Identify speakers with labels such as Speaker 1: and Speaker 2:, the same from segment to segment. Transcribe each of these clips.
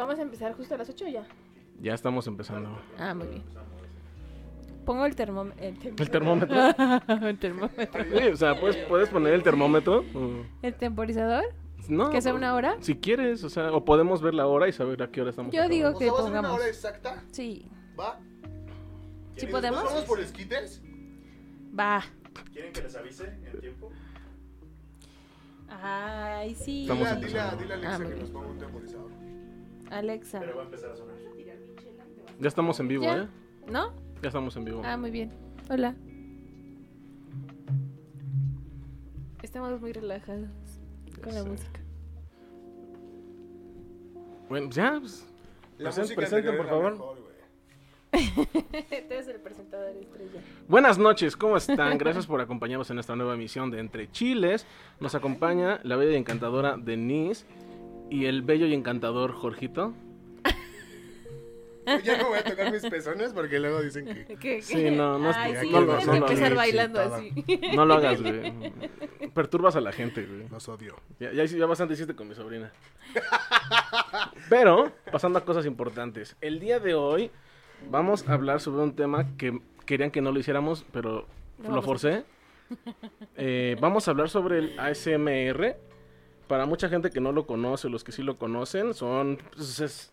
Speaker 1: vamos a empezar justo a las 8 ya.
Speaker 2: Ya estamos empezando.
Speaker 1: Ah, muy bien. Pongo el termómetro. El, termó-
Speaker 2: El termómetro.
Speaker 1: el termómetro.
Speaker 2: Sí, o sea, puedes, puedes poner el termómetro. mm.
Speaker 1: ¿El temporizador?
Speaker 2: No.
Speaker 1: ¿Que sea una hora?
Speaker 2: Si quieres, o sea, o podemos ver la hora y saber a qué hora estamos.
Speaker 1: Yo digo-
Speaker 2: acabando.
Speaker 1: Ok,
Speaker 3: O sea, va a ser una
Speaker 1: pongamos.
Speaker 3: hora exacta,
Speaker 1: Sí.
Speaker 3: ¿va?
Speaker 1: ¿Sí
Speaker 3: ¿Nos
Speaker 1: podemos?
Speaker 3: ¿Vamos por esquites?
Speaker 1: Va.
Speaker 4: ¿Quieren que les avise en tiempo?
Speaker 1: Ay, sí.
Speaker 2: Estamos
Speaker 3: Dile, a- dile, a-
Speaker 2: empezando.
Speaker 3: dile a
Speaker 1: Ah,
Speaker 3: Alexa
Speaker 1: muy
Speaker 3: que
Speaker 1: bien.
Speaker 3: nos ponga un temporizador.
Speaker 1: Alexa.
Speaker 4: Pero va a empezar a sonar.
Speaker 2: Ya estamos en vivo,
Speaker 1: Ya.
Speaker 2: ¿eh?
Speaker 1: ¿No?
Speaker 2: Ya estamos en vivo.
Speaker 1: Ah, muy bien. Hola. Estamos muy relajados con la
Speaker 2: Sí.
Speaker 1: música.
Speaker 2: Bueno, pues ya. pues,
Speaker 3: La
Speaker 2: Presenten,
Speaker 3: música
Speaker 2: presenten,
Speaker 3: anterior
Speaker 2: por
Speaker 3: era
Speaker 2: favor.
Speaker 3: mejor, güey.
Speaker 1: Tú eres el presentador estrella.
Speaker 2: Buenas noches, ¿cómo están? Gracias por acompañarnos en nuestra nueva emisión de Entre Chiles. Nos acompaña la bella y encantadora Denise y el bello y encantador Jorgito.
Speaker 3: Yo Ya no voy a tocar mis pezones porque luego dicen que...
Speaker 1: ¿Qué,
Speaker 2: Sí, no, no es-
Speaker 1: Ay, sí,
Speaker 3: no, no,
Speaker 1: puedes
Speaker 3: no, no,
Speaker 1: empezar
Speaker 3: no,
Speaker 1: bailando
Speaker 3: excitada.
Speaker 1: así.
Speaker 2: No lo hagas, güey. Perturbas a la gente, güey.
Speaker 3: Los odio.
Speaker 2: Ya, ya, hice- ya bastante hiciste con mi sobrina. Pero, pasando a cosas importantes. El día de hoy vamos a hablar sobre un tema que querían que no lo hiciéramos, pero
Speaker 1: Lo
Speaker 2: lo
Speaker 1: vamos a
Speaker 2: forcé. Eh, vamos a hablar sobre el ASMR. Para mucha gente que no lo conoce, o los que sí lo conocen, son... pues, es-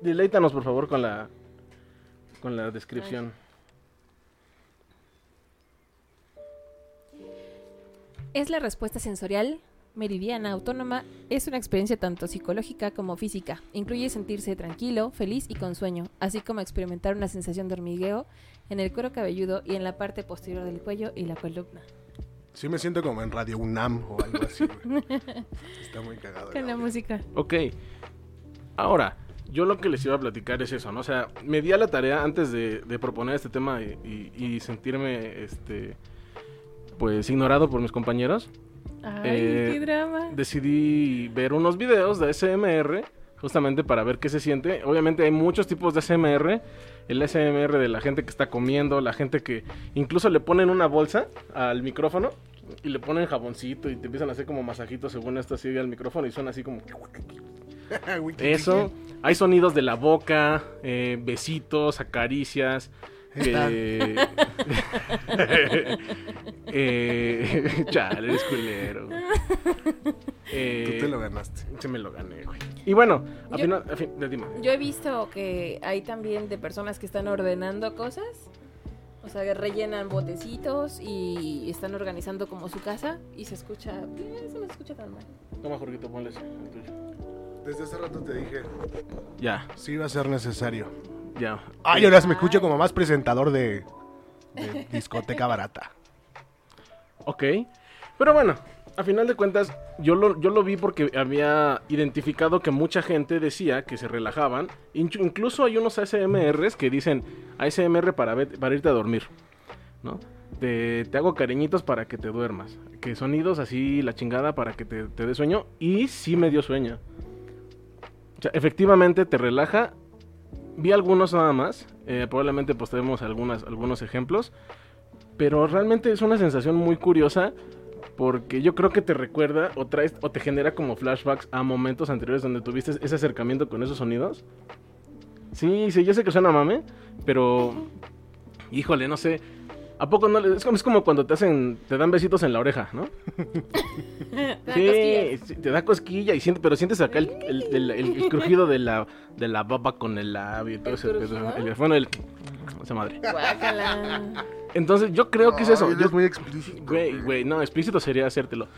Speaker 2: deleítanos, por favor, con la, con la descripción.
Speaker 1: Es la respuesta sensorial meridiana autónoma. Es una experiencia tanto psicológica como física. Incluye sentirse tranquilo, feliz y con sueño, así como experimentar una sensación de hormigueo en el cuero cabelludo y en la parte posterior del cuello y la columna.
Speaker 3: Sí me siento como en Radio UNAM o algo así, güey. Está muy cagado. el
Speaker 1: Con la
Speaker 3: audio.
Speaker 1: música.
Speaker 2: Ok. Ahora, yo lo que les iba a platicar es eso, ¿no? O sea, me di a la tarea antes de, de proponer este tema y, y- y sentirme, este, pues, ignorado por mis compañeros.
Speaker 1: Ay,
Speaker 2: Eh,
Speaker 1: qué drama.
Speaker 2: Decidí ver unos videos de ASMR, justamente para ver qué se siente. Obviamente hay muchos tipos de ASMR. El ASMR de la gente que está comiendo, la gente que incluso le ponen una bolsa al micrófono y le ponen jaboncito y te empiezan a hacer como masajitos según esto así al micrófono y suena así como...
Speaker 3: Wiki, wiki.
Speaker 2: Eso. Hay sonidos de la boca, eh, besitos, acaricias.
Speaker 3: Está.
Speaker 2: eh, eh, chale, eres culero.
Speaker 3: Tú
Speaker 2: Eh,
Speaker 3: te lo ganaste.
Speaker 2: Se me lo gané, güey. Y bueno, al
Speaker 1: Yo-
Speaker 2: final, a fin- de- dime.
Speaker 1: Yo he visto que hay también de personas que están ordenando cosas. O sea, que rellenan botecitos y están organizando como su casa y se escucha... eh, Eso no se escucha tan mal.
Speaker 2: Toma, Jorgito, ponle ese, el tuyo.
Speaker 3: Desde hace rato te dije,
Speaker 2: Ya,
Speaker 3: sí va a ser necesario.
Speaker 2: ya.
Speaker 3: Ay, ahora
Speaker 1: Ah.
Speaker 3: me escucho como más presentador de, de discoteca barata.
Speaker 2: Ok. Pero bueno, a final de cuentas, yo lo, yo lo vi porque había identificado que mucha gente decía que se relajaban. Inch- Incluso hay unos ASMRs que dicen ASMR para, vete- para irte a dormir, ¿no? Te, te hago cariñitos para que te duermas. Que sonidos así, la chingada, para que te, te dé sueño. Y sí me dio sueño. O sea, efectivamente te relaja. Vi algunos nada más. eh, probablemente posteemos algunas, algunos ejemplos. Pero realmente es una sensación muy curiosa porque yo creo que te recuerda o traes o te genera como flashbacks a momentos anteriores donde tuviste ese acercamiento con esos sonidos. Sí, sí, yo sé que suena mame, pero híjole, no sé. ¿A poco no le- es como, es como cuando te hacen te dan besitos en la oreja, ¿no?
Speaker 1: Te dan
Speaker 2: Sí,
Speaker 1: cosquillas.
Speaker 2: sí, te da cosquilla y siente, pero sientes acá el, el, el- el- el crujido de la de la baba con el labio y todo
Speaker 1: ¿El
Speaker 2: ese pedo.
Speaker 1: crujido?
Speaker 2: El, bueno, el esa madre.
Speaker 1: Guácala.
Speaker 2: Entonces, yo creo que es eso.
Speaker 3: Ay,
Speaker 2: Yo-
Speaker 3: eres muy explícito.
Speaker 2: Güey, güey, no, explícito sería hacértelo.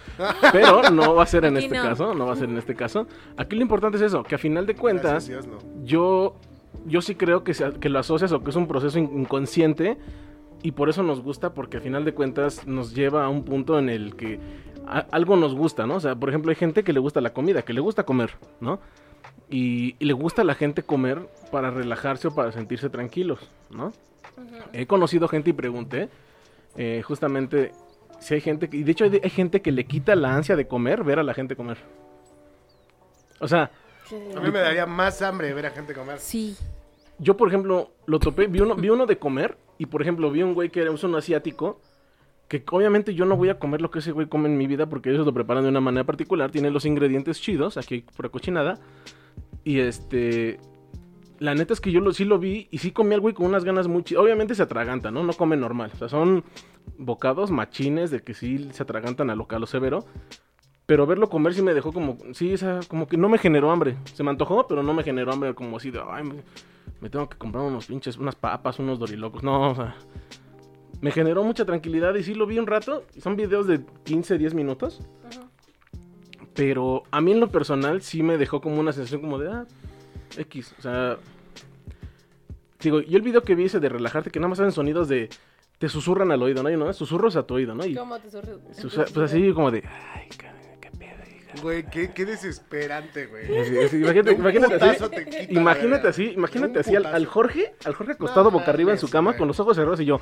Speaker 2: Pero no va a ser en
Speaker 1: Aquí
Speaker 2: este
Speaker 1: no.
Speaker 2: caso, no va a ser en este caso. Aquí lo importante es eso, que a final de
Speaker 3: Gracias,
Speaker 2: cuentas,
Speaker 3: Dios, no.
Speaker 2: yo, yo sí creo que, se- que lo asocias o que es un proceso in- inconsciente y por eso nos gusta, porque a final de cuentas nos lleva a un punto en el que a- algo nos gusta, ¿no? O sea, por ejemplo, hay gente que le gusta la comida, que le gusta comer, ¿no? Y, y le gusta a la gente comer para relajarse o para sentirse tranquilos, ¿no? He conocido gente y pregunté eh, justamente si hay gente que, y de hecho hay, de- hay gente que le quita la ansia de comer ver a la gente comer. O sea,
Speaker 3: A mí me daría más hambre ver a gente comer.
Speaker 1: Sí.
Speaker 2: yo por ejemplo lo topé, vi uno, vi uno de comer y por ejemplo vi un güey que era es uno asiático que obviamente yo no voy a comer lo que ese güey come en mi vida porque ellos lo preparan de una manera particular, tienen los ingredientes chidos, aquí hay pura cochinada, Y este. La neta es que yo lo, sí lo vi y sí comí al güey con unas ganas muy chidas. Obviamente se atraganta, ¿no? No come normal. O sea, son bocados machines de que sí se atragantan a lo, a lo severo. Pero verlo comer sí me dejó como. Sí, esa, como que no me generó hambre. Se me antojó, pero no me generó hambre. Como así de. Ay, me, me tengo que comprar unos pinches, unas papas, unos dorilocos. No, o sea. Me generó mucha tranquilidad y sí lo vi un rato. Son videos de 15, 10 minutos. Pero a mí en lo personal sí me dejó como una sensación como de. Ah, X. O sea. Digo, yo el video que vi ese de relajarte, que nada más hacen sonidos de. Te susurran al oído, ¿no? Y no, susurros a tu oído, ¿no? Y,
Speaker 1: ¿Cómo te sorre-
Speaker 2: susa- pues así como de. Ay, caray, qué pedo, hija.
Speaker 3: Güey, qué, qué desesperante, güey.
Speaker 2: Así- así, imagínate,
Speaker 3: Un
Speaker 2: imagínate
Speaker 3: putazo
Speaker 2: así.
Speaker 3: te quita,
Speaker 2: Imagínate
Speaker 3: verga.
Speaker 2: así,
Speaker 3: Un
Speaker 2: imagínate así al,
Speaker 3: putazo.
Speaker 2: al Jorge, al Jorge acostado
Speaker 3: No
Speaker 2: boca arriba en su
Speaker 3: mames,
Speaker 2: cama
Speaker 3: güey.
Speaker 2: con los ojos cerrados y yo,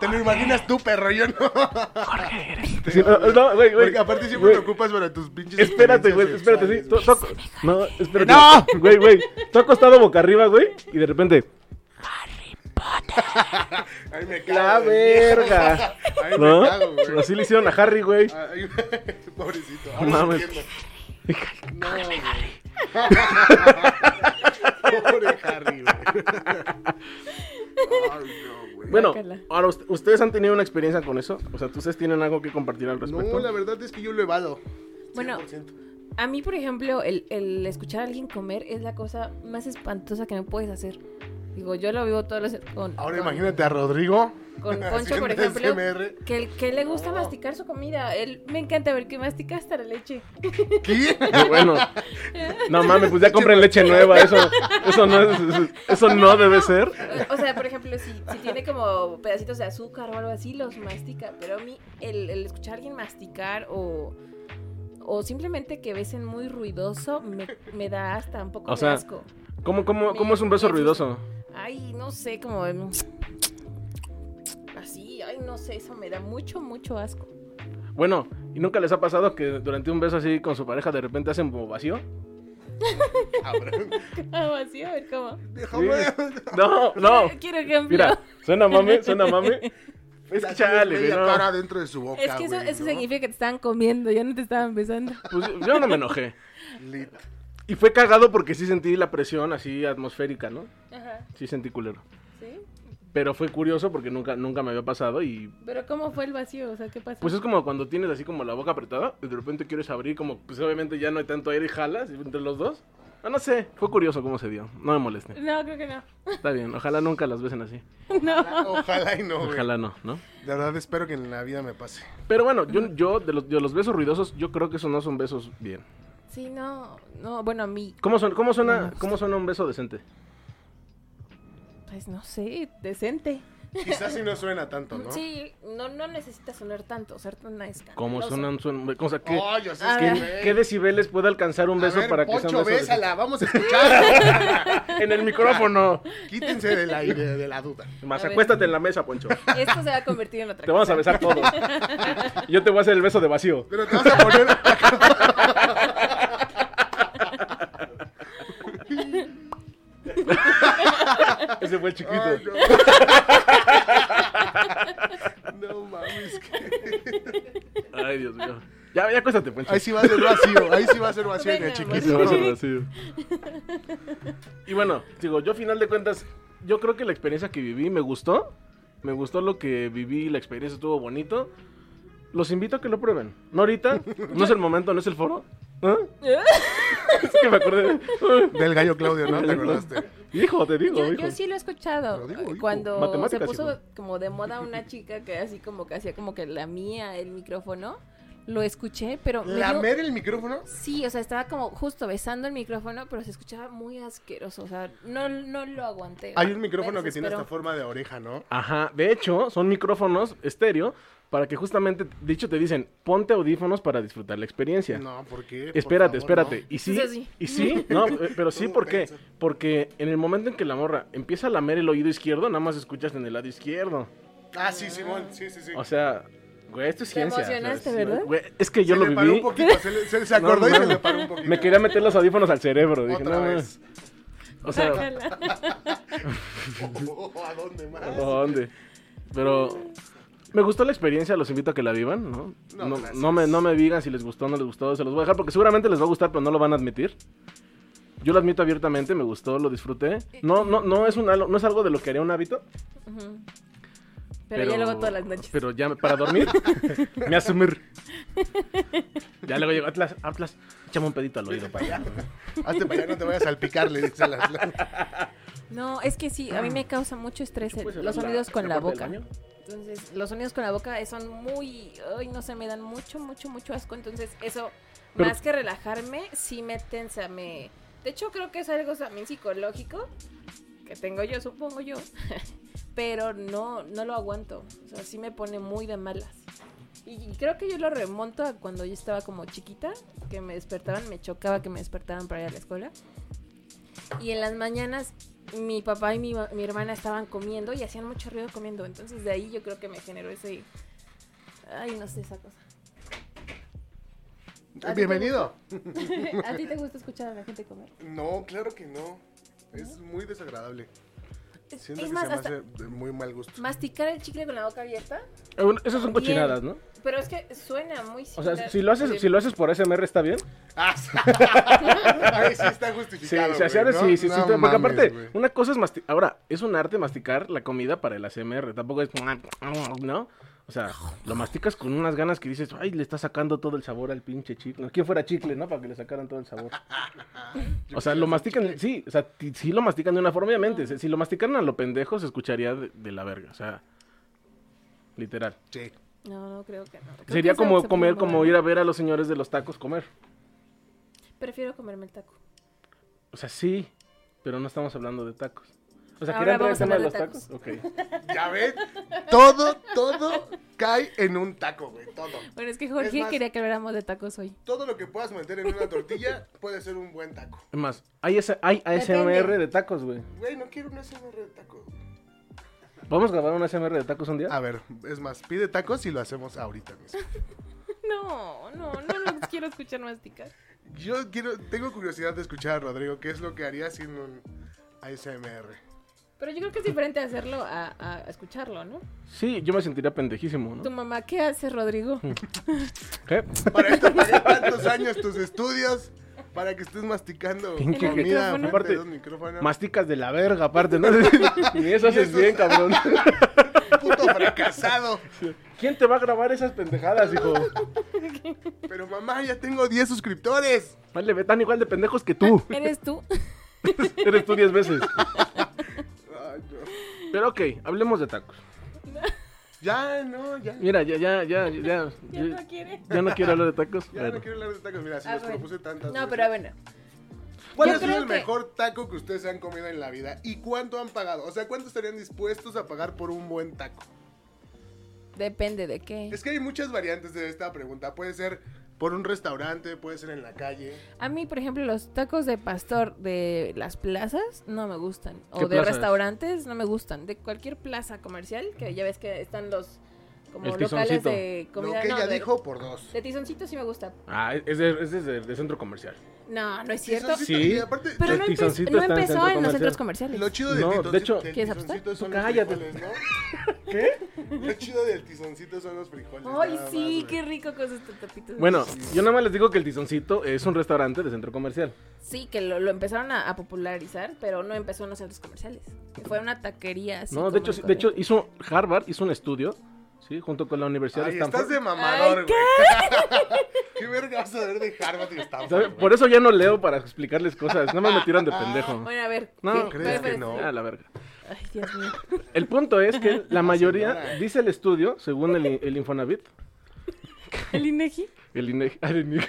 Speaker 3: Te lo imaginas tú, perro, yo no.
Speaker 2: Jorge, eres tú". Sí, no, no, güey, güey.
Speaker 3: Porque aparte siempre
Speaker 2: Güey,
Speaker 3: te ocupas para tus pinches.
Speaker 2: Espérate, güey,
Speaker 3: experiencias
Speaker 2: espérate, sí.
Speaker 3: sexuales,
Speaker 2: tú- tú- no, espérate. ¡No! Güey, güey, tú acostado boca arriba, güey, y de repente,
Speaker 3: güey. Ay, me cago.
Speaker 2: ¡la
Speaker 3: de miedo.
Speaker 2: verga!
Speaker 3: Ay,
Speaker 2: ¿No?
Speaker 3: me cago, güey.
Speaker 2: Así le hicieron a Harry, güey.
Speaker 3: Ay, pobrecito.
Speaker 2: No
Speaker 3: Ahora
Speaker 2: mames.
Speaker 3: entiendo. No, güey. Pobre Harry, güey. Ay, no, güey.
Speaker 2: Bueno,
Speaker 1: Guácala.
Speaker 2: ahora, ust- ¿ustedes han tenido una experiencia con eso? O sea, ¿ustedes tienen algo que compartir al respecto?
Speaker 3: No, la verdad es que yo lo evado.
Speaker 1: Bueno,
Speaker 3: 100%.
Speaker 1: a mí, por ejemplo, el, el escuchar a alguien comer es la cosa más espantosa que no puedes hacer. Digo, yo lo vivo todos los... Con,
Speaker 3: Ahora
Speaker 1: con-
Speaker 3: imagínate a Rodrigo.
Speaker 1: Con Poncho,
Speaker 3: haciendo
Speaker 1: por ejemplo,
Speaker 3: SMR.
Speaker 1: que, el- que le gusta masticar su comida. Él, me encanta ver que mastica hasta la leche.
Speaker 3: ¿Qué?
Speaker 2: Qué bueno. No mames, pues ya compren leche nueva, eso, eso no es- eso no debe ser.
Speaker 1: O sea, por ejemplo, si, si tiene como pedacitos de azúcar o algo así, los mastica. Pero a mí, el, el escuchar a alguien masticar o, o simplemente que besen muy ruidoso me, me da hasta un poco
Speaker 2: O
Speaker 1: de
Speaker 2: sea-
Speaker 1: asco.
Speaker 2: ¿Cómo, cómo, cómo es un beso ruidoso?
Speaker 1: Ay, no sé, como. mm, Así, ay, no sé, eso me da mucho, mucho asco.
Speaker 2: Bueno, ¿y nunca les ha pasado que durante un beso así con su pareja de repente hacen como vacío?
Speaker 3: Cabrón.
Speaker 1: Ah, así, a ver cómo.
Speaker 3: Déjame.
Speaker 2: No, no.
Speaker 1: Quiero ejemplo.
Speaker 2: Mira, suena mame, suena mame. Es que
Speaker 3: Así
Speaker 2: chale,
Speaker 3: es
Speaker 2: güey.
Speaker 3: media
Speaker 2: no.
Speaker 3: cara dentro de su boca,
Speaker 1: es que eso,
Speaker 3: güey,
Speaker 1: eso
Speaker 3: ¿no?
Speaker 1: significa que te estaban comiendo, ya no te estaban besando.
Speaker 2: Pues yo no me enojé.
Speaker 3: Lit.
Speaker 2: Y fue cagado porque sí sentí la presión así atmosférica, ¿no?
Speaker 1: Ajá,
Speaker 2: Sí sentí culero.
Speaker 1: sí.
Speaker 2: Pero fue curioso porque nunca, nunca me había pasado y
Speaker 1: Pero ¿cómo fue el vacío? O sea, ¿qué pasó?
Speaker 2: Pues es como cuando tienes así como la boca apretada y de repente quieres abrir como, pues obviamente ya no hay tanto aire y jalas entre los dos. Ah, no sé, fue curioso cómo se dio, no me moleste.
Speaker 1: No, creo que no.
Speaker 2: Está bien, ojalá nunca las besen así.
Speaker 3: Ojalá y no, güey.
Speaker 2: Ojalá no, ¿no?
Speaker 3: De verdad espero que en la vida me pase.
Speaker 2: Pero bueno, yo, yo de, los, de los besos ruidosos, yo creo que esos no son besos bien.
Speaker 1: Sí, no, no, bueno, a mí,
Speaker 2: ¿Cómo, son, cómo,
Speaker 1: No me
Speaker 2: suena,
Speaker 1: gusta.
Speaker 2: ¿Cómo suena un beso decente?
Speaker 1: pues no sé, decente.
Speaker 3: Quizás si no suena tanto, ¿no?
Speaker 1: Sí, no, no necesita sonar tanto, ser tan escandaloso.
Speaker 2: ¿Cómo suena un suena- o sea, ¿qué,
Speaker 3: Oh, yo sé
Speaker 1: A
Speaker 3: que-
Speaker 1: ver.
Speaker 2: qué- qué decibeles puede alcanzar un
Speaker 3: A
Speaker 2: beso
Speaker 3: ver,
Speaker 2: para que sea
Speaker 3: Poncho,
Speaker 2: un beso decente?
Speaker 3: bésala, vamos a escuchar.
Speaker 2: En el micrófono.
Speaker 3: Quítense del aire, de la duda.
Speaker 2: Más
Speaker 1: A ver.
Speaker 2: acuéstate en la mesa, Poncho.
Speaker 1: Esto se va a convertir en otra
Speaker 2: Te vamos a besar todos. Yo te voy a hacer el beso de vacío.
Speaker 3: Pero te vas a poner.
Speaker 2: Ese fue el chiquito.
Speaker 3: Ay, no. no mames. que-
Speaker 2: Ay, Dios mío. Ya, ya acuéstate, Poncho.
Speaker 3: Ahí sí va a ser vacío. Ahí sí va a ser vacío en
Speaker 1: Venga,
Speaker 3: el
Speaker 2: Ahí
Speaker 3: chiquito.
Speaker 2: se va a hacer vacío. Y bueno, digo, yo a final de cuentas, yo creo que la experiencia que viví me gustó. Me gustó lo que viví, la experiencia estuvo bonito. Los invito a que lo prueben. No ahorita, no es el momento, no es el foro. ¿Ah? Es que me acordé. de-
Speaker 3: Del gallo Claudio, ¿no? ¿Te acordaste?
Speaker 2: Hijo, te digo,
Speaker 1: Yo,
Speaker 2: hijo.
Speaker 1: yo sí lo he escuchado.
Speaker 3: Pero digo, hijo.
Speaker 1: Cuando se
Speaker 2: Matemáticas,
Speaker 1: puso
Speaker 2: hijo.
Speaker 1: como de moda una chica que así como que hacía como que la mía el micrófono, lo escuché, pero me dio-
Speaker 3: ¿Lamer el micrófono?
Speaker 1: Sí, o sea, estaba como justo besando el micrófono, pero se escuchaba muy asqueroso, o sea, no, no lo aguanté.
Speaker 3: Hay un micrófono
Speaker 1: Me
Speaker 3: que tiene
Speaker 1: desesperó.
Speaker 3: esta forma de oreja, ¿no?
Speaker 2: Ajá, de hecho, son micrófonos estéreo para que justamente, de hecho, te dicen, ponte audífonos para disfrutar la experiencia.
Speaker 3: No, ¿por qué? Por
Speaker 2: Espérate,
Speaker 3: favor, ¿no?
Speaker 2: espérate. Y sí,
Speaker 1: Sí, sí.
Speaker 2: y sí, no, eh, pero sí,
Speaker 3: Todo
Speaker 2: ¿por qué?
Speaker 3: tenso.
Speaker 2: Porque en el momento en que la morra empieza a lamer el oído izquierdo, nada más escuchas en el lado izquierdo.
Speaker 3: Ah, sí, Simón. Sí, sí, sí.
Speaker 2: O sea, güey, esto es
Speaker 1: Te
Speaker 2: ciencia. o sea,
Speaker 1: emocionaste,
Speaker 2: sí,
Speaker 1: ¿verdad?
Speaker 2: güey, es que yo
Speaker 3: se
Speaker 2: lo
Speaker 3: le paró
Speaker 2: viví.
Speaker 3: un poquito, se, le- se- se acordó
Speaker 2: No,
Speaker 3: y se
Speaker 2: no.
Speaker 3: le paró un poquito.
Speaker 2: Me quería meter los audífonos al cerebro. Dije,
Speaker 3: Otra
Speaker 2: no,
Speaker 3: vez.
Speaker 2: o sea,
Speaker 1: Guácala.
Speaker 3: Oh, oh, ¿A dónde más?
Speaker 2: ¿a ¿dónde? Pero me gustó la experiencia, los invito a que la vivan, ¿no?
Speaker 3: No,
Speaker 2: No, no,
Speaker 3: gracias.
Speaker 2: me, no me digan si les gustó o no les gustó, se los voy a dejar porque seguramente les va a gustar, pero no lo van a admitir. Yo lo admito abiertamente, me gustó, lo disfruté. No, no, no es un halo- no es algo de lo que haría un hábito.
Speaker 5: Ujú. Pero, ya luego todas las noches.
Speaker 2: Pero ya me- para dormir, me asumir. Ya luego llego, Atlas, Atlas, échame un pedito al oído para allá.
Speaker 3: Hazte para allá, no te vayas a salpicar, le dice a las- las-
Speaker 5: No, es que sí, a mí me causa mucho estrés el- los sonidos con la, boca. Entonces, los sonidos con la boca son muy, ay, no sé, me dan mucho, mucho, mucho asco. Entonces, eso,
Speaker 2: Pero-
Speaker 5: más que relajarme, sí me tensa, me... De hecho, creo que es algo también psicológico que tengo yo, supongo yo. Pero no, no lo aguanto. O sea, sí me pone muy de malas. Y y creo que yo lo remonto a cuando yo estaba como chiquita, que me despertaban, me chocaba que me despertaban para ir a la escuela. Y en las mañanas mi papá y mi, ma- mi hermana estaban comiendo y hacían mucho ruido comiendo. Entonces de ahí yo creo que me generó ese... Ay, no sé, esa cosa.
Speaker 3: Bienvenido.
Speaker 5: ¿A ti te gusta escuchar a la gente comer?
Speaker 3: No, claro que no. Es muy desagradable.
Speaker 5: Es,
Speaker 3: Siento
Speaker 5: es
Speaker 3: que
Speaker 5: más,
Speaker 3: se me
Speaker 5: hasta
Speaker 3: hace de muy mal gusto.
Speaker 5: masticar el chicle con la boca abierta,
Speaker 2: Eh, bueno, esas son cochinadas, ¿no?
Speaker 5: pero es que suena muy
Speaker 2: O sea,
Speaker 5: similar.
Speaker 2: si lo haces, si lo haces por SMR está bien.
Speaker 3: Ah, sí. Ahí sí está
Speaker 2: Sí,
Speaker 3: justificado.
Speaker 2: sí, hacer-
Speaker 3: güey, ¿no?
Speaker 2: sí, sí, sí,
Speaker 3: No
Speaker 2: porque
Speaker 3: mames,
Speaker 2: aparte,
Speaker 3: güey.
Speaker 2: una cosa es masticar. Ahora, es un arte masticar la comida para el ASMR. Tampoco es. ¿No? O sea, lo masticas con unas ganas que dices, ay, le está sacando todo el sabor al pinche chicle. ¿Quién fuera chicle, no? Para que le sacaran todo el sabor. O sea, lo mastican, sí, o sea, ti- sí lo mastican de una forma, obviamente. Si si lo masticaran a lo pendejo, se escucharía de, de la verga, o sea, literal.
Speaker 3: Sí.
Speaker 5: No, no creo que no. Creo que
Speaker 2: Sería
Speaker 5: es algo que
Speaker 2: como
Speaker 5: se puede
Speaker 2: comer, como
Speaker 5: mover.
Speaker 2: ir a ver a los señores de los tacos comer.
Speaker 5: Prefiero comerme el taco.
Speaker 2: O sea, sí, pero no estamos hablando de tacos. O sea,
Speaker 5: Ahora
Speaker 2: ¿quería entrar el
Speaker 5: vamos a
Speaker 2: tema de los
Speaker 5: hablar
Speaker 2: tacos?
Speaker 5: de
Speaker 2: Ok.
Speaker 3: Ya ves, todo, todo cae en un taco, güey, todo.
Speaker 5: Bueno, es que
Speaker 3: Jorge
Speaker 5: Jorge
Speaker 3: Es más- quería
Speaker 5: quería que habláramos de tacos hoy.
Speaker 3: Todo lo que puedas meter en una tortilla puede ser un buen taco.
Speaker 2: Es más, hay, esa- hay ASMR de tacos, güey.
Speaker 3: Güey, no quiero un ASMR de taco.
Speaker 2: ¿Vamos a grabar un ASMR de tacos un día?
Speaker 3: A ver, es más, pide tacos y lo hacemos ahorita mismo.
Speaker 5: No, no, no los quiero escuchar masticar.
Speaker 3: Yo quiero, tengo curiosidad de escuchar a Rodrigo, qué es lo que haría sin un ASMR.
Speaker 5: Pero yo creo que es diferente hacerlo a, a escucharlo, ¿no?
Speaker 2: Sí, yo me sentiría pendejísimo,
Speaker 5: Tu
Speaker 2: ¿no?
Speaker 5: mamá, ¿qué hace, Rodrigo?
Speaker 2: ¿Qué?
Speaker 3: Para esto pagué tantos años tus estudios, para que estés masticando
Speaker 2: ¿Quién
Speaker 5: cree que-
Speaker 3: comida
Speaker 5: micrófono.
Speaker 3: aparte
Speaker 2: Aparte,
Speaker 3: de un micrófono.
Speaker 2: Masticas de la verga, aparte, ¿no? Ni eso haces
Speaker 3: eso-
Speaker 2: bien, cabrón.
Speaker 3: Puto fracasado.
Speaker 2: ¿Quién te va a grabar esas pendejadas, hijo?
Speaker 3: Pero mamá, ya tengo 10 suscriptores.
Speaker 2: Vale, ve, tan igual de pendejos que tú.
Speaker 5: ¿Eres tú?
Speaker 2: Eres tú 10 veces.
Speaker 3: Ay, no.
Speaker 2: Pero ok, hablemos de tacos.
Speaker 3: Ya, no, ya.
Speaker 2: Mira, ya, ya, ya, ya.
Speaker 5: Ya no quiere.
Speaker 2: ya no quiero hablar de tacos.
Speaker 3: Ya no
Speaker 2: Bueno.
Speaker 3: quiero hablar de tacos, mira, si
Speaker 5: Ah,
Speaker 3: los
Speaker 5: bueno.
Speaker 3: propuse
Speaker 5: No,
Speaker 3: tantas veces.
Speaker 5: pero bueno.
Speaker 3: ¿Cuál
Speaker 5: yo
Speaker 3: ha sido
Speaker 5: creo
Speaker 3: el
Speaker 5: que-
Speaker 3: mejor taco que ustedes han comido en la vida? ¿Y cuánto han pagado? O sea, ¿cuánto estarían dispuestos a pagar por un buen taco?
Speaker 5: Depende de qué.
Speaker 3: Es que hay muchas variantes de esta pregunta. Puede ser por un restaurante, puede ser en la calle.
Speaker 5: A mí, por ejemplo, los tacos de pastor de las plazas no me gustan. O
Speaker 2: ¿Qué
Speaker 5: de
Speaker 2: plazas?
Speaker 5: restaurantes no me gustan. De cualquier plaza comercial, que ya ves que están los como
Speaker 2: El
Speaker 5: locales
Speaker 2: tizoncito.
Speaker 5: de comida.
Speaker 3: Lo que
Speaker 5: no,
Speaker 3: ella
Speaker 5: de-
Speaker 3: dijo por dos.
Speaker 5: De tizoncito sí me gusta.
Speaker 2: Ah, es de, es de- de centro comercial.
Speaker 5: No, no es
Speaker 3: Sí, son
Speaker 5: cierto.
Speaker 3: citas,
Speaker 2: Sí.
Speaker 3: y aparte,
Speaker 5: Pero
Speaker 2: El
Speaker 5: no, empe-
Speaker 2: tizoncito
Speaker 5: no
Speaker 2: está en
Speaker 5: empezó en,
Speaker 2: centro
Speaker 5: los
Speaker 2: comercial.
Speaker 5: centros comerciales.
Speaker 3: lo chido del
Speaker 2: No, de
Speaker 3: tizoncito,
Speaker 2: hecho-
Speaker 3: del
Speaker 5: ¿Quieres apostar?
Speaker 3: tizoncito son
Speaker 2: Tú
Speaker 3: los
Speaker 2: cállate.
Speaker 3: frijoles,
Speaker 2: ¿Qué?
Speaker 3: ¿no? Lo chido del tizoncito son los frijoles.
Speaker 5: Ay,
Speaker 3: nada
Speaker 5: sí,
Speaker 3: más,
Speaker 5: qué
Speaker 3: güey.
Speaker 5: rico con sus tapitos.
Speaker 2: Bueno, yo nada más les digo que el Tizoncito es un restaurante de centro comercial.
Speaker 5: Sí, que lo, lo empezaron a, a popularizar, pero no empezó en los centros comerciales. Fue una taquería así.
Speaker 2: no, de
Speaker 5: común
Speaker 2: hecho,
Speaker 5: y
Speaker 2: de hecho
Speaker 5: corriente.
Speaker 2: hizo Harvard hizo un estudio, sí, junto con la Universidad
Speaker 3: Ay,
Speaker 2: de
Speaker 3: estás
Speaker 2: Stanford.
Speaker 3: de mamador,
Speaker 5: Ay,
Speaker 3: güey. ¿Qué verga vas a ver de Harvard y Stanford?
Speaker 2: ¿Sabe?
Speaker 3: güey?
Speaker 2: Por eso ya no leo para explicarles cosas, nada más me tiran de pendejo.
Speaker 5: Ah, Bueno, a ver.
Speaker 2: No,
Speaker 5: ¿qué- cuál
Speaker 3: ¿crees que
Speaker 5: fue?
Speaker 3: no?
Speaker 2: Ah, la verga.
Speaker 5: Ay, Dios mío.
Speaker 2: El punto es que la mayoría,
Speaker 3: señora.
Speaker 2: dice el estudio, según el, el Infonavit,
Speaker 5: ¿El Inegi?
Speaker 2: el INEGI, ah, el INEGI.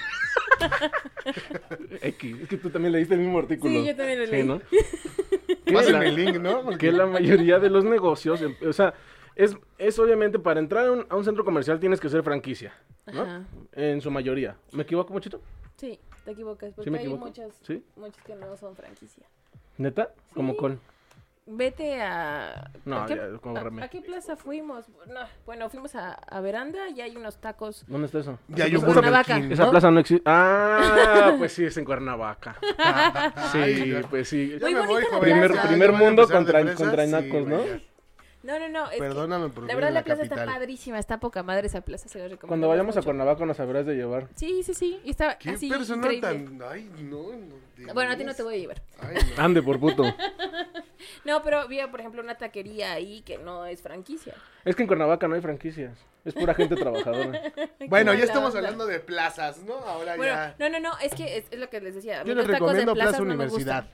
Speaker 2: X, es que tú también leíste el mismo artículo.
Speaker 5: Sí, yo también lo
Speaker 2: Sí,
Speaker 5: leí.
Speaker 2: ¿no? Que la-
Speaker 3: Pásenme el link, ¿no? Porque-
Speaker 2: que la mayoría de los negocios, em- o sea, es, es obviamente para entrar a un, a un centro comercial tienes que ser franquicia, ¿no?
Speaker 5: Ajá.
Speaker 2: En su mayoría. ¿Me equivoco, muchito?
Speaker 5: Sí, te equivocas, porque
Speaker 2: me
Speaker 5: Pues hay
Speaker 2: equivoco?
Speaker 5: muchas,
Speaker 2: ¿Sí?
Speaker 5: muchas que no son franquicia.
Speaker 2: ¿Neta? Como
Speaker 5: Sí.
Speaker 2: con.
Speaker 5: Vete a...
Speaker 2: No,
Speaker 5: ¿a qué, Ah,
Speaker 2: ya, como
Speaker 5: a-
Speaker 2: remé.
Speaker 5: a qué plaza fuimos? No, bueno, fuimos a, a Veranda y hay unos tacos.
Speaker 2: ¿Dónde está eso?
Speaker 3: Ya hay
Speaker 1: Pues
Speaker 2: esa,
Speaker 3: un
Speaker 5: Burger
Speaker 2: esa,
Speaker 5: Cuernavaca.
Speaker 3: Burger King,
Speaker 2: esa
Speaker 3: ¿no?
Speaker 2: plaza no existe. Ah, pues sí, es en Cuernavaca. Sí,
Speaker 3: Ay, ya.
Speaker 2: pues sí.
Speaker 3: Ya
Speaker 5: Muy
Speaker 3: me voy,
Speaker 5: bonita la
Speaker 3: joven.
Speaker 5: Primer-
Speaker 3: Ya
Speaker 5: primer
Speaker 3: van a
Speaker 2: mundo
Speaker 3: empezar de
Speaker 2: contra-
Speaker 3: fresas,
Speaker 2: contra nacos,
Speaker 3: güey,
Speaker 2: ¿no?
Speaker 3: ya.
Speaker 1: No, no, no. es que
Speaker 3: Perdóname por
Speaker 1: la
Speaker 3: vivir
Speaker 1: verdad,
Speaker 3: en
Speaker 1: la plaza
Speaker 3: capital.
Speaker 1: está padrísima. Está poca madre esa plaza. Se la recomiendo.
Speaker 2: Cuando vayamos a
Speaker 1: mucho.
Speaker 2: Cuernavaca nos habrás de llevar.
Speaker 1: Sí, sí, sí. y Está
Speaker 3: Qué
Speaker 1: así.
Speaker 3: persona
Speaker 1: increíble.
Speaker 3: tan. Ay, no. no de
Speaker 1: Bueno, a ti no
Speaker 3: veras.
Speaker 1: te voy a llevar.
Speaker 3: Ay, no.
Speaker 2: Ande por puto.
Speaker 1: No, pero había, por ejemplo, una taquería ahí que no es franquicia.
Speaker 2: Es que en Cuernavaca no hay franquicias. Es pura gente trabajadora.
Speaker 3: Bueno,
Speaker 1: Qué
Speaker 3: ya
Speaker 1: mala
Speaker 3: estamos
Speaker 1: onda.
Speaker 3: hablando de plazas, ¿no? Ahora
Speaker 1: Bueno,
Speaker 3: Ah, ya.
Speaker 1: no, no, no, es que es, es lo que les decía. a mí
Speaker 3: Yo
Speaker 1: los
Speaker 3: les
Speaker 1: tacos de
Speaker 3: recomiendo
Speaker 1: plazas
Speaker 3: Plaza
Speaker 1: no me
Speaker 3: Universidad.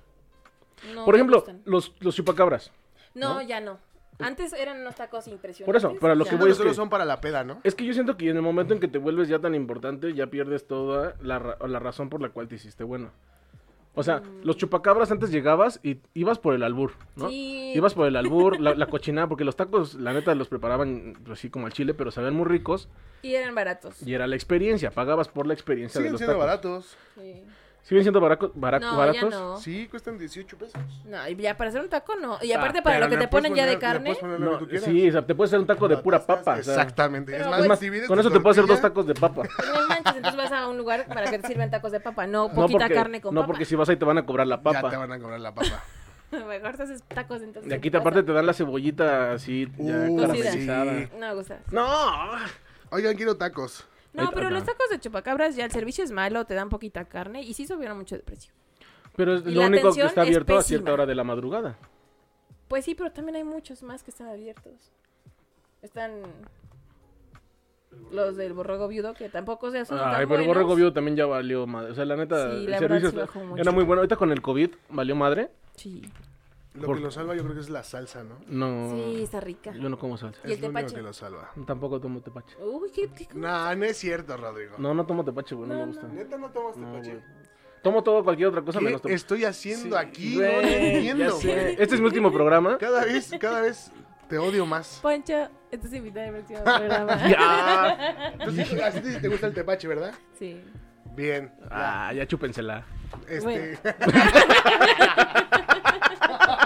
Speaker 1: gustan. No
Speaker 2: Por
Speaker 1: me
Speaker 2: ejemplo,
Speaker 1: gustan.
Speaker 2: los, los chupacabras.
Speaker 1: No,
Speaker 2: ¿no?
Speaker 1: ya no. Antes eran unos tacos impresionantes.
Speaker 2: Por eso, para lo que
Speaker 1: ya.
Speaker 3: Siento
Speaker 2: voy
Speaker 3: que
Speaker 2: es
Speaker 3: solo son para la peda, ¿no?
Speaker 2: Es que yo siento que en el momento en que te vuelves ya tan importante, ya pierdes toda la, ra- la razón por la cual te hiciste bueno. O sea,
Speaker 1: Mm.
Speaker 2: los chupacabras antes llegabas y ibas por el albur, ¿no?
Speaker 1: Sí.
Speaker 2: Ibas por el albur, la, la cochinada, porque los tacos, la neta, los preparaban pues, así como al chile, pero sabían muy ricos
Speaker 1: Y eran baratos.
Speaker 2: y era la experiencia, pagabas por la experiencia de
Speaker 3: Siguen
Speaker 2: los
Speaker 3: siendo
Speaker 2: tacos.
Speaker 3: baratos.
Speaker 1: Sí.
Speaker 2: ¿Siguen siendo baraco- baraco-
Speaker 1: No, ya
Speaker 2: baratos?
Speaker 1: no.
Speaker 3: Sí, cuestan 18 pesos.
Speaker 1: No, y ya para hacer un taco no. Y
Speaker 2: Ah,
Speaker 1: aparte para lo
Speaker 3: Pero
Speaker 1: que
Speaker 3: le
Speaker 1: te
Speaker 3: puedes
Speaker 1: ponen ya de
Speaker 3: poner- le
Speaker 1: carne.
Speaker 3: puedes poner lo
Speaker 2: No,
Speaker 3: que tú quieres.
Speaker 2: sí, o sea, te puedes hacer un taco de pura
Speaker 3: Patatas,
Speaker 2: papa. o sea,
Speaker 3: Exactamente.
Speaker 1: Pero pues,
Speaker 3: es
Speaker 1: bueno.
Speaker 3: más,
Speaker 2: es más,
Speaker 3: divides
Speaker 2: con
Speaker 3: tus
Speaker 2: eso te puedo hacer dos
Speaker 3: tortillas.
Speaker 2: tacos de papa.
Speaker 1: pues No manches, entonces vas a un lugar para que te sirvan tacos de papa. No,
Speaker 2: No
Speaker 1: poquita
Speaker 2: porque,
Speaker 1: carne con
Speaker 2: no
Speaker 1: papa.
Speaker 2: porque si vas ahí te van a cobrar la papa.
Speaker 3: Ya te van a cobrar la papa.
Speaker 1: Mejor te haces tacos entonces.
Speaker 2: Y aquí
Speaker 1: en
Speaker 2: te
Speaker 1: tu
Speaker 2: aparte
Speaker 1: casa.
Speaker 2: te dan la cebollita así ya
Speaker 3: Uh,
Speaker 2: caramelizada.
Speaker 3: sí.
Speaker 1: No me gusta.
Speaker 2: No.
Speaker 3: Oigan, quiero tacos.
Speaker 1: No,
Speaker 2: Ahí-
Speaker 1: pero
Speaker 2: ajá.
Speaker 1: los tacos de chupacabras ya el servicio es malo, te dan poquita carne y sí subieron mucho de precio.
Speaker 2: Pero es
Speaker 1: Y
Speaker 2: lo
Speaker 1: la
Speaker 2: único que
Speaker 1: atención
Speaker 2: está
Speaker 1: es
Speaker 2: abierto a
Speaker 1: pésima.
Speaker 2: cierta hora de la madrugada.
Speaker 1: Pues sí, pero también hay muchos más que están abiertos. Están los del borrego viudo que tampoco se son
Speaker 2: Ay,
Speaker 1: tan
Speaker 2: pero Ah, el borrego
Speaker 1: buenos.
Speaker 2: viudo también ya valió madre. O sea, la neta,
Speaker 1: Sí,
Speaker 2: el
Speaker 1: la verdad
Speaker 2: servicio
Speaker 1: sí
Speaker 2: está-
Speaker 1: bajó mucho.
Speaker 2: era muy bueno. Ahorita con el COVID valió madre.
Speaker 1: Sí.
Speaker 3: Lo
Speaker 2: Por-
Speaker 3: que lo salva yo creo que es la salsa, ¿no?
Speaker 2: No.
Speaker 1: Sí, está rica.
Speaker 2: Yo no como salsa.
Speaker 1: Y el
Speaker 3: es lo único
Speaker 1: tepache.
Speaker 3: que lo salva.
Speaker 2: Tampoco tomo tepache.
Speaker 1: Uy, qué, qué cosa.
Speaker 3: No, no es cierto, Rodrigo.
Speaker 2: No, no tomo tepache, güey. No,
Speaker 1: No,
Speaker 2: me gusta.
Speaker 1: no.
Speaker 3: Neta no tomas
Speaker 2: No,
Speaker 3: tepache.
Speaker 2: güey. Tomo todo cualquier otra cosa
Speaker 3: ¿Qué
Speaker 2: menos tepache.
Speaker 3: estoy haciendo aquí?
Speaker 2: Güey,
Speaker 3: no
Speaker 2: ya
Speaker 3: entiendo,
Speaker 2: sé.
Speaker 3: güey.
Speaker 2: Este es mi último programa.
Speaker 3: Cada vez, cada vez te odio más.
Speaker 1: Poncho, estás invitado al próximo programa.
Speaker 2: Ya.
Speaker 3: Entonces, a ti sí te gusta el tepache, ¿verdad?
Speaker 1: Sí.
Speaker 3: Bien.
Speaker 2: Ah, ya chúpensela.
Speaker 3: Este,
Speaker 1: Bueno.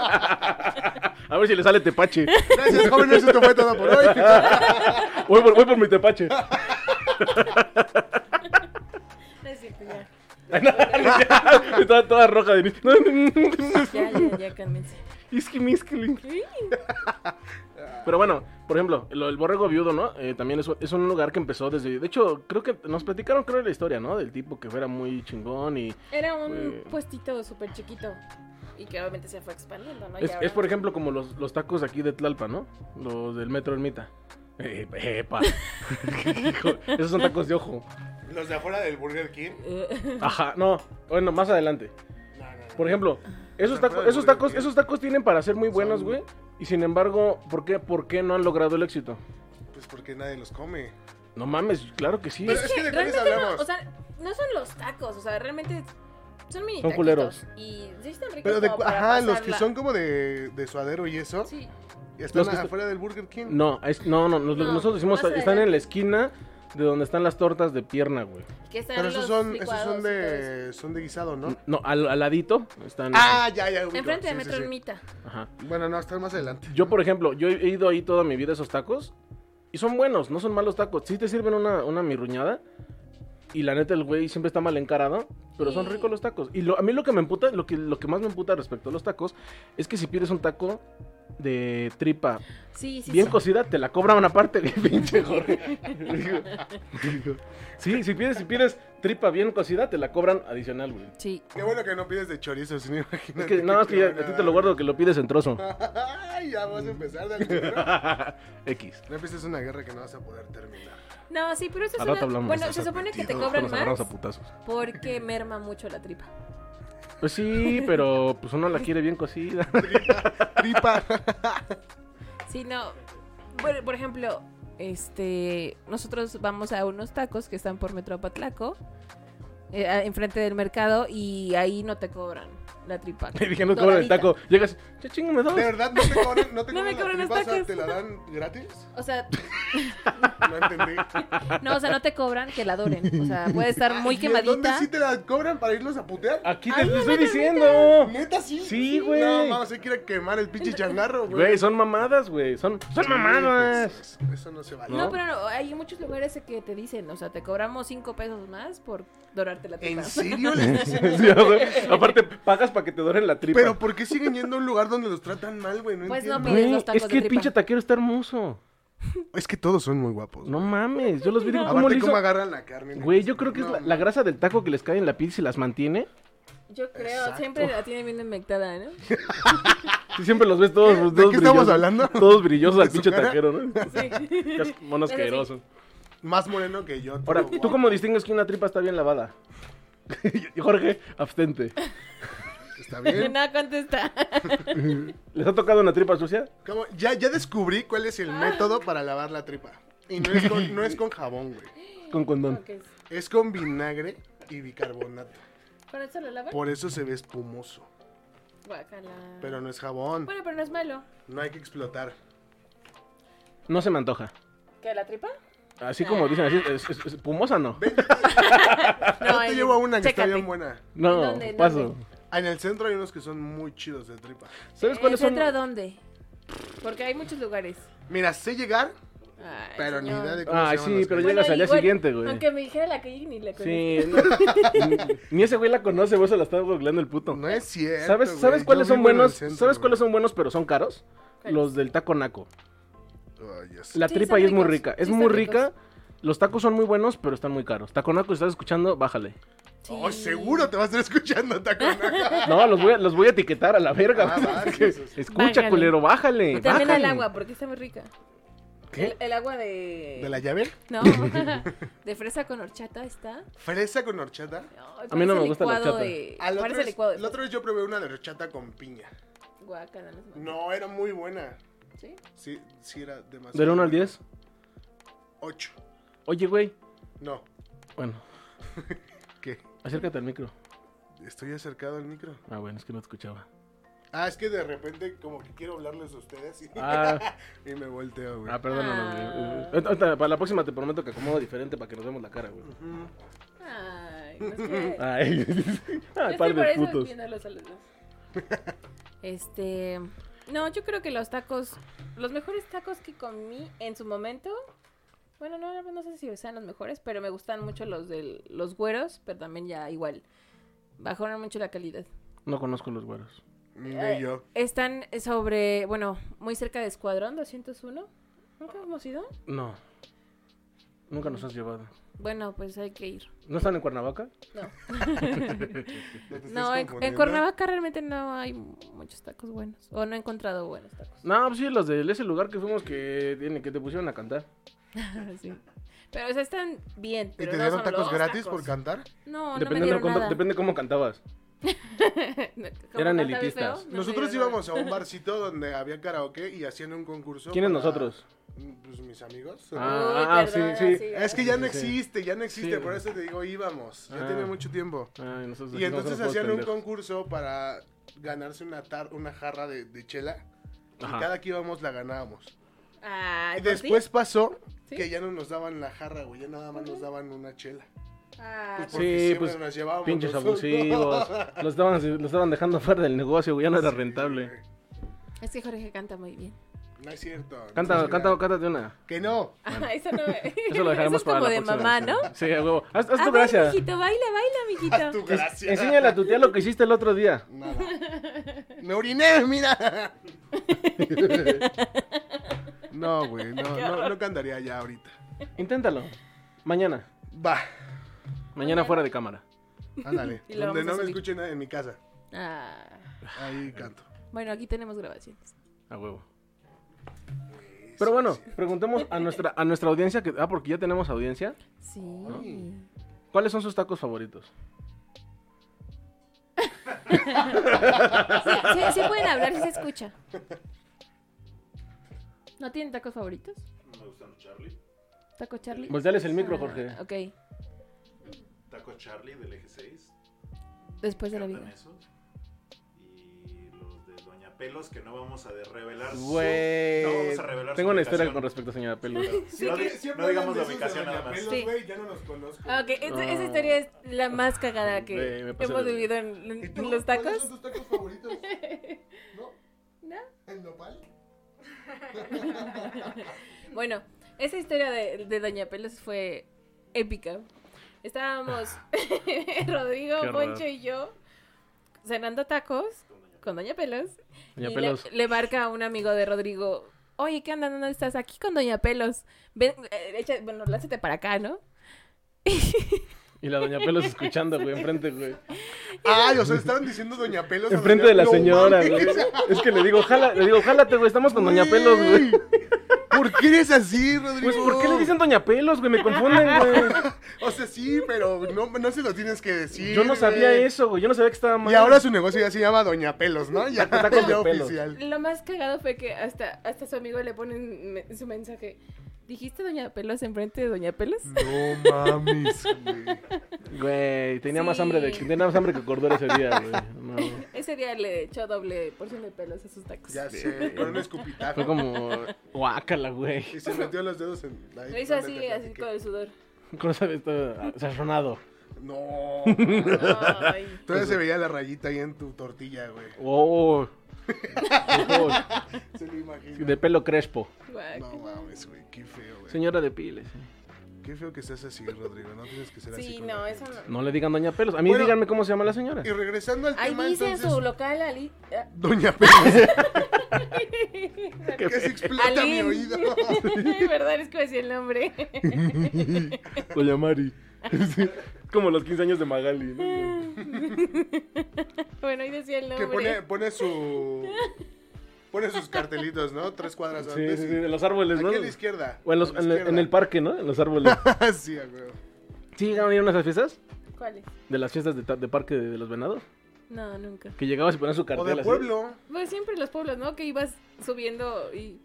Speaker 2: A ver si le sale tepache.
Speaker 3: Gracias, jóvenes. Esto fue todo por hoy.
Speaker 2: Voy por, voy por mi tepache.
Speaker 1: No es cierto, ya.
Speaker 2: Estaba toda roja de
Speaker 1: Ya, ya, ya, cálmense.
Speaker 2: Isquimiskili. Pero bueno, por ejemplo, lo del borrego viudo, ¿no? Eh, también es, es un lugar que empezó desde. De hecho, creo que nos platicaron, creo, la historia, ¿no? Del tipo que era muy chingón y.
Speaker 1: Era un
Speaker 2: Güey.
Speaker 1: puestito súper chiquito y que obviamente se fue expandiendo, ¿no? Y
Speaker 2: Es,
Speaker 1: ahora-
Speaker 2: es, por ejemplo, como los, los tacos de aquí de Tlalpa, ¿no? Los del Metro Ermita. Eh, Epa. Hijo, Esos son tacos de ojo.
Speaker 3: Los de afuera del Burger King.
Speaker 1: Eh,
Speaker 2: Ajá, no. Bueno, más adelante.
Speaker 3: No, no, no.
Speaker 2: Por ejemplo, esos
Speaker 3: Están fuera
Speaker 2: tacos,
Speaker 3: de
Speaker 2: esos
Speaker 3: Burger
Speaker 2: tacos,
Speaker 3: King.
Speaker 2: esos tacos tienen para ser muy buenos,
Speaker 3: Son-
Speaker 2: güey. Y sin embargo, ¿por qué, ¿por qué no han logrado el éxito?
Speaker 3: Pues porque nadie los come.
Speaker 2: No mames, claro que sí.
Speaker 3: Pero es que de cuáles
Speaker 1: realmente no,
Speaker 3: hablamos.
Speaker 1: o sea, no son los tacos, o sea, realmente son mini
Speaker 2: Son
Speaker 1: taquitos
Speaker 2: culeros.
Speaker 1: Y sí están ricos.
Speaker 3: Pero de,
Speaker 1: como
Speaker 3: cu-
Speaker 1: para
Speaker 3: ajá, los que
Speaker 1: pasarla.
Speaker 3: son como de, de suadero y eso,
Speaker 1: Sí,
Speaker 3: están
Speaker 2: Los que
Speaker 3: afuera del Burger King.
Speaker 2: No, es- no, no, nos- lo que
Speaker 1: No,
Speaker 2: nosotros decimos
Speaker 1: más
Speaker 2: está- están en
Speaker 1: adelante.
Speaker 2: la esquina de donde están las tortas de pierna, güey.
Speaker 1: que están
Speaker 3: Pero
Speaker 1: los
Speaker 3: esos son, esos
Speaker 1: licuados
Speaker 3: son
Speaker 1: y todo eso.
Speaker 3: de, son de guisado, ¿no?
Speaker 2: No, al, al ladito están.
Speaker 3: Ah, ya, ya. ubico.
Speaker 1: Enfrente de
Speaker 3: Sí, sí,
Speaker 1: Metro
Speaker 3: sí.
Speaker 1: Ermita.
Speaker 2: Ajá.
Speaker 3: Bueno, no, están más adelante.
Speaker 2: Yo, por ejemplo, yo he ido ahí toda mi vida a esos tacos y son buenos, no son malos tacos. Sí te sirven una, una mirruñada y la neta el güey siempre está mal encarado, pero son
Speaker 1: Sí.
Speaker 2: ricos los tacos. Y lo- a mí lo que me emputa, lo que, lo que más me emputa respecto a los tacos es que si pides un taco de tripa
Speaker 1: Sí, sí,
Speaker 2: bien
Speaker 1: sí.
Speaker 2: cocida, te la cobran una parte, pinche Jorge. Digo, digo, sí, si pides, si pides tripa bien cocida, te la cobran adicional, güey.
Speaker 1: Sí.
Speaker 3: Qué bueno que no pides de chorizo, si no imaginas.
Speaker 2: Es que nada más que ya- a ti te lo guardo que lo pides en trozo.
Speaker 3: Ay, ya vas a empezar, dale. primero.
Speaker 2: X.
Speaker 3: No empieces una guerra que no vas a poder terminar.
Speaker 1: No, sí, pero eso
Speaker 2: Al
Speaker 1: es
Speaker 2: rato
Speaker 1: una...
Speaker 2: hablamos.
Speaker 1: Bueno,
Speaker 2: Estás
Speaker 1: se supone que te
Speaker 3: advertido.
Speaker 1: cobran
Speaker 2: Nos agarramos a
Speaker 1: más
Speaker 2: putazos.
Speaker 1: porque merma mucho la tripa.
Speaker 2: Pues sí, pero pues uno la quiere bien cocida.
Speaker 3: Tripa.
Speaker 1: Sí, no. Bueno, por ejemplo, este, nosotros vamos a unos tacos que están por Metro Patlaco, enfrente del mercado, y ahí no te cobran la tripa.
Speaker 2: Me dije, no cobran el
Speaker 1: doradita.
Speaker 2: taco. Llegas, ya chingo, me
Speaker 3: De
Speaker 2: dos.
Speaker 3: verdad, no te cobran, no te
Speaker 1: No
Speaker 3: cobran
Speaker 1: me cobran
Speaker 3: la
Speaker 1: los
Speaker 3: tripa, o sea,
Speaker 1: tacos.
Speaker 3: ¿Te la dan gratis?
Speaker 1: O sea,
Speaker 3: No entendí.
Speaker 1: no, o sea, no te cobran que la doren. O sea, puede estar muy
Speaker 3: ¿Y en ¿Dónde
Speaker 1: quemadita.
Speaker 3: sí te la cobran para irlos a putear?
Speaker 2: Aquí te
Speaker 1: Ay,
Speaker 2: lo
Speaker 1: Ah, no,
Speaker 2: estoy
Speaker 1: no, no,
Speaker 2: diciendo.
Speaker 3: Neta, sí.
Speaker 2: Sí, güey.
Speaker 3: No, vamos se quiere quemar el pinche changarro, güey.
Speaker 2: Güey, son mamadas, güey. Son, son mamadas.
Speaker 3: Sí, pues, Eso no se vale.
Speaker 1: No, pero no, hay muchos lugares que te dicen, o sea, te cobramos cinco pesos más por dorarte la tripa.
Speaker 3: ¿En serio les dicen?
Speaker 2: Sí, güey. Aparte, pagas para que te doren la tripa.
Speaker 3: Pero ¿por qué siguen yendo a un lugar donde los tratan mal, güey? No
Speaker 1: Pues no,
Speaker 3: entiendo.
Speaker 1: Pides
Speaker 2: Güey,
Speaker 1: los
Speaker 2: es
Speaker 1: tacos de
Speaker 2: que el
Speaker 1: tripa.
Speaker 2: pinche taquero está hermoso.
Speaker 3: Es que todos son muy guapos.
Speaker 2: No mames, yo los vi digo,
Speaker 3: Aparte,
Speaker 2: ¿cómo
Speaker 3: ¿cómo,
Speaker 2: le hizo?
Speaker 3: agarran la carne?
Speaker 2: Güey, yo creo que es
Speaker 3: No,
Speaker 2: la, la grasa del taco que les cae en la piel y se las mantiene.
Speaker 1: Yo creo, siempre la tiene bien inventada, ¿no?
Speaker 2: Sí, siempre los ves todos, todos
Speaker 3: ¿De qué estamos
Speaker 2: brillosos,
Speaker 3: hablando?
Speaker 2: Todos brillosos
Speaker 3: ¿De
Speaker 2: al
Speaker 3: su
Speaker 2: pinche
Speaker 3: cara?
Speaker 2: taquero, ¿no?
Speaker 1: Sí.
Speaker 2: Qué mono
Speaker 1: sí.
Speaker 2: asqueroso.
Speaker 3: Más moreno que yo.
Speaker 2: Ahora,
Speaker 3: todo guapo.
Speaker 2: ¿tú cómo distingues que una tripa está bien lavada? Jorge, abstente.
Speaker 3: Está bien.
Speaker 1: No contesta.
Speaker 2: ¿Les ha tocado una tripa sucia?
Speaker 3: ¿Cómo? Ya, ya descubrí cuál es el método para lavar la tripa. Y no es con, no es con jabón, güey.
Speaker 2: Con condón.
Speaker 1: Ok.
Speaker 3: Es con vinagre y bicarbonato.
Speaker 1: ¿Con eso lo lavan?
Speaker 3: Por eso se ve espumoso.
Speaker 1: Guácala.
Speaker 3: Pero no es jabón.
Speaker 1: Bueno, pero no es malo.
Speaker 3: No hay que explotar.
Speaker 2: No se me antoja.
Speaker 1: ¿Qué, la tripa?
Speaker 2: Así
Speaker 1: Ah.
Speaker 2: como dicen, así, es, es- es pumosa no.
Speaker 1: No,
Speaker 3: Ah, Yo
Speaker 1: eh,
Speaker 3: te llevo a una que está
Speaker 1: chécate.
Speaker 3: bien buena.
Speaker 2: No,
Speaker 1: ¿Dónde,
Speaker 2: paso.
Speaker 1: dónde?
Speaker 3: Ah, En el centro hay unos que son muy chidos de tripa.
Speaker 2: ¿Sabes
Speaker 1: ¿En
Speaker 2: cuáles son?
Speaker 1: centro dónde? Porque hay muchos lugares.
Speaker 3: Mira, sé llegar,
Speaker 1: Ay,
Speaker 3: pero ni
Speaker 1: señor.
Speaker 3: idea de cómo
Speaker 2: Ay,
Speaker 3: se
Speaker 2: sí,
Speaker 3: llaman las
Speaker 2: pero
Speaker 3: calles.
Speaker 2: llegas al día
Speaker 1: igual,
Speaker 2: siguiente, güey.
Speaker 1: Aunque me dijera la calle ni la conozco.
Speaker 2: Sí, no. ni, ni ese güey la conoce, vos se la está googleando el puto.
Speaker 3: No es cierto.
Speaker 2: ¿Sabes,
Speaker 3: güey.
Speaker 2: ¿sabes
Speaker 3: Yo
Speaker 2: cuáles son
Speaker 3: vivo en el
Speaker 2: buenos?
Speaker 3: centro,
Speaker 2: ¿Sabes
Speaker 3: güey.
Speaker 2: cuáles son buenos pero son caros?
Speaker 1: ¿Cuáles?
Speaker 2: Los del taco naco.
Speaker 3: Ay, ya sé.
Speaker 2: La
Speaker 1: Sí,
Speaker 2: tripa
Speaker 1: son
Speaker 2: ahí es muy
Speaker 1: ricos,
Speaker 2: rica. Es
Speaker 1: sí,
Speaker 2: muy
Speaker 1: son
Speaker 2: rica. Los tacos son muy buenos, pero están muy caros. Taco naco, si estás escuchando, bájale.
Speaker 1: Sí.
Speaker 3: Oh, seguro te vas a estar escuchando, Taconaca.
Speaker 2: No, los voy a, los voy a etiquetar a la verga.
Speaker 3: Ah, va,
Speaker 2: porque-
Speaker 3: sí, sí, sí.
Speaker 2: Escucha,
Speaker 1: Bájale.
Speaker 2: culero,
Speaker 1: Y
Speaker 2: bájale.
Speaker 1: también
Speaker 2: bájale.
Speaker 1: el agua, porque está muy rica.
Speaker 2: ¿Qué?
Speaker 1: El, el agua de...
Speaker 3: ¿De la llave?
Speaker 1: No, de fresa con horchata está.
Speaker 3: ¿Fresa con horchata?
Speaker 1: No,
Speaker 2: A mí no
Speaker 1: parece
Speaker 2: me gusta la
Speaker 1: licuado
Speaker 2: horchata.
Speaker 1: de-
Speaker 3: Ah, la otra
Speaker 1: Parece
Speaker 3: vez-
Speaker 1: licuado de...
Speaker 3: La otra vez yo probé una de horchata con piña.
Speaker 1: Guácala, no sé.
Speaker 3: No, era muy buena.
Speaker 1: ¿Sí?
Speaker 3: Sí, sí era demasiado.
Speaker 2: Del 1 al 10.
Speaker 3: 8.
Speaker 2: Oye, güey.
Speaker 3: No.
Speaker 2: Bueno,
Speaker 3: ¿Qué?
Speaker 2: acércate al micro.
Speaker 3: Estoy acercado al micro.
Speaker 2: Ah, bueno, es que no te escuchaba.
Speaker 3: Ah, es que de repente como que quiero hablarles a ustedes y,
Speaker 2: Ah.
Speaker 3: y me volteo, güey.
Speaker 2: Ah, perdónanos, güey.
Speaker 1: Ah.
Speaker 2: Eh, eh, ahorita, Para la próxima te prometo que acomodo diferente para que nos vemos la cara, güey.
Speaker 3: Ujú.
Speaker 1: Ay, no sé.
Speaker 2: Ay, ay
Speaker 1: Yo
Speaker 2: Ah, par
Speaker 1: estoy por
Speaker 2: de
Speaker 1: eso
Speaker 2: putos.
Speaker 1: viéndolos a los dos. Este. No, yo creo que los tacos. Los mejores tacos que comí en su momento. Bueno, no, no sé si sean los mejores, pero me gustan mucho los de los güeros, pero también ya igual. Bajaron mucho la calidad.
Speaker 2: No conozco los güeros.
Speaker 3: Ni yo.
Speaker 1: Están sobre, bueno, muy cerca de Escuadrón 201. ¿Nunca hemos ido?
Speaker 2: No. Nunca nos has llevado.
Speaker 1: Bueno, pues hay que ir.
Speaker 2: ¿No están en Cuernavaca?
Speaker 1: No,
Speaker 3: Ya te
Speaker 1: no
Speaker 3: estás
Speaker 1: en, en
Speaker 3: confundiendo.
Speaker 1: Cuernavaca realmente no hay muchos tacos buenos. O no he encontrado buenos tacos.
Speaker 2: No, pues sí, los de ese lugar que fuimos que, tiene, que te pusieron a cantar.
Speaker 1: Sí. Pero o sea, están bien.
Speaker 3: ¿Y
Speaker 1: Pero
Speaker 3: te
Speaker 1: no
Speaker 3: dieron
Speaker 1: son
Speaker 3: tacos
Speaker 1: los
Speaker 3: gratis
Speaker 1: tacos.
Speaker 3: por cantar?
Speaker 1: No, no me
Speaker 2: Dependiendo
Speaker 1: dieron
Speaker 2: cuánto-
Speaker 1: nada.
Speaker 2: depende cómo cantabas.
Speaker 1: Como
Speaker 2: Eran
Speaker 1: cantaba feo,
Speaker 2: elitistas.
Speaker 1: no me
Speaker 3: nosotros
Speaker 1: dieron
Speaker 3: íbamos a un barcito donde había karaoke y hacían un concurso.
Speaker 2: ¿Quiénes
Speaker 3: para-
Speaker 2: nosotros?
Speaker 3: Pues mis amigos.
Speaker 1: nada.
Speaker 2: Ah, ah,
Speaker 1: Uy, perdona,
Speaker 2: sí, sí.
Speaker 3: Es que ya no
Speaker 2: Sí.
Speaker 3: existe, ya no existe,
Speaker 2: Sí.
Speaker 3: por eso te digo íbamos. Ya
Speaker 2: Ah.
Speaker 3: tiene mucho tiempo.
Speaker 2: Ay, nosotros
Speaker 3: Y
Speaker 2: Pues aquí no
Speaker 3: entonces
Speaker 2: somos
Speaker 3: hacían un
Speaker 2: pendejos.
Speaker 3: concurso para ganarse una, tar- una jarra de, de chela.
Speaker 2: Ajá.
Speaker 3: Y cada que íbamos la ganábamos.
Speaker 1: Ay,
Speaker 3: Y
Speaker 1: ¿por
Speaker 3: después pasó
Speaker 1: ¿Ah, ¿Sí?
Speaker 3: que ya no nos daban la jarra, güey. Ya nada más nos daban una chela.
Speaker 1: ti? Ah,
Speaker 3: Porque
Speaker 1: por-
Speaker 2: Sí,
Speaker 3: siempre
Speaker 2: pues
Speaker 3: nos llevábamos
Speaker 2: pinches
Speaker 3: nosotros.
Speaker 2: abusivos. Los estaban, los estaban dejando fuera del negocio, güey, ya no era rentable.
Speaker 1: Es que Jorge canta muy bien.
Speaker 3: No es cierto. no
Speaker 2: Canta,
Speaker 3: es
Speaker 2: canta,
Speaker 3: verdad.
Speaker 2: cántate una.
Speaker 3: Que no.
Speaker 1: Ah, eso no.
Speaker 2: Eso lo dejaremos
Speaker 1: es
Speaker 2: para
Speaker 1: como
Speaker 2: la
Speaker 1: de
Speaker 2: próxima
Speaker 1: mamá, ¿no? Ah,
Speaker 2: vez. Sí, a huevo. Haz, haz
Speaker 1: A
Speaker 2: tu
Speaker 1: ver,
Speaker 2: gracia.
Speaker 1: mijito, baila, baila,
Speaker 3: Haz
Speaker 1: mijito.
Speaker 3: tu gracia.
Speaker 2: Enséñale a tu tía lo que hiciste el otro día.
Speaker 3: Nada. Me oriné, mira. no, güey, no, no, no cantaría ya ahorita.
Speaker 2: Inténtalo. Mañana.
Speaker 3: Va,
Speaker 2: Mañana fuera de cámara.
Speaker 3: ándale.
Speaker 1: Y lo vamos a
Speaker 3: Donde no me
Speaker 1: subir.
Speaker 3: escuchen en mi casa.
Speaker 1: Ah,
Speaker 3: Ahí canto.
Speaker 1: bueno, aquí tenemos grabaciones.
Speaker 2: A huevo. Pero bueno, preguntemos a nuestra, a nuestra audiencia, que, ah, porque ya tenemos audiencia.
Speaker 1: Sí.
Speaker 2: ¿Cuáles son sus tacos favoritos? Ah.
Speaker 1: Sí, sí, sí pueden hablar, sí se escucha. ¿No tienen tacos favoritos?
Speaker 4: Me gustan los Charlie.
Speaker 1: ¿Taco Charlie?
Speaker 2: Pues dales el micro, Jorge.
Speaker 1: Ah, ok,
Speaker 4: Tacos Charlie del eje 6.
Speaker 1: después Pues de la
Speaker 4: encantan
Speaker 1: vida.
Speaker 4: esos. Y los de Doña Pelos que no vamos a de- revelar. su-
Speaker 2: Güey.
Speaker 4: No vamos a revelar su
Speaker 2: Tengo una
Speaker 4: ubicación.
Speaker 2: historia con respecto a señora Pelo.
Speaker 4: No, di- no digamos la ubicación nada más.
Speaker 1: Sí.
Speaker 3: ya no los conozco.
Speaker 1: Ok, esa- esa
Speaker 2: Ah.
Speaker 1: historia es la más cagada que
Speaker 2: Güey, me pasé
Speaker 1: hemos
Speaker 2: de-
Speaker 1: vivido en, en-
Speaker 3: ¿Y
Speaker 1: en
Speaker 3: tú?
Speaker 1: los
Speaker 3: ¿Cuáles
Speaker 1: tacos.
Speaker 3: son tus tacos favoritos? ¿No?
Speaker 1: ¿No?
Speaker 3: ¿El nopal?
Speaker 1: Bueno, esa historia de, de Doña Pelos fue épica. Estábamos Rodrigo,
Speaker 2: Qué horror.
Speaker 1: Poncho y yo cenando tacos con Doña Pelos.
Speaker 2: Doña
Speaker 1: y
Speaker 2: Pelos.
Speaker 1: Le, le marca a un amigo de Rodrigo. Oye, ¿qué andan? ¿Dónde estás? Aquí con Doña Pelos. Ven, eh, echa- bueno, lánzate para acá, ¿no?
Speaker 2: Y la Doña Pelos escuchando, güey, enfrente, güey.
Speaker 3: Ay, o sea, estaban diciendo Doña Pelos. a
Speaker 2: Enfrente
Speaker 3: Doña-
Speaker 2: de la
Speaker 3: No
Speaker 2: señora,
Speaker 3: mames.
Speaker 2: güey. Es que le digo, jala, le digo, jálate, güey, estamos con Doña
Speaker 3: Güey.
Speaker 2: Pelos, güey.
Speaker 3: ¿Por qué eres así, Rodrigo?
Speaker 2: Pues, ¿por qué le dicen Doña Pelos, güey? Me confunden, güey.
Speaker 3: O sea, sí, pero no, no se lo tienes que decir.
Speaker 2: Yo no sabía
Speaker 3: güey.
Speaker 2: eso, güey. Yo no sabía que estaba mal.
Speaker 3: Y ahora su negocio ya se llama Doña Pelos, ¿no? Ya,
Speaker 2: Tacos de
Speaker 3: ya
Speaker 2: pelos.
Speaker 3: oficial.
Speaker 1: Lo más cagado fue que hasta, hasta su amigo le ponen me- su mensaje. ¿Dijiste Doña Pelos enfrente de Doña Pelos?
Speaker 3: No mames, güey.
Speaker 2: Güey, tenía más
Speaker 1: Sí.
Speaker 2: hambre de tenía más hambre que cordero ese día, güey. No.
Speaker 1: Ese día le echó doble porción de pelos a sus tacos.
Speaker 3: Ya sé, con un escupitajo.
Speaker 2: Fue como guácala, güey.
Speaker 3: Y se metió los dedos en. ahí
Speaker 1: Lo hizo
Speaker 3: donde
Speaker 1: así,
Speaker 3: te
Speaker 1: así
Speaker 3: platiqué.
Speaker 1: con el sudor.
Speaker 2: ¿Cómo sabes esto? Sazonado.
Speaker 3: No.
Speaker 1: Ay.
Speaker 3: Todavía se veía la rayita ahí en tu tortilla, güey.
Speaker 2: Oh. Oh.
Speaker 3: Se lo imagino.
Speaker 2: De pelo crespo.
Speaker 1: guac.
Speaker 3: No mames, güey. Qué feo, güey.
Speaker 2: Señora de piles.
Speaker 3: Qué feo que estás así, Rodrigo. No tienes que ser así.
Speaker 1: Sí,
Speaker 3: con
Speaker 1: no,
Speaker 3: la
Speaker 1: eso
Speaker 3: gente.
Speaker 1: no.
Speaker 2: No le digan doña pelos. A mí
Speaker 3: Bueno.
Speaker 2: díganme cómo se llama la señora.
Speaker 3: Y regresando al
Speaker 1: Ahí
Speaker 3: tema,
Speaker 1: dice en
Speaker 3: entonces.
Speaker 1: su local Ali. ah,
Speaker 3: Doña Pelos,
Speaker 2: Qué
Speaker 3: que se
Speaker 2: feo.
Speaker 3: explota mi
Speaker 1: Alín.
Speaker 3: oído.
Speaker 1: verdad es que decía el nombre.
Speaker 2: Doña Mari. Sí, Como los 15 años de Magali. ¿no?
Speaker 1: bueno, ahí decía el
Speaker 3: que
Speaker 1: nombre.
Speaker 3: pone, pone su. Pone sus cartelitos, ¿no? Tres cuadras
Speaker 2: Sí, sí,
Speaker 3: antes.
Speaker 2: sí,
Speaker 3: y-
Speaker 2: de los árboles,
Speaker 3: Aquí
Speaker 2: ¿no?
Speaker 3: a la izquierda.
Speaker 2: O en, los-
Speaker 3: a la
Speaker 2: en, el, en el
Speaker 3: izquierda.
Speaker 2: parque, ¿no? En los árboles.
Speaker 3: sí, a huevo.
Speaker 2: ¿Sí llegaron a ir a unas fiestas?
Speaker 1: ¿Cuál es?
Speaker 2: De las fiestas de, ta- de parque de, de los venados.
Speaker 1: No, nunca.
Speaker 2: Que llegabas y ponías su
Speaker 3: O
Speaker 2: cartel
Speaker 3: de
Speaker 2: así.
Speaker 3: pueblo.
Speaker 1: Bueno, siempre los pueblos, ¿no? Que ibas subiendo y.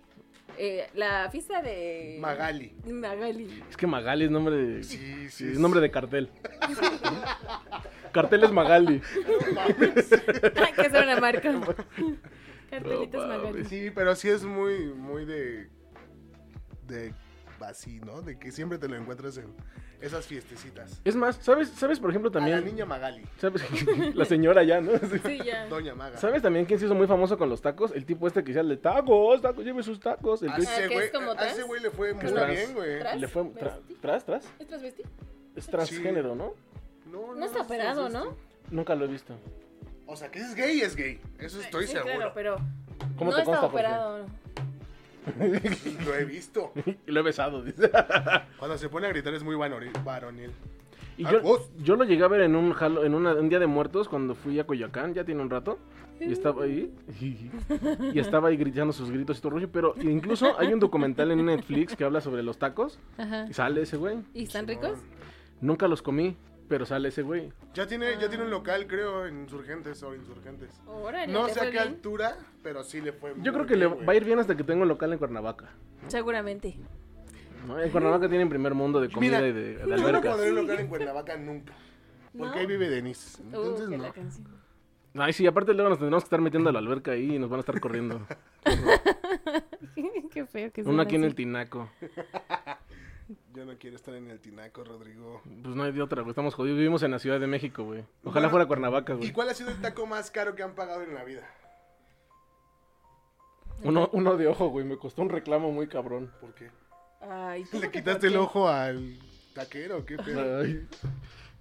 Speaker 1: eh, la fiesta de.
Speaker 3: Magali.
Speaker 1: Magali.
Speaker 2: Es que Magali es nombre de.
Speaker 3: Sí,
Speaker 2: Sí,
Speaker 3: sí.
Speaker 2: es nombre de cartel. cartel es Magali.
Speaker 1: Ay, que es una marca. Cartelitos
Speaker 2: No,
Speaker 1: Magali.
Speaker 2: mames.
Speaker 3: Sí, pero sí es muy, muy de. de. así, ¿no? De que siempre te lo encuentras en esas fiestecitas.
Speaker 2: Es más, ¿sabes, sabes por ejemplo,
Speaker 3: También. la
Speaker 2: también.
Speaker 3: niña Magali.
Speaker 2: ¿Sabes? la señora ya, ¿no? Sí.
Speaker 1: Sí, ya.
Speaker 3: Doña Maga.
Speaker 2: ¿Sabes también quién se hizo muy famoso con los tacos? El tipo este que decía, le tacos, tacos, lleve sus tacos. El
Speaker 3: A
Speaker 2: que-
Speaker 1: Ah,
Speaker 3: ese
Speaker 1: que
Speaker 3: güey-
Speaker 1: es como
Speaker 3: a ese
Speaker 1: trans.
Speaker 3: güey le fue muy
Speaker 2: Trans.
Speaker 3: bien, güey.
Speaker 1: Trans.
Speaker 2: le fue tra- tras, tras.
Speaker 1: ¿Es transvestí?
Speaker 2: Es transgénero, ¿no?
Speaker 1: No está operado, ¿no?
Speaker 2: Nunca lo he visto.
Speaker 3: O sea, que es gay, es gay. Eso estoy
Speaker 1: Sí,
Speaker 3: seguro.
Speaker 1: claro, pero.
Speaker 2: ¿Cómo
Speaker 1: no
Speaker 2: te
Speaker 1: está
Speaker 2: consta, Jorge?
Speaker 1: operado. pues.
Speaker 3: Lo he visto.
Speaker 2: Y lo he besado, dice.
Speaker 3: Cuando se pone a gritar es muy vanori- varonil.
Speaker 2: Y
Speaker 3: Ah,
Speaker 2: yo,
Speaker 3: vos.
Speaker 2: yo lo llegué a ver en un jalo- en una- un día de muertos cuando fui a Coyoacán, ya tiene un rato. Y estaba ahí. Y estaba ahí gritando sus gritos y todo el rollo. Pero incluso hay un documental en Netflix que habla sobre los tacos.
Speaker 1: Ajá.
Speaker 2: Y sale ese güey.
Speaker 1: ¿Y están ricos?
Speaker 2: Nunca los comí, pero sale ese güey.
Speaker 3: Ya tiene, ya
Speaker 1: Ah.
Speaker 3: tiene un local, creo, en Insurgentes o Insurgentes.
Speaker 1: Órale,
Speaker 3: No
Speaker 1: ¿te
Speaker 3: sé
Speaker 1: fue
Speaker 3: a qué
Speaker 1: bien?
Speaker 3: altura, pero sí le fue muy
Speaker 2: Yo creo que le
Speaker 3: bien,
Speaker 2: va a ir bien hasta que tenga un local en Cuernavaca.
Speaker 1: Seguramente.
Speaker 2: ¿no? En Cuernavaca tienen primer mundo de comida
Speaker 3: Mira,
Speaker 2: y de, de
Speaker 3: güey. Yo no
Speaker 2: albercas.
Speaker 3: podré local en Cuernavaca nunca. Porque
Speaker 1: ¿No?
Speaker 3: ahí vive Denise.
Speaker 1: Uh,
Speaker 3: Entonces
Speaker 1: que
Speaker 3: no.
Speaker 1: la canción.
Speaker 2: Ay, sí, aparte luego nos tendremos que estar metiendo a la alberca ahí y nos van a estar corriendo.
Speaker 1: Qué feo que
Speaker 2: Uno
Speaker 1: suena
Speaker 2: aquí en
Speaker 1: así.
Speaker 2: el Tinaco.
Speaker 3: Yo no quiero estar en el tinaco, Rodrigo.
Speaker 2: Pues no hay de otra, güey. Estamos jodidos. Vivimos en la Ciudad de México, güey. Ojalá fuera Cuernavaca,
Speaker 3: ¿Y
Speaker 2: güey.
Speaker 3: cuál ha sido el taco más caro que han pagado en la vida?
Speaker 2: Uno, uno de ojo, güey. Me costó un reclamo muy cabrón.
Speaker 3: ¿Por qué?
Speaker 1: Ay, ¿cómo
Speaker 3: ¿Le
Speaker 1: que
Speaker 3: quitaste
Speaker 1: por
Speaker 3: el
Speaker 1: qué?
Speaker 3: ojo al taquero? ¿Qué pedo?
Speaker 2: Ay,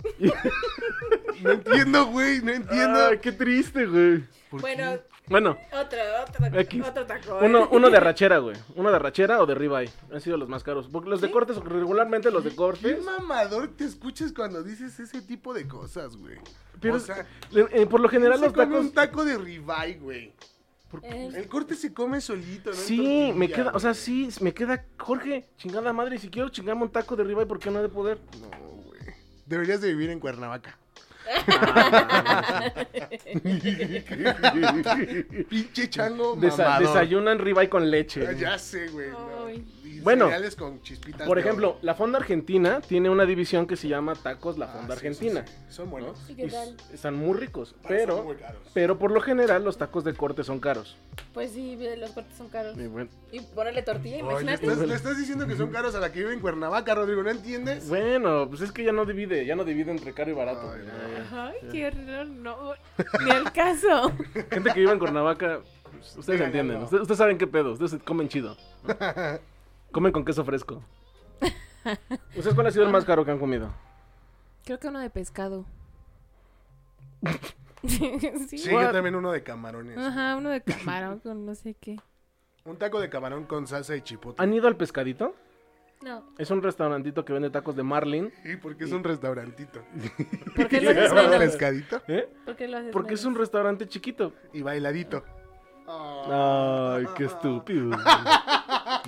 Speaker 3: No entiendo, güey, no entiendo.
Speaker 2: Ay, qué triste, güey.
Speaker 1: Bueno,
Speaker 2: Bueno,
Speaker 1: otro, otro,
Speaker 2: Aquí.
Speaker 1: otro taco. ¿eh?
Speaker 2: uno, uno de arrachera, güey. Uno de arrachera o de ribeye. Han sido los más caros. Porque los de cortes, regularmente los de
Speaker 3: ¿Qué
Speaker 2: cortes.
Speaker 3: mamador te escuchas cuando dices ese tipo de cosas, güey?
Speaker 2: Pero
Speaker 3: o sea,
Speaker 2: le- eh, por lo general
Speaker 3: se
Speaker 2: los
Speaker 3: come
Speaker 2: tacos.
Speaker 3: un taco de ribeye, güey.
Speaker 1: Eh,
Speaker 3: El corte se come solito, ¿no? En
Speaker 2: Sí,
Speaker 3: tortilla,
Speaker 2: me queda, o sea,
Speaker 3: güey.
Speaker 2: sí, me queda, Jorge, chingada madre, si quiero chingarme un taco de ribeye, ¿por qué no he de poder?
Speaker 3: No, güey. Deberías de vivir en Cuernavaca. Pinche chango
Speaker 2: Desa-
Speaker 3: Oh, mamador.
Speaker 2: desayunan ribeye con leche.
Speaker 3: Ah, Ya sé, güey. no.
Speaker 1: Ay.
Speaker 3: Y
Speaker 2: Bueno,
Speaker 3: cereales con chispitas
Speaker 2: Por
Speaker 3: de
Speaker 2: ejemplo,
Speaker 3: oro.
Speaker 2: la Fonda Argentina tiene una división que se llama Tacos La
Speaker 3: Ah,
Speaker 2: Fonda
Speaker 3: sí,
Speaker 2: Argentina.
Speaker 3: sí, sí. Son buenos.
Speaker 1: ¿Y qué
Speaker 2: Y s-
Speaker 1: tal?
Speaker 2: están muy ricos,
Speaker 3: Pero
Speaker 2: pero,
Speaker 3: son muy caros.
Speaker 2: pero por lo general los tacos de corte son caros.
Speaker 1: Pues sí, ve, los cortes son caros.
Speaker 2: Y bueno,
Speaker 1: Y ponerle tortilla,
Speaker 3: Oye,
Speaker 1: imagínate.
Speaker 3: estás- le estás diciendo que son caros a la que vive en Cuernavaca, Rodrigo, ¿no entiendes?
Speaker 2: bueno, pues es que ya no divide, ya no divide entre caro y barato.
Speaker 3: Ay,
Speaker 2: güey.
Speaker 1: Ay, qué horror, no. Ni al caso.
Speaker 2: Gente que vive en Cuernavaca, pues, ustedes
Speaker 3: Díganle
Speaker 2: entienden,
Speaker 3: algo.
Speaker 2: ustedes, ustedes saben qué pedo, ustedes comen chido. ¿no? comen con queso fresco. ¿Ustedes cuál ha sido el más caro que han comido?
Speaker 1: Creo que uno de pescado. sí.
Speaker 3: Sí, yo también uno de camarones.
Speaker 1: Ajá, uno de camarón con no sé qué.
Speaker 3: Un taco de camarón con salsa de chipotle.
Speaker 2: ¿Han ido al pescadito?
Speaker 1: No.
Speaker 2: Es un restaurantito que vende tacos de marlin.
Speaker 3: Sí, porque es un restaurantito.
Speaker 1: ¿Por qué
Speaker 3: Se
Speaker 1: lo haces
Speaker 3: llama
Speaker 1: menos?
Speaker 3: pescadito
Speaker 2: ¿Eh?
Speaker 1: ¿Por qué lo haces
Speaker 2: Porque es un restaurante chiquito.
Speaker 3: y bailadito.
Speaker 2: Ay, qué estúpido.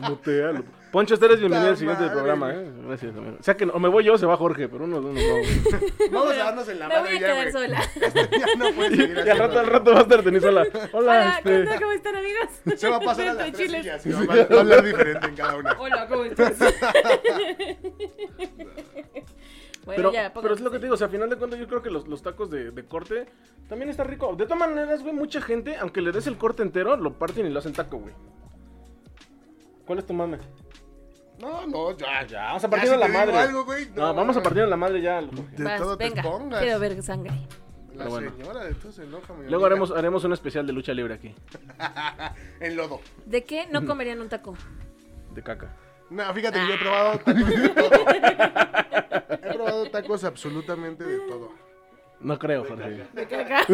Speaker 2: Mutealo. Poncho, este eres bienvenido al
Speaker 3: Puta
Speaker 2: siguiente del
Speaker 3: madre,
Speaker 2: programa, ¿eh? Gracias. amigo. O sea que, o me voy yo o se va Jorge, pero uno de unos vamos.
Speaker 3: Vamos a darnos en la
Speaker 1: Me voy a
Speaker 3: madre ya,
Speaker 1: quedar
Speaker 3: güey. Este
Speaker 1: sola.
Speaker 3: Ya no puedes seguir
Speaker 2: Y al
Speaker 3: haciendo
Speaker 2: rato, al rato va a estar Denise sola. Hola,
Speaker 1: Hola, ¿qué
Speaker 2: este.
Speaker 1: onda? ¿Cómo están, amigos?
Speaker 3: Se va a pasar a las
Speaker 1: Frente
Speaker 3: tres
Speaker 1: chiles.
Speaker 3: sillas y va a va a hablar diferente en cada una.
Speaker 1: Hola, ¿cómo estás? bueno,
Speaker 2: Pero,
Speaker 1: ya,
Speaker 2: pero es lo que
Speaker 1: pónganse.
Speaker 2: te digo, o sea, a final de cuentas yo creo que los, los tacos de, de corte también está rico. De todas maneras, güey, mucha gente, aunque le des el corte entero, lo parten y lo hacen taco, güey. ¿Cuál es tu mame?
Speaker 3: No, no, ya, ya.
Speaker 2: vamos a
Speaker 3: Ya,
Speaker 2: partir
Speaker 3: si
Speaker 2: a la
Speaker 3: te digo
Speaker 2: madre.
Speaker 3: algo, güey,
Speaker 2: No, vamos a partir a la madre ya. Jorge.
Speaker 3: De
Speaker 1: Vas,
Speaker 3: todo te
Speaker 1: venga,
Speaker 3: pongas.
Speaker 1: quiero ver sangre.
Speaker 3: La
Speaker 2: Pero bueno.
Speaker 3: señora de todo se enoja, mi
Speaker 2: Luego
Speaker 3: amiga.
Speaker 2: haremos, haremos un especial de lucha libre aquí,
Speaker 3: En lodo.
Speaker 1: ¿De qué no comerían un taco?
Speaker 2: de caca.
Speaker 3: No, fíjate,
Speaker 1: Ah.
Speaker 3: yo he probado tacos de todo. He probado tacos absolutamente de todo.
Speaker 2: No creo, Jorge.
Speaker 1: De caca.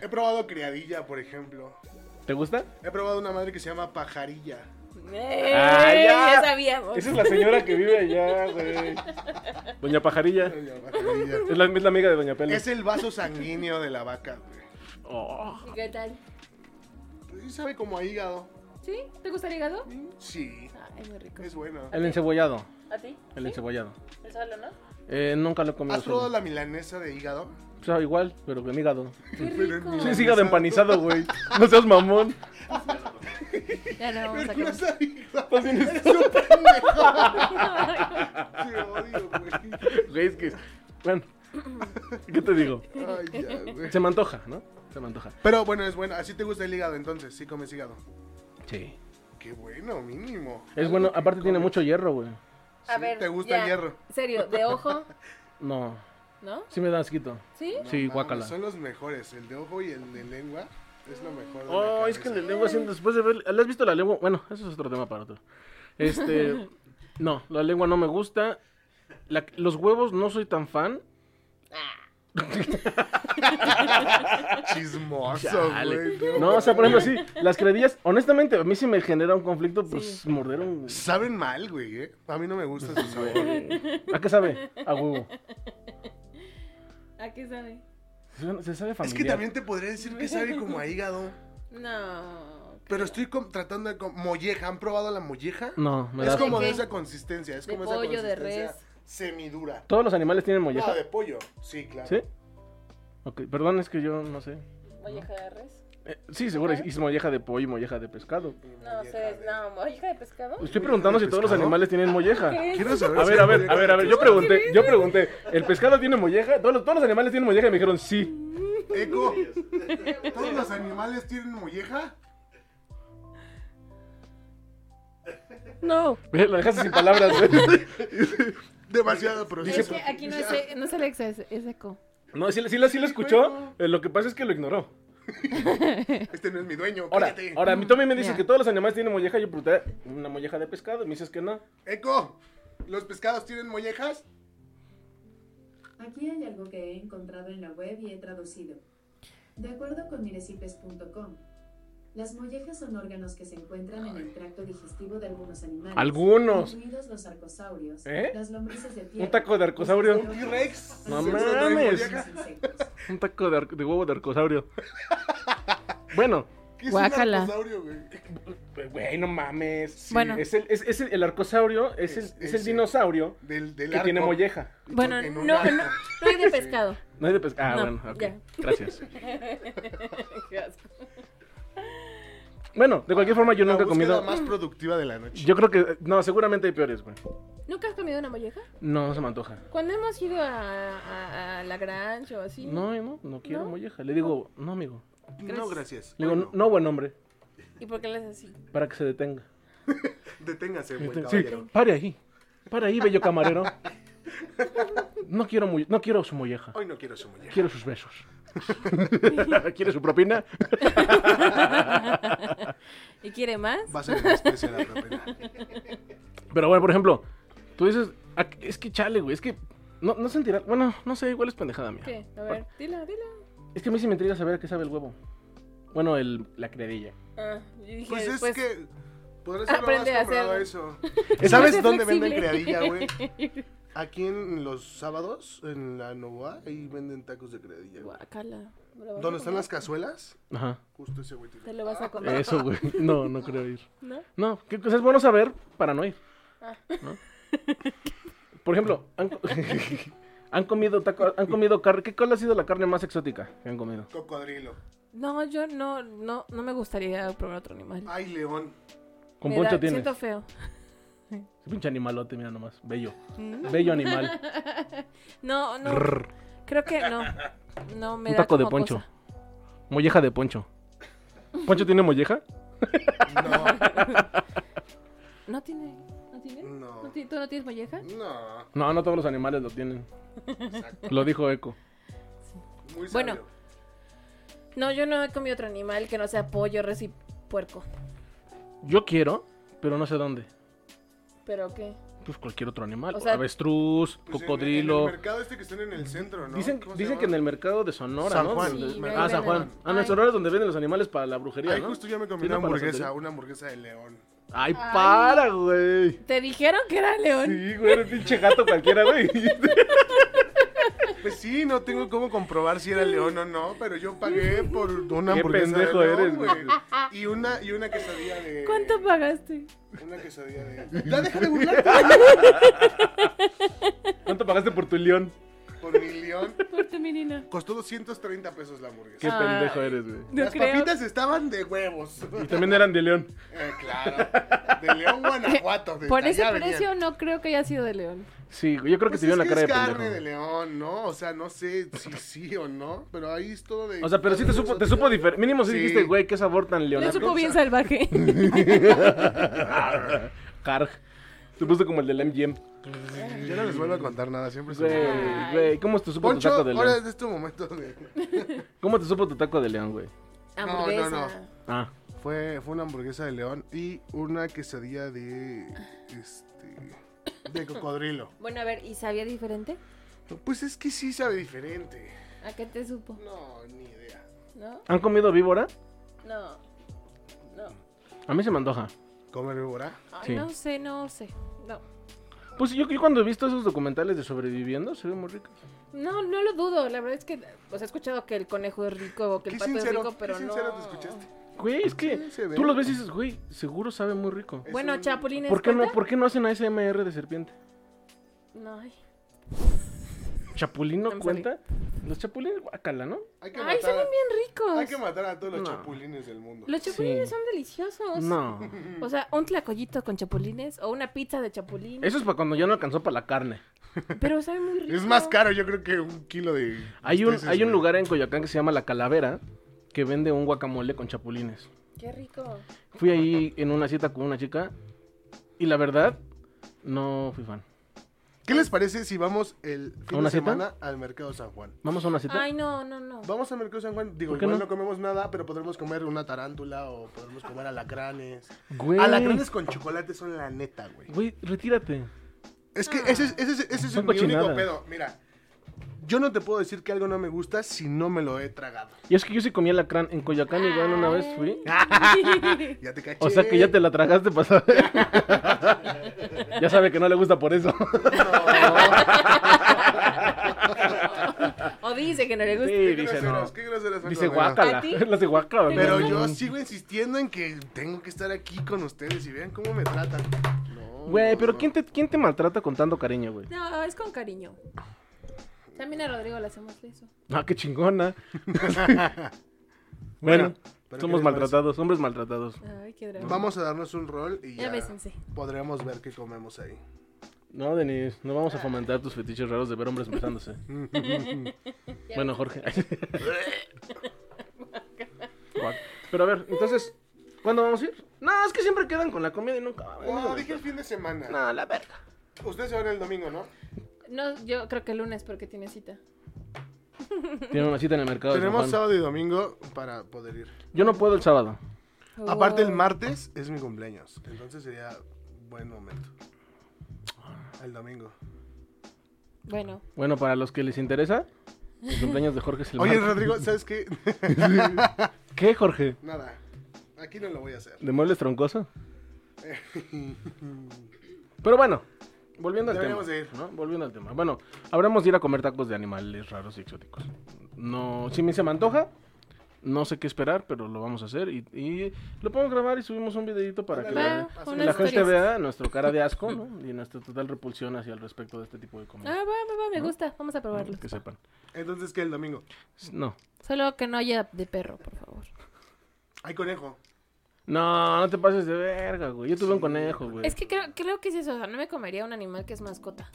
Speaker 3: He probado criadilla, por ejemplo.
Speaker 2: ¿Te gusta?
Speaker 3: He probado una madre que se llama pajarilla.
Speaker 1: ¡Eh!
Speaker 2: Ah, ya.
Speaker 1: ya. sabíamos.
Speaker 2: Esa es la señora que vive allá, güey. Doña Pajarilla.
Speaker 3: Doña Pajarilla.
Speaker 2: Es la, es la amiga de Doña Pelo.
Speaker 3: Es el vaso sanguíneo de la vaca, güey.
Speaker 2: Oh.
Speaker 1: ¿Y qué tal?
Speaker 3: Y sabe como a hígado.
Speaker 1: ¿Sí? ¿Te gusta el hígado?
Speaker 3: Mm, Sí,
Speaker 1: Ah, es muy rico.
Speaker 3: es bueno.
Speaker 2: El encebollado.
Speaker 1: ¿A ti?
Speaker 2: El
Speaker 1: ¿Sí?
Speaker 2: encebollado.
Speaker 1: El solo, ¿no?
Speaker 2: Eh, nunca lo he comido.
Speaker 3: ¿Has probado
Speaker 2: solo.
Speaker 3: la milanesa de hígado?
Speaker 2: O sea, igual, pero con hígado.
Speaker 1: Qué
Speaker 3: Pero en
Speaker 1: rico.
Speaker 3: mi-
Speaker 2: Sí, sí, hígado empanizado, güey. No seas mamón.
Speaker 1: Ya no vamos a comer.
Speaker 3: Pero no es hígado.
Speaker 2: Estás bien
Speaker 3: Eres un pendejo.
Speaker 1: Ay,
Speaker 3: Te odio,
Speaker 2: Güey, es que. Bueno, ¿qué te digo?
Speaker 3: güey. Ay, ya, güey.
Speaker 2: Se me antoja, ¿no? Se me antoja.
Speaker 3: Pero bueno, es bueno. Así te gusta el hígado, entonces. Sí comes hígado.
Speaker 2: Sí.
Speaker 3: Qué bueno, mínimo.
Speaker 2: Es bueno, aparte tiene mucho hierro, güey.
Speaker 1: A
Speaker 3: Sí,
Speaker 1: ver,
Speaker 3: te gusta
Speaker 1: ya.
Speaker 3: el hierro.
Speaker 1: Serio, de ojo,
Speaker 2: No,
Speaker 1: ¿no?
Speaker 2: sí me da asquito.
Speaker 1: ¿Sí?
Speaker 3: No
Speaker 2: Sí,
Speaker 3: mames,
Speaker 2: guácala.
Speaker 3: Son los mejores. El de ojo y el de lengua es lo mejor. de la
Speaker 2: Oh, es que
Speaker 3: cabeza.
Speaker 2: la lengua siento después de ver, ¿le has visto la lengua? Bueno, eso es otro tema para otro. Este, no, la lengua no me gusta. La- los huevos no soy tan fan.
Speaker 3: Chismoso,
Speaker 2: Chale.
Speaker 3: güey. no.
Speaker 2: No, o sea, por ejemplo, sí, las credillas, honestamente, a mí sí me genera un conflicto, pues
Speaker 1: Sí.
Speaker 2: morder un...
Speaker 3: Saben mal, güey, eh. A mí no me gusta su sabor.
Speaker 2: ¿A qué sabe? A huevo.
Speaker 1: ¿A qué sabe?
Speaker 2: Se- Se sabe familiar.
Speaker 3: Es que también te podría decir que sabe como a hígado.
Speaker 1: No.
Speaker 3: Pero estoy com- tratando de... com- molleja. ¿Han probado la molleja?
Speaker 2: No, me
Speaker 3: Es
Speaker 2: da...
Speaker 3: como
Speaker 1: ¿De
Speaker 3: de
Speaker 1: qué?
Speaker 3: esa consistencia. Es
Speaker 1: De
Speaker 3: como
Speaker 1: pollo,
Speaker 3: esa
Speaker 1: de
Speaker 3: consistencia
Speaker 1: res.
Speaker 3: semidura.
Speaker 2: ¿Todos los animales tienen molleja?
Speaker 3: No, de pollo. Sí, claro.
Speaker 2: ¿Sí? Ok, perdón, es que yo no sé.
Speaker 1: ¿Molleja de res?
Speaker 2: Eh, sí, seguro, es, es molleja de pollo y molleja de pescado.
Speaker 3: Y
Speaker 1: No,
Speaker 3: molleja
Speaker 1: sé,
Speaker 3: de-
Speaker 1: no, molleja de pescado.
Speaker 2: Estoy preguntando si todos los
Speaker 3: pescado?
Speaker 2: animales tienen molleja.
Speaker 1: ¿Qué?
Speaker 3: Quiero saber
Speaker 2: A
Speaker 3: si
Speaker 2: ver,
Speaker 3: hay
Speaker 2: a ver,
Speaker 3: molleja
Speaker 2: a ver,
Speaker 3: de
Speaker 2: a ver, yo
Speaker 3: pescado.
Speaker 2: pregunté, yo pregunté, ¿el pescado tiene molleja? Todos los, todos los animales tienen molleja y me dijeron sí.
Speaker 3: Eco, ¿todos los animales tienen molleja?
Speaker 1: No.
Speaker 2: Ve, Lo dejaste sin palabras. güey.
Speaker 3: Demasiado proceso.
Speaker 1: Es que aquí no es, e- no es Alexa, es, es Echo.
Speaker 2: No, sí, sí, lo- sí lo escuchó, eh, lo que pasa es que lo ignoró.
Speaker 3: Este no es mi dueño,
Speaker 2: Ahora,
Speaker 3: cállate.
Speaker 2: ahora, mi Tommy me dice
Speaker 1: Mira.
Speaker 2: que todos los animales tienen molleja, yo pregunté, ¿una molleja de pescado? Y me dices que no.
Speaker 3: Eco, ¿los pescados tienen mollejas?
Speaker 6: Aquí hay algo que he encontrado en la web y he traducido. De acuerdo con mirecipes.com, las mollejas son órganos que se encuentran en el tracto digestivo de algunos animales.
Speaker 2: Algunos.
Speaker 6: Incluidos los arcosaurios,
Speaker 2: ¿Eh?
Speaker 6: las lombrices de tierra.
Speaker 2: Un taco de arcosaurio.
Speaker 6: los
Speaker 3: ¿Un
Speaker 6: cetáceos,
Speaker 3: T-Rex?
Speaker 2: No
Speaker 6: así
Speaker 3: ¿Eso
Speaker 6: como
Speaker 3: trae
Speaker 2: mames.
Speaker 6: los
Speaker 3: molleja?
Speaker 6: insectos.
Speaker 2: Un taco de, ar- de huevo de arcosaurio. Bueno,
Speaker 3: ¿Qué es
Speaker 1: Guácala.
Speaker 3: un arcosaurio, güey? Pues,
Speaker 2: güey, no mames.
Speaker 1: Bueno.
Speaker 2: Es el, es, es el, el arcosaurio, es,
Speaker 3: Es-
Speaker 2: el, es el
Speaker 3: ese.
Speaker 2: dinosaurio
Speaker 3: Del, del
Speaker 2: que tiene
Speaker 3: arco.
Speaker 2: molleja.
Speaker 1: Bueno,
Speaker 3: En
Speaker 1: no,
Speaker 3: un
Speaker 1: no,
Speaker 3: arco.
Speaker 1: no hay de pescado.
Speaker 2: No hay de pescado. Ah,
Speaker 1: No,
Speaker 2: bueno, ok.
Speaker 1: ya.
Speaker 2: Gracias.
Speaker 1: Qué asco.
Speaker 2: Bueno, de cualquier forma, yo
Speaker 3: La
Speaker 2: nunca he
Speaker 3: búsqueda
Speaker 2: comido.
Speaker 3: más productiva de la noche.
Speaker 2: Yo creo que. No, seguramente hay peores, güey.
Speaker 1: ¿Nunca has comido una molleja?
Speaker 2: No, no se me antoja.
Speaker 1: Cuando hemos ido a, a- a la granja o así.
Speaker 2: No, ¿eh? no, no quiero
Speaker 1: ¿No? Ah,
Speaker 2: molleja. Le digo, no, amigo.
Speaker 3: No, gracias.
Speaker 2: Le digo,
Speaker 3: Bueno,
Speaker 2: no, buen hombre.
Speaker 1: ¿Y por qué le haces así?
Speaker 2: Para que se detenga.
Speaker 3: Deténgase, buen
Speaker 2: Este, Sí,
Speaker 3: caballero.
Speaker 2: pare ahí. Pare ahí, bello camarero. No quiero, molle- no quiero su molleja.
Speaker 3: Hoy no quiero su molleja.
Speaker 2: Quiero sus besos. ¿Quiere su propina?
Speaker 1: ¿Y quiere más?
Speaker 3: Va a ser una especie de la propina.
Speaker 2: Pero bueno, por ejemplo, tú dices, "Ah, es que chale, güey, es que No, no sentirá. Bueno, no sé, igual es pendejada mía.
Speaker 1: ¿Qué? A ver, dila, dila.
Speaker 2: Es que a mí sí me intriga saber a qué sabe el huevo. Bueno, el, la criadilla.
Speaker 1: Ah, yo dije,
Speaker 3: Pues es
Speaker 1: pues,
Speaker 3: que. Podría ser
Speaker 1: aprende a
Speaker 3: más comprado eso.
Speaker 1: Ser
Speaker 3: ¿Sabes dónde
Speaker 1: flexible.
Speaker 3: venden criadilla, güey? Aquí en los sábados, en la Novoa, ahí venden tacos de criadilla. güey.
Speaker 1: guácala, me lo vas a
Speaker 3: ¿Dónde están
Speaker 1: comer.
Speaker 3: las cazuelas?
Speaker 2: Ajá.
Speaker 3: Justo ese güey. tiene.
Speaker 1: Te lo vas a comer.
Speaker 2: Eso, güey. No, no creo ir.
Speaker 1: ¿No?
Speaker 2: No, que cosa es bueno saber para no ir.
Speaker 1: Ah.
Speaker 2: ¿no? Por ejemplo, han, co- han comido taco- han comido carne. ¿Qué cuál ha sido la carne más exótica que han comido?
Speaker 3: Cocodrilo.
Speaker 1: No, yo no, no, no me gustaría probar otro animal.
Speaker 3: Ay, león.
Speaker 2: Con
Speaker 1: Me
Speaker 2: Poncho
Speaker 1: da-
Speaker 2: tienes.
Speaker 1: Siento feo.
Speaker 2: Ese Pinche animalote, mira nomás. Bello.
Speaker 1: Mm.
Speaker 2: Bello animal.
Speaker 1: No, no,
Speaker 2: Grrr.
Speaker 1: creo que no. No me
Speaker 2: Un
Speaker 1: da
Speaker 2: taco de
Speaker 1: como
Speaker 2: poncho.
Speaker 1: cosa.
Speaker 2: Molleja de poncho. ¿Poncho tiene molleja?
Speaker 3: No,
Speaker 1: No tiene, no tiene.
Speaker 3: No.
Speaker 1: ti- ¿Tú no tienes molleja?
Speaker 3: no.
Speaker 2: No, no todos los animales lo tienen.
Speaker 3: Exacto.
Speaker 2: Lo dijo Eco.
Speaker 3: Muy
Speaker 1: Bueno.
Speaker 3: sabio. Pues
Speaker 1: No, yo no he comido otro animal que no sea pollo, res y puerco.
Speaker 2: Yo quiero, pero no sé dónde.
Speaker 1: ¿Pero qué?
Speaker 2: Pues cualquier otro animal.
Speaker 1: O sea-
Speaker 2: Avestruz,
Speaker 3: Pues en- En,
Speaker 2: cocodrilo.
Speaker 3: el mercado este que están en el centro, ¿no?
Speaker 2: Dicen,
Speaker 3: ¿Cómo se
Speaker 2: dicen
Speaker 3: llama?
Speaker 2: que en el mercado de Sonora,
Speaker 3: San
Speaker 2: ¿no?
Speaker 3: Juan.
Speaker 2: Donde-
Speaker 1: Sí, ahí
Speaker 2: ah, San
Speaker 1: venden.
Speaker 2: Juan. Ah, no, en
Speaker 1: Ay.
Speaker 2: Sonora es donde venden los animales para la brujería,
Speaker 3: Ay,
Speaker 2: ¿no?
Speaker 3: justo yo me comí
Speaker 2: Sí,
Speaker 3: una
Speaker 2: no, para la
Speaker 3: hamburguesa,
Speaker 2: santería.
Speaker 3: una hamburguesa de león.
Speaker 2: Ay,
Speaker 1: Ay.
Speaker 2: para, güey.
Speaker 1: ¿Te dijeron que era león?
Speaker 2: Sí, güey, era un pinche gato cualquiera, güey.
Speaker 3: Pues sí, no tengo cómo comprobar si era león o no, pero yo pagué por una
Speaker 2: Qué
Speaker 3: hamburguesa
Speaker 2: pendejo
Speaker 3: de león,
Speaker 2: eres,
Speaker 3: güey.
Speaker 2: güey.
Speaker 3: Y una, y una quesadilla de...
Speaker 1: ¿Cuánto pagaste?
Speaker 3: Una quesadilla de... ¡Ya deja de burlarte!
Speaker 2: ¿Cuánto pagaste por tu león?
Speaker 3: Por mi león.
Speaker 1: Por tu menina.
Speaker 3: Costó 230 pesos la hamburguesa.
Speaker 2: Qué
Speaker 1: Ah.
Speaker 2: pendejo eres, güey.
Speaker 1: No
Speaker 3: Las
Speaker 1: creo.
Speaker 3: papitas estaban de huevos.
Speaker 2: Y también eran de león.
Speaker 3: Eh, claro. De León, Guanajuato. de
Speaker 1: Por ese
Speaker 3: allá venían.
Speaker 1: precio no creo que haya sido de león.
Speaker 2: Sí, güey, yo creo que
Speaker 3: Pues
Speaker 2: te vieron la
Speaker 3: es
Speaker 2: cara
Speaker 3: que
Speaker 2: de
Speaker 3: es carne
Speaker 2: pendejo.
Speaker 3: de león, ¿no? O sea, no sé si sí o no, pero ahí es todo de...
Speaker 2: O sea, pero sí te supo, te supo diferente. Mínimo sí,
Speaker 3: Sí.
Speaker 2: dijiste, güey, qué sabor tan
Speaker 1: Le
Speaker 2: leonado.
Speaker 1: supo bien salvaje.
Speaker 2: Carg. Te puso como el del MGM.
Speaker 3: Yo no les vuelvo a contar nada, siempre se me-
Speaker 2: Güey, güey, ¿cómo te supo
Speaker 3: Poncho,
Speaker 2: tu taco de
Speaker 3: ahora
Speaker 2: león?
Speaker 3: es tu momento de...
Speaker 2: ¿Cómo te supo tu taco de león, güey?
Speaker 1: Hamburguesa.
Speaker 3: No, no, no.
Speaker 2: Ah,
Speaker 3: Fue, fue una hamburguesa de león y una quesadilla de... Este... De cocodrilo.
Speaker 1: Bueno, a ver, ¿y sabía diferente?
Speaker 3: Pues es que sí sabe diferente.
Speaker 1: ¿A qué te supo?
Speaker 3: No, ni idea.
Speaker 1: ¿No?
Speaker 2: ¿han comido víbora?
Speaker 1: No. No.
Speaker 2: A mí se me antoja.
Speaker 3: ¿Comer víbora?
Speaker 1: Ay,
Speaker 2: Sí.
Speaker 1: no sé, no sé. No.
Speaker 2: Pues yo, yo cuando he visto esos documentales de sobreviviendo, se ve muy rico.
Speaker 1: No, no lo dudo. La verdad es que pues, he escuchado que el conejo es rico o que el
Speaker 3: Qué
Speaker 1: pato es
Speaker 3: sincero,
Speaker 1: rico, pero
Speaker 3: qué
Speaker 1: no.
Speaker 3: sincero te escuchaste.
Speaker 2: Güey, es que
Speaker 3: Sí, se ve.
Speaker 2: tú los ves y dices, güey, seguro sabe muy rico.
Speaker 3: Es
Speaker 1: Bueno,
Speaker 3: un-
Speaker 1: chapulines.
Speaker 2: ¿Por qué, no,
Speaker 1: ¿cuenta?
Speaker 2: ¿Por qué no hacen ASMR de serpiente?
Speaker 1: No, ay.
Speaker 2: ¿Chapulín no
Speaker 1: No me salió.
Speaker 2: cuenta? Los chapulines, guacala, ¿no?
Speaker 3: Hay que,
Speaker 1: Ay,
Speaker 3: matar,
Speaker 1: saben
Speaker 3: a-
Speaker 1: bien ricos.
Speaker 3: hay que matar a todos los
Speaker 2: No.
Speaker 3: chapulines del mundo.
Speaker 1: Los chapulines
Speaker 2: Sí.
Speaker 1: son
Speaker 3: Pues
Speaker 1: deliciosos.
Speaker 2: No.
Speaker 3: Mm.
Speaker 1: O sea, un tlacoyito con chapulines o una pizza de chapulines.
Speaker 2: Eso es para cuando ya no alcanzó para la carne.
Speaker 1: Pero sabe muy rico.
Speaker 3: Es más caro, yo creo que un kilo de...
Speaker 2: Hay un,
Speaker 3: ustedes,
Speaker 2: hay un
Speaker 3: güey.
Speaker 2: lugar en Coyoacán que se llama La Calavera que vende un guacamole con chapulines.
Speaker 1: Qué rico.
Speaker 2: Fui ahí en una cita con una chica y la verdad, no fui fan.
Speaker 3: ¿Qué les parece si vamos el fin
Speaker 2: ¿Una
Speaker 3: de
Speaker 2: cita?
Speaker 3: semana al Mercado San Juan?
Speaker 2: ¿Vamos a una cita?
Speaker 1: Ay, no, no, no.
Speaker 3: Vamos al Mercado San Juan. Digo,
Speaker 2: ¿Por qué
Speaker 3: igual
Speaker 2: no?
Speaker 3: no? comemos nada, pero podremos comer una tarántula o podremos comer alacranes.
Speaker 2: Güey,
Speaker 3: Alacranes con chocolate son la neta, güey.
Speaker 2: güey, retírate.
Speaker 3: Es que ese es, ese es- ese es
Speaker 2: Son
Speaker 3: mi único
Speaker 2: cochinadas.
Speaker 3: pedo. Mira, yo no te puedo decir que algo no me gusta si no me lo he tragado.
Speaker 2: Y es que yo sí comí alacrán en Coyoacán igual una vez fui.
Speaker 1: Ah, Ay.
Speaker 3: Ya te caché.
Speaker 2: O sea que ya te la tragaste para saber. ya sabe que no le gusta por eso.
Speaker 1: o dice que no le gusta.
Speaker 2: Sí,
Speaker 3: ¿Qué
Speaker 2: dice
Speaker 3: groseros,
Speaker 2: no.
Speaker 3: qué groseros son
Speaker 2: Dice
Speaker 3: los
Speaker 1: ¿A
Speaker 3: demás.
Speaker 2: guácala. Mm.
Speaker 1: ti?
Speaker 2: Lo hace guácala.
Speaker 3: Pero
Speaker 2: güey.
Speaker 3: yo sigo insistiendo en que tengo que estar aquí con ustedes y vean cómo me tratan. No,
Speaker 2: Güey,
Speaker 3: no,
Speaker 2: pero
Speaker 3: no.
Speaker 2: ¿quién te, ¿quién te maltrata con tanto cariño, güey?
Speaker 1: No, es con cariño. También a Rodrigo le hacemos eso.
Speaker 2: Ah, qué chingona. bueno,
Speaker 3: Bueno,
Speaker 2: somos
Speaker 3: ¿pero qué les parece?
Speaker 2: maltratados, hombres maltratados.
Speaker 1: Ay, qué drama.
Speaker 3: Vamos a darnos un rol y
Speaker 1: Ya
Speaker 3: ya,
Speaker 1: bésense.
Speaker 3: podremos ver qué comemos ahí.
Speaker 2: No, Denis, no vamos a fomentar tus fetiches raros de ver hombres besándose. bueno, Jorge. Guac. Pero a ver, entonces, ¿cuándo vamos a ir? No, es que siempre quedan con la comida y nunca vamos.
Speaker 3: No, dije el fin de semana.
Speaker 2: No, la verga.
Speaker 3: Ustedes se van el domingo, ¿no?
Speaker 1: No, yo creo que el lunes porque tiene cita.
Speaker 2: Tiene una cita en el mercado. de San
Speaker 3: Tenemos
Speaker 2: Juan.
Speaker 3: sábado y domingo para poder ir.
Speaker 2: Yo no puedo el sábado.
Speaker 3: Aparte, el
Speaker 1: Wow.
Speaker 3: martes es mi cumpleaños. Entonces sería buen momento. El domingo.
Speaker 1: Bueno,
Speaker 2: Bueno, para los que les interesa, el cumpleaños de Jorge es el
Speaker 3: Oye,
Speaker 2: martes.
Speaker 3: Rodrigo, ¿sabes qué?
Speaker 2: ¿Qué, Jorge?
Speaker 3: Nada, aquí no lo voy a hacer.
Speaker 2: ¿De muebles troncoso? Pero bueno, volviendo al
Speaker 3: Deberíamos
Speaker 2: tema.
Speaker 3: de ir.
Speaker 2: ¿no? Volviendo al tema. Bueno, habremos de ir a comer tacos de animales raros y exóticos. No, si me se me antoja, no sé qué esperar, pero lo vamos a hacer. Y, y lo podemos grabar y subimos un videito para que
Speaker 3: Ándale.
Speaker 2: la,
Speaker 1: va,
Speaker 3: hacemos
Speaker 2: que
Speaker 1: una
Speaker 2: la gente
Speaker 1: historia.
Speaker 2: vea nuestro cara de asco ¿no? y nuestra total repulsión hacia el respecto de este tipo de
Speaker 1: Ah, va,
Speaker 2: comida.
Speaker 1: va, va, me
Speaker 2: ¿No?
Speaker 1: gusta. Vamos a probarlo.
Speaker 2: que sepan.
Speaker 3: Entonces, ¿qué? El domingo.
Speaker 2: No.
Speaker 1: Solo que no haya de perro, por favor.
Speaker 3: Hay conejo.
Speaker 2: No, no te pases de verga, güey. Yo tuve un conejo, güey.
Speaker 1: Es que creo, creo que es eso. O sea, no me comería un animal que es mascota.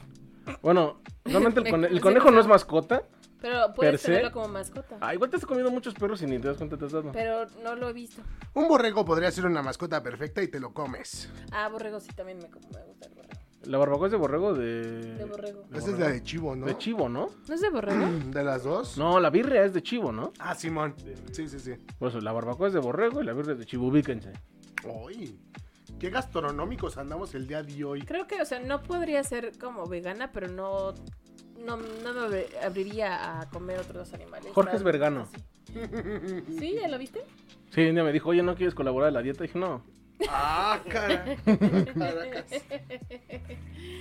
Speaker 2: Bueno, realmente el,
Speaker 1: Me-
Speaker 2: cone- el
Speaker 1: me
Speaker 2: conejo no es
Speaker 1: siento-
Speaker 2: mascota.
Speaker 1: Pero puedes
Speaker 2: se?
Speaker 1: tenerlo como mascota.
Speaker 2: Ah, igual te has comido muchos perros y ni te das cuenta te has dado.
Speaker 1: Pero no lo he visto.
Speaker 3: Un borrego podría ser una mascota perfecta y te lo comes.
Speaker 1: Ah, borrego sí también me, como- me gusta el borrego.
Speaker 2: La barbacoa es de borrego de.
Speaker 1: De borrego.
Speaker 3: Esa es la de chivo, ¿no? Mm,
Speaker 2: De chivo, ¿no?
Speaker 1: ¿No es de borrego?
Speaker 3: ¿De las dos?
Speaker 2: No, la birria es de chivo, ¿no?
Speaker 3: Ah, Simón. Sí, sí, sí.
Speaker 2: Por eso, la barbacoa es de borrego y la birria es de chivo, ubíquense.
Speaker 3: Uy, qué gastronómicos andamos el día de hoy.
Speaker 1: Creo que, o sea, no podría ser como vegana, pero no. No, no me ve- abriría a comer otros animales.
Speaker 2: Jorge
Speaker 1: Nada,
Speaker 2: es vegano.
Speaker 1: así. ¿Sí? ¿Ya lo viste?
Speaker 2: Sí, un día me dijo, oye, ¿no quieres colaborar a la dieta? dije, no.
Speaker 3: Ah, cara. Caracas.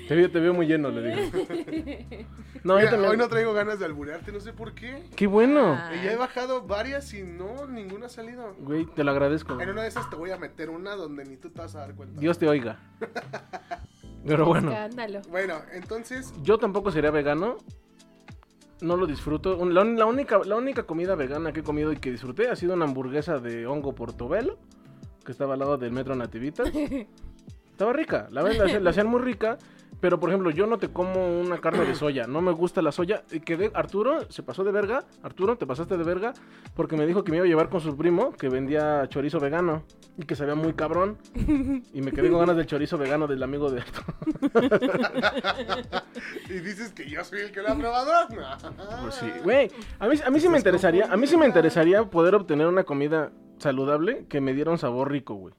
Speaker 2: Te veo, te veo muy lleno, le dije. No, yo
Speaker 3: Mira,
Speaker 2: también.
Speaker 3: Hoy no traigo ganas de alburearte, no sé por qué.
Speaker 2: Qué bueno.
Speaker 1: Ah.
Speaker 3: Y ya he bajado varias y no, ninguna ha salido.
Speaker 2: Güey, te lo agradezco.
Speaker 3: En una de esas te voy a meter una donde ni tú te vas a dar cuenta.
Speaker 2: Dios te oiga. Pero bueno.
Speaker 1: Escándalo.
Speaker 3: Bueno, entonces,
Speaker 2: Yo tampoco sería vegano. No lo disfruto. Un- La, un- la única, la única comida vegana que he comido y que disfruté ha sido una hamburguesa de hongo portobelo. Que estaba al lado del metro Nativitas. estaba rica. La verdad, la, hacían- la hacían muy rica. Pero, por ejemplo, yo no te como una carne de soya. No me gusta la soya. Y quedé... Arturo se pasó de verga. Arturo, te pasaste de verga. Porque me dijo que me iba a llevar con su primo. Que vendía chorizo vegano. Y que sabía muy cabrón. Y me quedé con ganas del chorizo vegano del amigo de Arturo.
Speaker 3: y dices que yo soy el que lo ha probado. Ah.
Speaker 2: Pues sí, güey. A mí, a mí sí me interesaría, a mí sí me interesaría poder obtener una comida saludable que me diera un sabor rico, güey.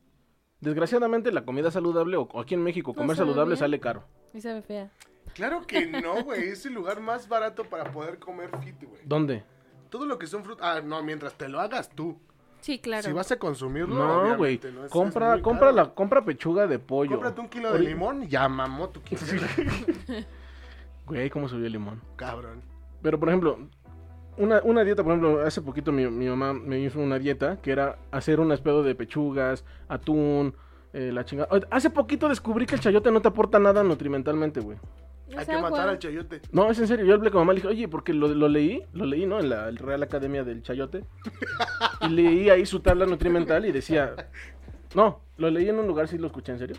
Speaker 2: Desgraciadamente la comida saludable o o aquí en México
Speaker 1: No
Speaker 2: comer
Speaker 1: sabe
Speaker 2: saludable
Speaker 1: bien.
Speaker 2: sale caro.
Speaker 1: Y sabe fea.
Speaker 3: Claro que no, güey. Es el lugar más barato para poder comer fit, güey.
Speaker 2: ¿Dónde?
Speaker 3: Todo lo que son frutas. Ah, no, mientras te lo hagas tú.
Speaker 1: Sí, claro.
Speaker 3: Si vas a consumirlo,
Speaker 2: No, güey.
Speaker 3: obviamente, ¿no? Es- es
Speaker 2: Compra,
Speaker 3: muy
Speaker 2: compra
Speaker 3: caro.
Speaker 2: la, compra pechuga de pollo.
Speaker 3: Cómprate un kilo de
Speaker 2: Oye,
Speaker 3: limón y ya mamó tu kilo.
Speaker 2: Güey, cómo subió el limón.
Speaker 3: Cabrón.
Speaker 2: Pero por ejemplo, una, una dieta, por ejemplo, hace poquito mi, mi mamá me hizo una dieta que era hacer un pedo de pechugas, atún, eh, la chingada. Oye, Hace poquito descubrí que el chayote no te aporta nada nutrimentalmente, güey.
Speaker 1: No
Speaker 3: Hay
Speaker 1: es
Speaker 3: que
Speaker 1: agua.
Speaker 3: matar al chayote.
Speaker 2: No, es en serio. Yo hablé con mamá y le dije, oye, porque lo, lo leí, lo leí, ¿no? En la Real Academia del Chayote. Y leí ahí su tabla nutrimental y decía. No, lo leí en un lugar, sí lo escuché en serio.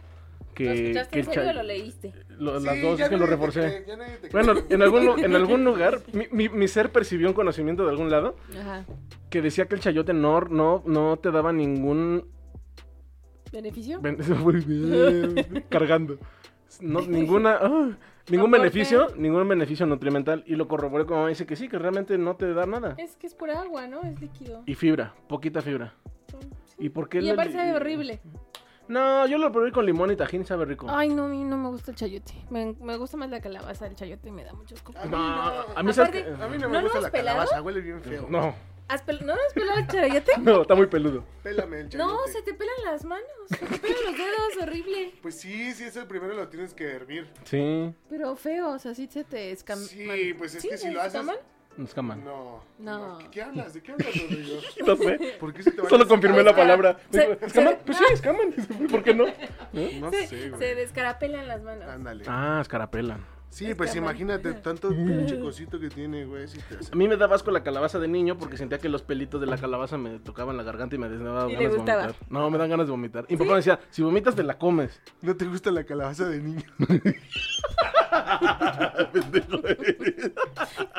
Speaker 2: Que,
Speaker 1: ¿Lo escuchaste
Speaker 2: que
Speaker 1: en
Speaker 2: el
Speaker 1: serio
Speaker 2: cha-
Speaker 1: o lo leíste?
Speaker 2: lo-
Speaker 3: Sí,
Speaker 2: las dos,
Speaker 3: ya
Speaker 2: es que lo
Speaker 3: nadie te
Speaker 2: reforcé.
Speaker 3: cree, ya nadie te cree.
Speaker 2: Bueno, en algún, lu- en algún lugar, mi, mi- mi ser percibió un conocimiento de algún lado
Speaker 1: Ajá.
Speaker 2: que decía que el chayote no, no, no te daba ningún.
Speaker 1: ¿Beneficio?
Speaker 2: ben- Muy bien, Cargando. No, ninguna. ah, ningún
Speaker 1: Aporte.
Speaker 2: beneficio, ningún beneficio nutrimental. Y lo corroboré como dice que sí, que realmente no te da nada.
Speaker 1: Es que es pura agua, ¿no? Es líquido.
Speaker 2: Y fibra, poquita fibra. ¿Y por qué
Speaker 1: Y
Speaker 2: la-
Speaker 1: aparte sabe horrible.
Speaker 2: No, yo lo probé con limón y tajín, sabe rico.
Speaker 1: Ay, no, a mí no me gusta el chayote. Me, me gusta más la calabaza. El chayote me da muchos
Speaker 3: A
Speaker 1: cocos.
Speaker 3: mí
Speaker 2: No,
Speaker 3: no.
Speaker 2: a mí sabes
Speaker 1: Aparte-
Speaker 2: que-
Speaker 3: A mí no
Speaker 1: ¿No
Speaker 3: me
Speaker 1: lo
Speaker 3: gusta
Speaker 1: has
Speaker 3: la
Speaker 1: pelado?
Speaker 3: calabaza, huele bien feo.
Speaker 2: No,
Speaker 1: ¿Has pel- ¿No has pelado el chayote?
Speaker 2: no, está muy peludo.
Speaker 3: Pélame el chayote.
Speaker 1: No, se te pelan las manos. Se te pelan los dedos, horrible.
Speaker 3: Pues sí, sí, es el primero lo tienes que hervir.
Speaker 2: Sí,
Speaker 1: Pero feo, o sea, sí se te escama.
Speaker 3: Sí, pues es que si lo haces-
Speaker 2: nos caman.
Speaker 3: No.
Speaker 1: No.
Speaker 3: ¿Qué, qué hablas? ¿De qué hablas, Rodrigo?
Speaker 2: No sé.
Speaker 3: ¿Por qué se te va
Speaker 2: Solo confirmé la
Speaker 1: Espera.
Speaker 2: palabra.
Speaker 1: Se-
Speaker 2: ¿Escaman?
Speaker 1: se-
Speaker 2: Pues sí, escaman. ¿Por qué no?
Speaker 3: No
Speaker 1: Se,
Speaker 3: sé,
Speaker 1: se
Speaker 3: güey.
Speaker 1: descarapelan las manos.
Speaker 3: Ándale.
Speaker 2: Ah, escarapelan.
Speaker 3: Sí, pues
Speaker 1: Escaman.
Speaker 3: imagínate tanto pinche cosito que tiene, güey. Si te hace.
Speaker 2: A mí me daba asco la calabaza de niño porque sentía que los pelitos de la calabaza me tocaban la garganta y me desnudaba
Speaker 1: Y le
Speaker 2: ganas de
Speaker 1: gustaba.
Speaker 2: vomitar. No, me dan ganas de vomitar. Y mi papá me decía, si vomitas te la comes.
Speaker 3: ¿No te gusta la calabaza de niño?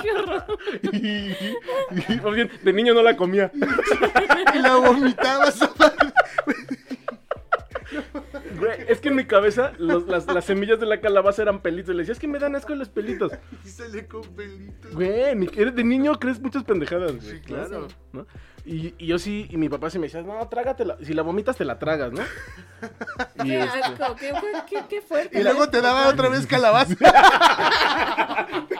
Speaker 1: ¡Qué horror!
Speaker 2: Más bien, de niño no la comía.
Speaker 3: y la vomitabas.
Speaker 2: Güey, es que en mi cabeza los- las, las semillas de la calabaza eran pelitos. Le decía, es que me dan asco los pelitos.
Speaker 3: Y sale con pelitos.
Speaker 2: Güey, ni- eres de niño crees muchas pendejadas. güey.
Speaker 3: Sí, claro.
Speaker 2: ¿no? Y, y yo sí, y mi papá sí me decía, no, trágatela. Si la vomitas, te la tragas, ¿no? Y
Speaker 1: Qué
Speaker 2: este,
Speaker 1: asco, qué, qué- qué- qué fuerte.
Speaker 3: Y luego te daba otra vez calabaza.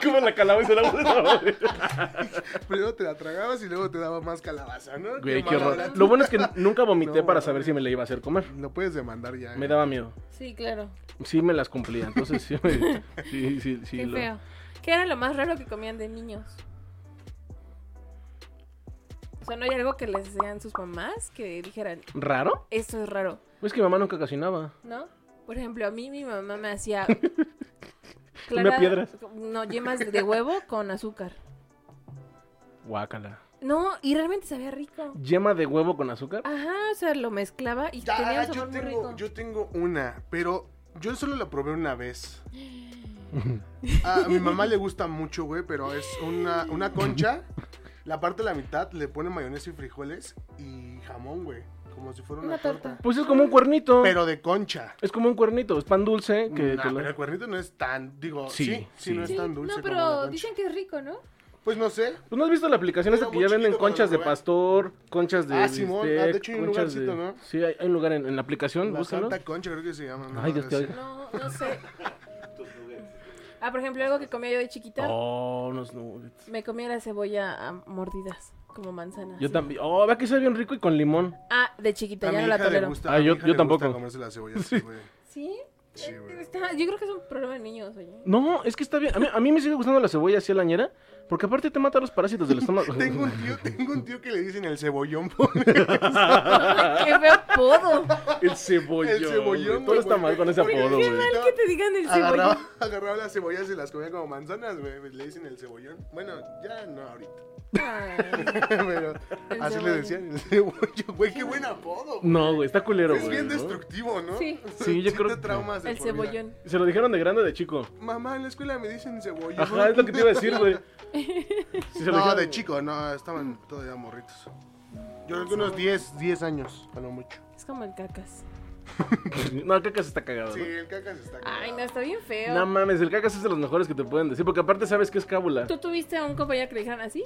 Speaker 2: como la calabaza la vomitas.
Speaker 3: Primero te la tragabas y luego te daba más calabaza, ¿no?
Speaker 2: Güey, qué
Speaker 3: mala
Speaker 2: horror.
Speaker 3: hora.
Speaker 2: Lo bueno es que nunca vomité
Speaker 3: No,
Speaker 2: para
Speaker 3: mames.
Speaker 2: saber si me la iba a hacer comer.
Speaker 3: Lo puedes demandar ya.
Speaker 2: Me
Speaker 3: eh.
Speaker 2: daba miedo.
Speaker 1: Sí, claro.
Speaker 2: Sí me las cumplía, entonces sí, me- sí, sí, sí
Speaker 1: qué
Speaker 2: lo-
Speaker 1: feo. ¿Qué era lo más raro que comían de niños? O sea, ¿no hay algo que les decían sus mamás que dijeran,
Speaker 2: ¿Raro?
Speaker 1: esto es raro,
Speaker 2: Es que mi mamá nunca cocinaba.
Speaker 1: ¿no? Por ejemplo, a mí mi mamá me hacía...
Speaker 2: Una piedra.
Speaker 1: No, yemas de huevo con azúcar.
Speaker 2: Guácala.
Speaker 1: No, y realmente sabía rico.
Speaker 2: Yema de huevo con azúcar.
Speaker 1: Ajá, o sea, lo mezclaba y
Speaker 3: Ya,
Speaker 1: tenía un
Speaker 3: yo
Speaker 1: sabor muy rico.
Speaker 3: tengo, yo tengo una, pero yo solo la probé una vez. A mi mamá le gusta mucho, güey, pero es una, una concha. La parte de la mitad le pone mayonesa y frijoles y jamón, güey. Como si fuera una,
Speaker 1: Una torta.
Speaker 3: torta.
Speaker 2: Pues es como un cuernito.
Speaker 3: Pero de concha.
Speaker 2: Es como un cuernito, es pan dulce que
Speaker 3: Nah,
Speaker 2: te lo-
Speaker 3: Pero el cuernito no es tan, digo,
Speaker 2: Sí,
Speaker 3: sí, sí,
Speaker 2: sí.
Speaker 3: no es
Speaker 1: Sí,
Speaker 3: tan dulce.
Speaker 1: no,
Speaker 3: como la
Speaker 1: pero
Speaker 3: concha.
Speaker 1: dicen que es rico, ¿no?
Speaker 3: Pues no sé.
Speaker 2: ¿Tú no has visto la aplicación
Speaker 3: Era
Speaker 2: esa que
Speaker 3: muy
Speaker 2: ya venden
Speaker 3: chiquito
Speaker 2: conchas
Speaker 3: cuando
Speaker 2: de
Speaker 3: lo vean.
Speaker 2: pastor, conchas de
Speaker 3: Ah, Simón. Ah, de
Speaker 2: bistec,
Speaker 3: hecho hay un
Speaker 2: conchas
Speaker 3: lugarcito, ¿no?
Speaker 2: Sí, hay, hay un lugar en, en la aplicación,
Speaker 3: La
Speaker 2: búscalo.
Speaker 3: Santa Concha creo que se llama. ¿no?
Speaker 2: Ay, Dios te
Speaker 3: Así.
Speaker 2: oiga.
Speaker 1: No, no sé.
Speaker 4: Tus nuggets.
Speaker 1: Ah, por ejemplo, algo que comía yo de chiquita,
Speaker 2: Oh, unos nuggets.
Speaker 1: me comía la cebolla a mordidas, como manzana.
Speaker 2: Yo
Speaker 1: así.
Speaker 2: también. Oh, vea que sabe bien rico y con limón.
Speaker 1: Ah, de chiquita,
Speaker 3: A mi
Speaker 1: ya no
Speaker 3: hija
Speaker 1: la
Speaker 3: le
Speaker 1: tolero.
Speaker 3: gusta,
Speaker 2: Ah,
Speaker 3: a mi
Speaker 2: yo-
Speaker 3: hija
Speaker 2: yo
Speaker 3: le gusta
Speaker 2: tampoco.
Speaker 3: comerse la cebolla así, güey.
Speaker 1: ¿Sí.
Speaker 3: Sí,
Speaker 1: Eh,
Speaker 3: güey.
Speaker 1: está- yo creo que es un problema de niños, oye.
Speaker 2: No, es que está bien. A mí, a mí me sigue gustando la cebolla así a la ñera, porque aparte te mata los parásitos del estómago.
Speaker 3: Tengo un tío, tengo un tío que le dicen el cebollón. por-
Speaker 1: ¡Qué feo apodo!
Speaker 2: El cebollón.
Speaker 3: El cebollón,
Speaker 2: güey.
Speaker 3: güey,
Speaker 2: Todo está
Speaker 3: porque-
Speaker 2: mal con ese
Speaker 3: porque-
Speaker 2: apodo, güey.
Speaker 1: Mal que te digan el
Speaker 3: agarraba,
Speaker 1: cebollón.
Speaker 3: agarraba las cebollas y las comía como manzanas, güey. Pues Le dicen el cebollón. Bueno, ya no ahorita.
Speaker 1: Ay,
Speaker 3: Pero
Speaker 1: El
Speaker 3: así le
Speaker 1: cebollón.
Speaker 3: decían el cebollón. Güey, qué buen apodo. güey.
Speaker 2: No, güey, está culero, güey.
Speaker 3: es bien
Speaker 2: ¿no?
Speaker 3: destructivo, ¿no?
Speaker 1: Sí.
Speaker 2: Sí, yo creo
Speaker 3: te
Speaker 2: que-
Speaker 3: traumas de
Speaker 1: El
Speaker 3: por vida.
Speaker 1: cebollón.
Speaker 2: Se lo dijeron de grande o de chico.
Speaker 3: Mamá, en la escuela me dicen cebollón.
Speaker 2: Ajá, es lo que te iba a decir, güey. Sí, se lo
Speaker 3: No,
Speaker 2: dijeron-
Speaker 3: de chico, no, estaban todavía morritos. Yo creo que unos 10, 10 años, a lo mucho.
Speaker 1: Es como el cacas.
Speaker 2: No, cacas está cagado.
Speaker 3: Sí,
Speaker 2: ¿no?
Speaker 3: el caca se está
Speaker 1: Ay,
Speaker 3: cagado.
Speaker 1: no, está bien feo.
Speaker 2: No mames, el cacas es de los mejores que te pueden decir, porque aparte sabes que es cábula.
Speaker 1: ¿Tú tuviste a un compañero que le dijeran así?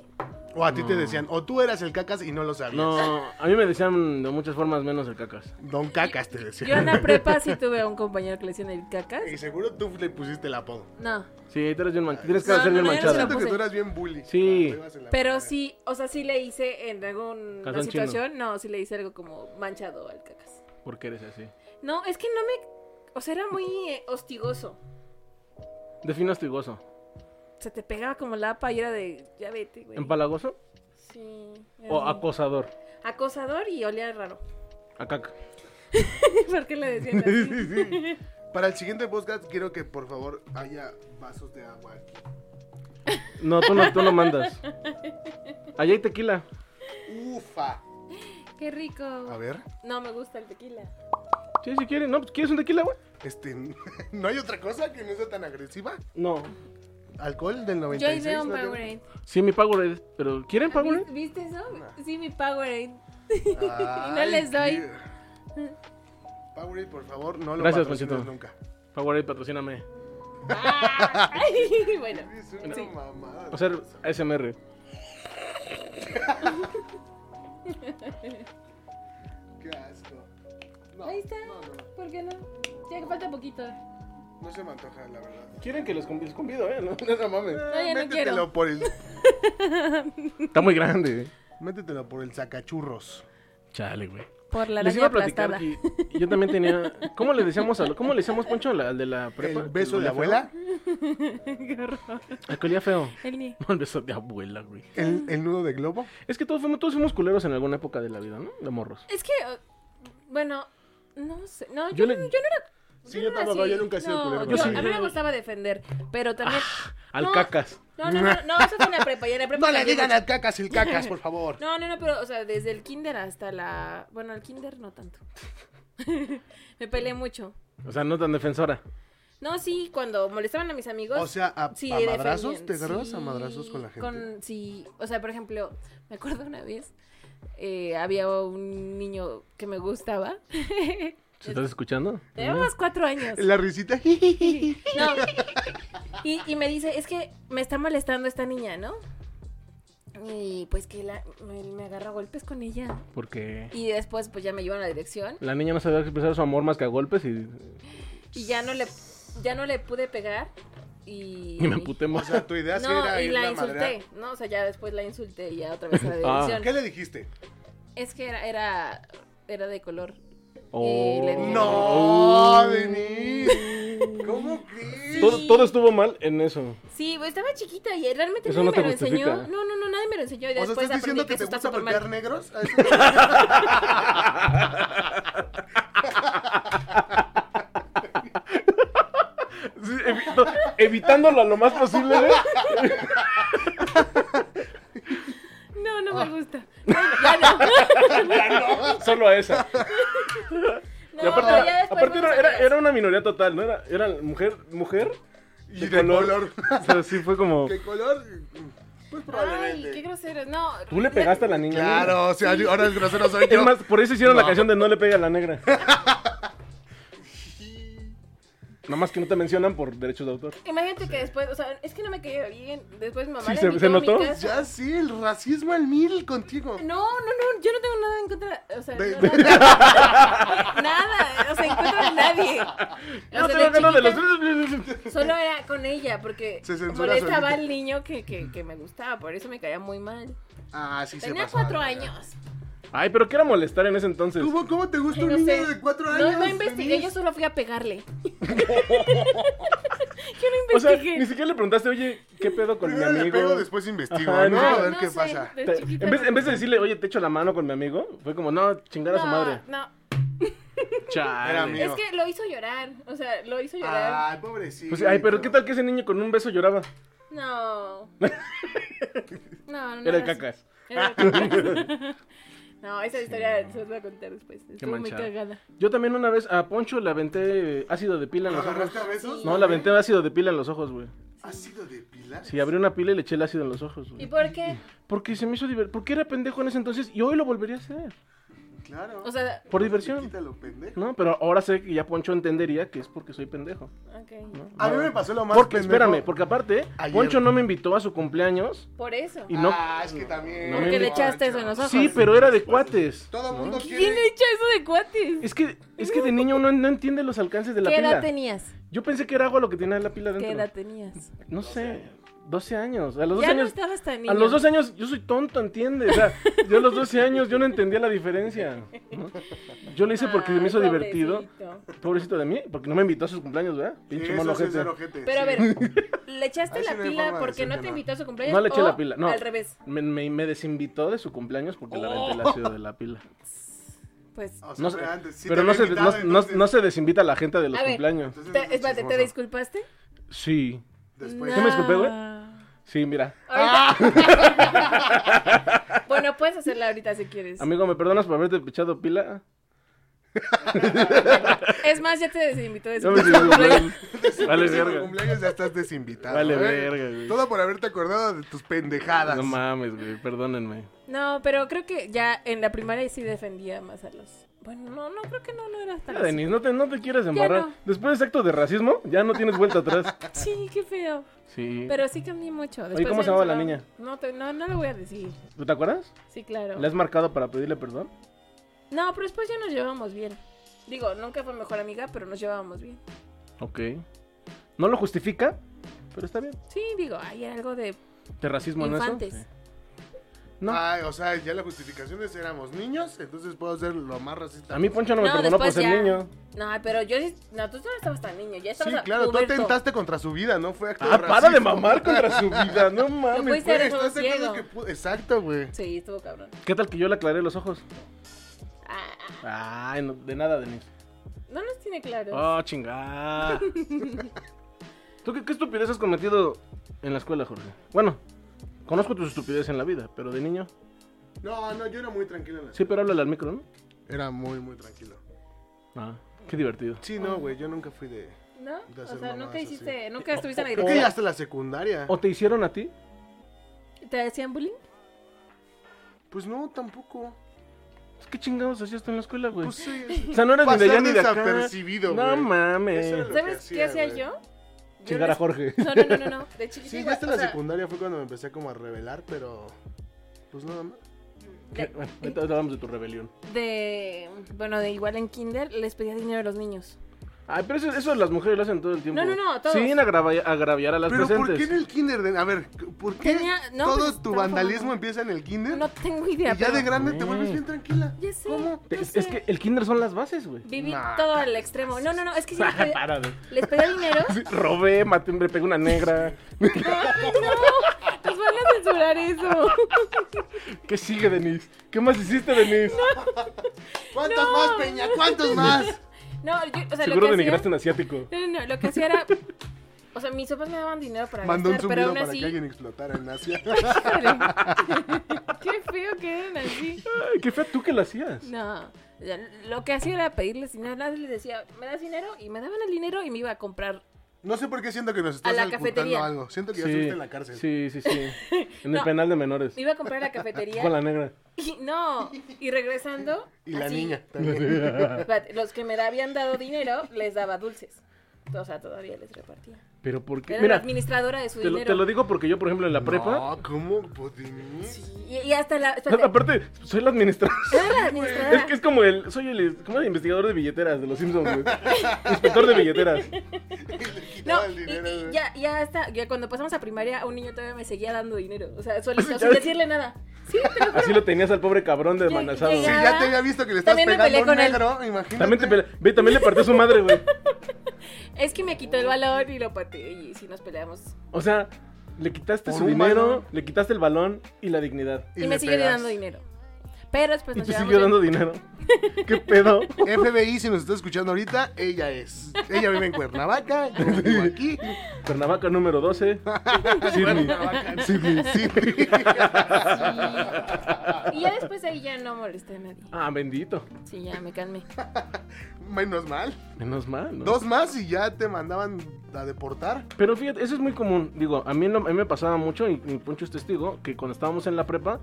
Speaker 3: O a ti te decían, o tú eras el cacas y no lo sabías.
Speaker 2: No, a mí me decían de muchas formas menos el cacas.
Speaker 3: Don Cacas te
Speaker 1: Yo
Speaker 3: decían.
Speaker 1: en la prepa sí tuve a un compañero que le decían el cacas.
Speaker 3: Y seguro tú le pusiste el apodo.
Speaker 1: No,
Speaker 2: Sí, tú eres bien manchada. Tienes que
Speaker 1: No,
Speaker 2: hacer bien
Speaker 1: no, no, yo no se
Speaker 2: manchada.
Speaker 1: la
Speaker 3: Siento que
Speaker 1: puse.
Speaker 3: tú eras bien bully.
Speaker 2: Sí.
Speaker 3: Cuando ibas en la
Speaker 1: pero
Speaker 3: primaria.
Speaker 1: sí, o sea, sí le hice en alguna
Speaker 2: Calzón chino.
Speaker 1: situación, no, sí le hice algo como manchado al cacas.
Speaker 2: Porque eres así.
Speaker 1: No, es que no me... O sea, era muy eh, hostigoso.
Speaker 2: Defino este hostigoso.
Speaker 1: Se te pegaba como la apa y era de... Ya vete, güey.
Speaker 2: ¿Empalagoso
Speaker 1: Sí. era
Speaker 2: o
Speaker 1: muy-
Speaker 2: acosador?
Speaker 1: Acosador y olía raro.
Speaker 2: A caca.
Speaker 1: ¿Por qué le decían así?
Speaker 3: Para el siguiente podcast quiero que por favor haya vasos de agua aquí.
Speaker 2: No, tú no, tú no mandas. Allá hay tequila.
Speaker 3: Ufa.
Speaker 1: Qué rico.
Speaker 3: A ver,
Speaker 1: No, me gusta el tequila.
Speaker 2: Sí, si quieres. No, pues, ¿quieres un tequila, güey?
Speaker 3: este, ¿no hay otra cosa que no sea tan agresiva?
Speaker 2: No.
Speaker 3: Alcohol del
Speaker 1: Yo
Speaker 3: 96.
Speaker 1: hice un
Speaker 3: ¿no?
Speaker 1: Powerade.
Speaker 2: Sí, mi Powerade. Pero, ¿quieren
Speaker 1: Ah, ¿vis-
Speaker 2: Powerade?
Speaker 1: ¿Viste eso?
Speaker 3: No.
Speaker 1: Sí, mi Powerade.
Speaker 3: Ay,
Speaker 1: no les doy.
Speaker 3: qué- Powerade, por favor, no lo
Speaker 2: Gracias,
Speaker 3: Gracias,
Speaker 2: Panchito.
Speaker 3: nunca.
Speaker 2: Powerade, patrocíname.
Speaker 1: Ay, bueno.
Speaker 3: Es una mamada.
Speaker 2: O sea, ASMR.
Speaker 3: Qué asco. No,
Speaker 1: Ahí está.
Speaker 3: No, no,
Speaker 1: ¿Por qué no? Ya que falta poquito.
Speaker 3: no se me antoja, la verdad.
Speaker 2: Quieren que los, convido, ¿eh?
Speaker 3: No, no mames.
Speaker 1: ya no
Speaker 3: métetelo
Speaker 1: quiero.
Speaker 3: por el
Speaker 2: Está muy grande, eh.
Speaker 3: métetelo por el sacachurros.
Speaker 2: Chale, güey.
Speaker 1: Por la
Speaker 2: Les iba
Speaker 1: araña
Speaker 2: a platicar
Speaker 1: aplastada.
Speaker 2: que yo también tenía. ¿Cómo le decíamos a lo- ¿Cómo le decíamos Poncho al al de la prepa?
Speaker 3: ¿El
Speaker 2: ¿Que
Speaker 3: beso de
Speaker 2: olía
Speaker 3: abuela?
Speaker 1: Qué horror.
Speaker 2: feo? Al que olía feo.
Speaker 1: El ni-
Speaker 2: No, el beso de abuela, güey.
Speaker 3: ¿El, el nudo de globo?
Speaker 2: Es que todos fuimos, todos fuimos culeros en alguna época de la vida, ¿no? De morros.
Speaker 1: Es que, eh, bueno, no sé. No, yo,
Speaker 2: Yo le-
Speaker 1: no- yo no era.
Speaker 3: Sí,
Speaker 1: no
Speaker 3: yo
Speaker 1: era
Speaker 3: tampoco,
Speaker 1: así.
Speaker 3: yo nunca he sido
Speaker 1: No,
Speaker 3: culero. Ah.
Speaker 1: yo-
Speaker 2: Yo sí.
Speaker 1: A mí me gustaba defender, pero también.
Speaker 2: Al
Speaker 1: No.
Speaker 2: cacas.
Speaker 1: No, no, no, no, eso fue en la prepa. Y en la prepa
Speaker 3: No le
Speaker 1: también-
Speaker 3: digan al cacas el cacas, por favor.
Speaker 1: No, no, no, pero, o sea, desde el kinder hasta la... Bueno, el kinder no tanto. Me peleé mucho.
Speaker 2: O sea, no tan defensora.
Speaker 1: No, sí, cuando molestaban a mis amigos...
Speaker 3: O sea, a,
Speaker 1: sí,
Speaker 3: a
Speaker 1: defendían,
Speaker 3: madrazos, ¿te agarrabas a
Speaker 1: sí,
Speaker 3: madrazos con la gente?
Speaker 1: con- sí, o sea, por ejemplo, me acuerdo una vez, eh, había un niño que me gustaba
Speaker 2: ¿Se estás escuchando?
Speaker 1: Tenemos cuatro años.
Speaker 3: Mm. La risita.
Speaker 1: No. Y, y me dice, es que me está molestando esta niña, ¿no? Y pues que la, me, me agarra a golpes con ella.
Speaker 2: Porque
Speaker 1: Y después pues ya me llevan a la dirección
Speaker 2: la niña no sabía expresar su amor más que a golpes y,
Speaker 1: y ya no le, ya no le pude pegar y...
Speaker 2: y me emputé
Speaker 3: O
Speaker 2: más.
Speaker 3: sea, tu idea sí
Speaker 1: No,
Speaker 3: era
Speaker 1: y
Speaker 3: ir
Speaker 1: la
Speaker 3: a madrear.
Speaker 1: insulté, ¿no? O sea, ya después la insulté y ya otra vez a la
Speaker 2: Ah.
Speaker 1: dirección.
Speaker 3: ¿Qué le dijiste?
Speaker 1: Es que era, era, era de color.
Speaker 2: Oh.
Speaker 1: le dije- Oh.
Speaker 3: No, Denise. ¿Cómo crees?
Speaker 2: Todo, todo estuvo mal en eso.
Speaker 1: Sí, pues estaba chiquita y realmente
Speaker 2: Eso no
Speaker 1: nadie me
Speaker 2: te
Speaker 1: lo enseñó.
Speaker 2: justifica.
Speaker 1: No, no, no, nadie me lo enseñó. Y
Speaker 3: O sea,
Speaker 1: después
Speaker 3: ¿estás
Speaker 1: aprendí
Speaker 3: diciendo
Speaker 1: que,
Speaker 3: que te
Speaker 1: eso está
Speaker 3: gusta
Speaker 1: súper
Speaker 3: golpear
Speaker 1: mal.
Speaker 3: negros? ¿A eso?
Speaker 2: Sí, evito- evitándolo lo más posible. ¿eh?
Speaker 1: No, no
Speaker 2: Ah.
Speaker 1: me gusta. No, ya no.
Speaker 2: Solo a esa.
Speaker 1: No,
Speaker 2: y aparte,
Speaker 1: ya
Speaker 2: era,
Speaker 1: después
Speaker 2: aparte
Speaker 1: fuimos
Speaker 2: era, era-
Speaker 1: amigas.
Speaker 2: era una minoría total, ¿no? Era, era mujer, mujer.
Speaker 3: Y de color.
Speaker 2: O sea, sí fue como.
Speaker 3: ¿Qué color?
Speaker 1: Ay,
Speaker 3: Pues probablemente.
Speaker 1: qué grosero. No.
Speaker 2: Tú le pegaste a la niña. ¿no?
Speaker 3: Claro, o sea, ahora el grosero soy yo.
Speaker 2: Es más, por eso hicieron la
Speaker 3: No.
Speaker 2: canción de No le pegue a la negra. Nada más que no te mencionan por derechos de autor.
Speaker 1: Imagínate que después, o sea, es que no me caía bien. Después mi mamá
Speaker 2: Sí,
Speaker 1: la
Speaker 2: se-
Speaker 1: invitó
Speaker 2: se
Speaker 1: a mi
Speaker 2: notó.
Speaker 1: casa.
Speaker 3: Ya sí, el racismo al mil contigo.
Speaker 1: No, no, no, yo no tengo nada en contra, o sea,
Speaker 3: Ve-
Speaker 1: no,
Speaker 3: ve-
Speaker 1: nada, nada, o sea, en contra de nadie. O
Speaker 2: No
Speaker 1: sea,
Speaker 2: tengo ganas de los
Speaker 1: chiquita
Speaker 2: tres.
Speaker 1: Solo era con ella, porque
Speaker 3: Se censura
Speaker 1: molestaba
Speaker 3: solita.
Speaker 1: al niño que, que, que me gustaba, por eso me caía muy mal.
Speaker 3: Ah, sí se
Speaker 1: Tenía
Speaker 3: pasaba de
Speaker 1: cuatro
Speaker 3: verga.
Speaker 1: años.
Speaker 2: Ay, pero que era molestar en ese entonces.
Speaker 3: ¿Cómo, cómo te gusta
Speaker 1: Ay,
Speaker 3: un
Speaker 1: no
Speaker 3: niño
Speaker 1: sé.
Speaker 3: de cuatro
Speaker 1: No,
Speaker 3: años?
Speaker 1: no investigué, yo solo fui a pegarle. yo no
Speaker 2: O sea,
Speaker 1: investigué.
Speaker 2: ni siquiera le preguntaste, oye, ¿qué pedo con mi
Speaker 3: Primero le
Speaker 2: amigo?
Speaker 3: pego, después investigo,
Speaker 2: Ajá, no.
Speaker 3: ¿no? A
Speaker 1: Ay,
Speaker 3: ver
Speaker 1: no
Speaker 3: qué
Speaker 1: sé,
Speaker 3: pasa.
Speaker 1: de
Speaker 2: Te-
Speaker 1: chiquita
Speaker 2: en, vez,
Speaker 1: no-
Speaker 2: en vez de decirle, oye, te echo la mano con mi amigo, fue como, no, chingar a su
Speaker 1: No,
Speaker 2: madre.
Speaker 1: No,
Speaker 2: Chale.
Speaker 3: Era mío.
Speaker 1: es que lo hizo llorar, o sea, lo
Speaker 3: Ah.
Speaker 1: hizo llorar.
Speaker 3: Ay, pobrecito.
Speaker 2: Pues, ay, pero ¿qué tal que ese niño con un beso lloraba?
Speaker 1: No. No, no.
Speaker 2: Era el
Speaker 1: no, sí.
Speaker 2: cacas.
Speaker 1: Era el cacas. No, esa historia se los voy a contar después. Estuvo muy
Speaker 2: manchada.
Speaker 1: cagada.
Speaker 2: Yo también una vez a Poncho le aventé ácido de pila en
Speaker 3: ¿Lo
Speaker 2: los ojos.
Speaker 3: agarraste a besos?
Speaker 2: No, le aventé ácido de pila en los ojos, güey.
Speaker 3: ¿Ha sido de pilar?
Speaker 2: Sí, abrí una pila y le eché el ácido en los ojos,
Speaker 1: ¿Y
Speaker 2: güey.
Speaker 1: por qué?
Speaker 2: Porque se me hizo divertido. Porque era pendejo en ese entonces y hoy lo volvería a hacer.
Speaker 3: Claro.
Speaker 1: O sea,
Speaker 2: Por diversión.
Speaker 3: Quítalo, pendejo.
Speaker 2: No, pero ahora sé que ya Poncho entendería que es porque soy pendejo.
Speaker 1: ok.
Speaker 3: A mí me pasó lo más
Speaker 2: Porque,
Speaker 3: pendejo.
Speaker 2: espérame, porque aparte,
Speaker 3: Ayer.
Speaker 2: Poncho no me invitó a su cumpleaños
Speaker 1: Por eso.
Speaker 2: y no.
Speaker 3: Ah, es que también.
Speaker 2: No me
Speaker 1: Porque le
Speaker 2: invitó.
Speaker 1: echaste eso en los ojos.
Speaker 2: Sí, pero era de cuates.
Speaker 3: Todo el mundo
Speaker 1: ¿Quién
Speaker 3: quiere.
Speaker 1: le echa eso de cuates?
Speaker 2: Es que, es que de niño uno no entiende los alcances de la
Speaker 1: ¿Qué edad
Speaker 2: pila.
Speaker 1: tenías?
Speaker 2: Yo pensé que era agua lo que tenía la pila dentro.
Speaker 1: ¿Qué edad tenías?
Speaker 2: No sé, 12 años. A los 12
Speaker 1: Ya no
Speaker 2: años.
Speaker 1: estabas tan niño.
Speaker 2: a los 12 años yo soy tonto, ¿entiendes? O sea, yo a los 12 años yo no entendía la diferencia. ¿no? Yo lo hice porque
Speaker 1: Ay,
Speaker 2: me hizo divertido.
Speaker 1: pobrecito.
Speaker 2: Pobrecito de mí, porque no me invitó a sus cumpleaños, ¿verdad?
Speaker 3: Sí,
Speaker 2: Pinche
Speaker 3: eso
Speaker 2: mono
Speaker 3: sí es
Speaker 2: ojete.
Speaker 3: ser ojete,
Speaker 1: Pero a
Speaker 3: sí.
Speaker 1: ver, ¿le echaste
Speaker 3: Ahí sí
Speaker 1: la
Speaker 3: no hay
Speaker 1: pila
Speaker 3: forma de
Speaker 1: porque
Speaker 3: decir
Speaker 1: no
Speaker 3: que
Speaker 1: te
Speaker 3: no.
Speaker 1: invitó a su cumpleaños?
Speaker 2: No le eché
Speaker 1: o
Speaker 2: la pila, no.
Speaker 1: Al revés.
Speaker 2: Me, me- me desinvitó de su cumpleaños porque le
Speaker 3: Oh.
Speaker 2: aventé el ácido de la pila.
Speaker 1: Pues.
Speaker 3: O sea,
Speaker 2: No sé-
Speaker 3: fue antes, sí
Speaker 2: pero
Speaker 3: te
Speaker 2: no
Speaker 3: había
Speaker 2: se, no-
Speaker 3: invitado,
Speaker 2: no-
Speaker 3: entonces-
Speaker 2: no se desinvita a la gente de los
Speaker 1: A ver.
Speaker 2: cumpleaños.
Speaker 3: entonces
Speaker 1: Te-
Speaker 3: eres un
Speaker 1: espérate, ¿te
Speaker 3: chismoso.
Speaker 1: disculpaste?
Speaker 2: Sí,
Speaker 3: Después.
Speaker 2: ¿Sí me disculpé, güey?
Speaker 1: Nah.
Speaker 2: sí, mira.
Speaker 3: Ah.
Speaker 1: Ahorita- bueno, puedes hacerla ahorita si quieres.
Speaker 2: Amigo, ¿me perdonas por haberte echado pila?
Speaker 1: Es más, ya te desinvitó de su
Speaker 2: No me
Speaker 1: cumpleaños.
Speaker 2: digas, Vale,
Speaker 3: Próximo
Speaker 2: verga.
Speaker 3: cumpleaños ya estás desinvitado.
Speaker 2: Vale,
Speaker 3: ¿eh?
Speaker 2: verga, güey.
Speaker 3: Todo por haberte acordado de tus pendejadas.
Speaker 2: No mames, güey, perdónenme.
Speaker 1: No, pero creo que ya en la primaria sí defendía más a los. Bueno, no, no creo que no, no era tan.
Speaker 2: Ya,
Speaker 1: así.
Speaker 2: Denise, no te, no te quieras embarrar.
Speaker 1: no.
Speaker 2: Después de ese acto de racismo, ya no tienes vuelta atrás.
Speaker 1: Sí, qué feo.
Speaker 2: Sí.
Speaker 1: Pero sí cambié mucho. Después
Speaker 2: ¿cómo
Speaker 1: ya
Speaker 2: se
Speaker 1: nos
Speaker 2: llamaba la
Speaker 1: hablamos.
Speaker 2: niña?
Speaker 1: No, te- no, no lo voy a decir.
Speaker 2: ¿Tú te acuerdas?
Speaker 1: Sí, claro.
Speaker 2: ¿Le has marcado para pedirle perdón?
Speaker 1: No, pero después ya nos llevábamos bien. Digo, nunca fue mejor amiga, pero nos llevábamos bien.
Speaker 2: Ok. No lo justifica, pero está bien.
Speaker 1: Sí, digo, hay algo de
Speaker 2: ¿Te racismo
Speaker 1: infantes.
Speaker 2: en eso? Sí. No.
Speaker 3: Ay, o sea, ya la justificación es éramos niños, entonces puedo ser lo más racista.
Speaker 2: A mí Poncho no me perdonó por
Speaker 1: después
Speaker 2: ser
Speaker 1: ya.
Speaker 2: niño.
Speaker 1: No, pero yo sí- no, tú no estabas tan niño, ya
Speaker 3: Sí,
Speaker 1: estabas a-
Speaker 3: claro, tú
Speaker 1: puberto.
Speaker 3: atentaste contra su vida, ¿no? Fue acto
Speaker 2: Ah,
Speaker 3: de
Speaker 2: para de
Speaker 3: racismo.
Speaker 2: mamar contra su vida, no
Speaker 1: Lo
Speaker 2: mames.
Speaker 1: fuiste
Speaker 3: Güey,
Speaker 1: eres un
Speaker 3: ¿estás de
Speaker 1: ciego.
Speaker 3: acuerdo que pu- Exacto, güey.
Speaker 1: Sí, estuvo cabrón.
Speaker 2: ¿Qué tal que yo le aclaré los ojos?
Speaker 1: Ah,
Speaker 2: Ay, no, de nada, Denise.
Speaker 1: no nos tiene claros.
Speaker 5: Pues.
Speaker 2: Oh, chingada. ¿Tú qué, qué estupidez has cometido en la escuela, Jorge? Bueno, conozco tus estupideces en la vida, pero de niño.
Speaker 3: No, no, yo era muy tranquilo. en la-
Speaker 2: Sí, pero háblale al micro, ¿no?
Speaker 3: Era muy, muy tranquilo.
Speaker 2: Ah, qué divertido.
Speaker 3: Sí, no, güey, yo nunca fui de...
Speaker 1: ¿No?
Speaker 3: de
Speaker 1: O
Speaker 3: hacer
Speaker 1: sea,
Speaker 3: mamadas
Speaker 1: nunca
Speaker 3: así.
Speaker 1: hiciste, nunca estuviste en la
Speaker 3: Creo que ya
Speaker 1: dirección.
Speaker 3: hasta la secundaria.
Speaker 2: ¿O te hicieron a ti?
Speaker 1: ¿Te hacían bullying?
Speaker 3: Pues no, tampoco.
Speaker 2: ¿Qué chingados hacías tú en la escuela, güey?
Speaker 3: Pues sí.
Speaker 2: o sea, no eras ni de allá
Speaker 3: Pasar
Speaker 2: ni de acá.
Speaker 3: desapercibido, güey.
Speaker 2: No
Speaker 3: Eso
Speaker 2: mames.
Speaker 3: era lo que
Speaker 7: ¿Sabes qué hacía
Speaker 3: güey.
Speaker 7: yo? Yo
Speaker 2: Chingar a
Speaker 7: les-
Speaker 2: Jorge.
Speaker 7: No, no, no, no, no, De chiquitita.
Speaker 3: Sí, ya hasta en
Speaker 7: o
Speaker 3: la
Speaker 7: sea,
Speaker 3: secundaria fue cuando me empecé como a revelar, pero. Pues nada más.
Speaker 7: de-
Speaker 2: Bueno, ahorita hablamos de tu rebelión.
Speaker 5: De. Bueno, de igual en Kinder les pedía dinero a los niños.
Speaker 2: Ay, pero eso, eso las mujeres lo hacen todo el tiempo.
Speaker 5: No, no, no, todos.
Speaker 2: Sin agrava- agraviar a las
Speaker 3: Pero
Speaker 2: presentes.
Speaker 3: ¿por qué en el kinder? de- A ver, ¿por qué
Speaker 5: Tenía- no,
Speaker 3: todo
Speaker 5: pues,
Speaker 3: tu
Speaker 5: estaba
Speaker 3: vandalismo
Speaker 5: jugando.
Speaker 3: empieza en el kinder?
Speaker 5: No tengo idea.
Speaker 3: y ya
Speaker 5: pero-
Speaker 3: de grande te
Speaker 2: Mm.
Speaker 3: vuelves bien tranquila.
Speaker 5: Ya sé,
Speaker 2: Te-
Speaker 5: ya
Speaker 2: es,
Speaker 5: sé.
Speaker 2: es que el kinder son las bases, güey.
Speaker 5: Viví
Speaker 3: Nah,
Speaker 5: todo al extremo. No, no, no, es que sí les pedía,
Speaker 2: Para de-
Speaker 5: les pedía dinero.
Speaker 2: Sí, Robé, maté, le pegué una negra.
Speaker 5: ¡Ay, no! Nos van a censurar eso.
Speaker 2: ¿Qué sigue, Denise? ¿Qué más hiciste, Denise?
Speaker 3: ¿Cuántos más, Peña? ¿Cuántos más?
Speaker 5: No, yo, o sea, lo
Speaker 2: Seguro
Speaker 5: que hacía...
Speaker 2: denigraste un asiático.
Speaker 5: No, no, no, lo que hacía era... O sea, mis papás me daban dinero para
Speaker 3: Mandó un
Speaker 5: gastar, pero aún
Speaker 3: zumbido para
Speaker 5: así...
Speaker 3: que alguien explotara en Asia.
Speaker 5: Híjole. Qué feo que eran así.
Speaker 2: Ay, qué fea tú que lo hacías.
Speaker 5: No, ya, lo que hacía era pedirles dinero. Nada más les decía, ¿me das dinero? Y me daban el dinero y me iba a comprar.
Speaker 3: No sé por qué siento que nos
Speaker 5: A
Speaker 3: estás
Speaker 5: la
Speaker 3: ocultando
Speaker 5: cafetería.
Speaker 3: algo. Siento que ya estuviste en la cárcel.
Speaker 2: Sí, sí, sí. En el
Speaker 5: No.
Speaker 2: penal de menores.
Speaker 5: Me iba a comprar a la cafetería.
Speaker 2: Con la negra.
Speaker 5: Y, no, y regresando...
Speaker 3: Y la
Speaker 5: así,
Speaker 3: niña también.
Speaker 5: espérate, Los que me habían dado dinero, les daba dulces. O sea, todavía les repartía.
Speaker 2: Pero ¿por qué?
Speaker 5: Era la
Speaker 2: Mira, te
Speaker 5: administradora de su
Speaker 2: lo,
Speaker 5: dinero.
Speaker 2: te lo digo porque yo, por ejemplo, en la prepa.
Speaker 3: No, ¿cómo Pues, podías?
Speaker 5: Sí, Y, y hasta la. espérate,
Speaker 2: Aparte, soy la administradora.
Speaker 5: era la
Speaker 2: Es
Speaker 5: administradora.
Speaker 2: que es como el. Soy el. ¿Cómo el investigador de billeteras de los Simpsons, güey? Inspector de billeteras.
Speaker 5: No,
Speaker 3: el
Speaker 5: y-
Speaker 3: dinero,
Speaker 5: y,
Speaker 3: güey.
Speaker 5: ya, ya hasta. Ya cuando pasamos a primaria, un niño todavía me seguía dando dinero. O sea, solito,
Speaker 2: ya
Speaker 5: sin
Speaker 2: ves.
Speaker 5: decirle nada. Sí, pero.
Speaker 2: Así lo tenías al pobre cabrón de
Speaker 5: Lle-
Speaker 2: manazado.
Speaker 3: Si
Speaker 5: llegaba-
Speaker 3: ya te había visto que le estás
Speaker 5: También me
Speaker 3: pegando a
Speaker 5: peleé
Speaker 3: un
Speaker 5: con él.
Speaker 3: negro, imagínate.
Speaker 2: También, te pele- ve, también le partió su madre, güey.
Speaker 5: Es que me quitó el balón y lo pateé. Y si nos peleamos.
Speaker 2: O sea, le quitaste
Speaker 3: Por
Speaker 2: su
Speaker 3: un
Speaker 2: dinero,
Speaker 3: balón.
Speaker 2: le quitaste el balón y la dignidad.
Speaker 5: Y,
Speaker 3: le
Speaker 5: me sigue
Speaker 3: pegas.
Speaker 5: dando dinero. Pero después
Speaker 2: Y
Speaker 5: Pues nos
Speaker 2: te
Speaker 5: llevamos.
Speaker 2: siguió dando dinero. ¿Qué pedo?
Speaker 3: FBI, si nos está escuchando ahorita, ella es. Ella vive en Cuernavaca, yo vivo aquí.
Speaker 2: Cuernavaca número 12. Sydney.
Speaker 3: Sydney, Sydney.
Speaker 5: Y ya después de ahí ya no molesté a nadie.
Speaker 2: Ah, bendito.
Speaker 5: Sí, ya me calmé.
Speaker 3: Menos mal.
Speaker 2: Menos mal, ¿no?
Speaker 3: Dos más y ya te mandaban a deportar.
Speaker 2: Pero fíjate, eso es muy común. Digo, a mí, no- a mí me pasaba mucho, y, y Poncho es testigo, que cuando estábamos en la prepa,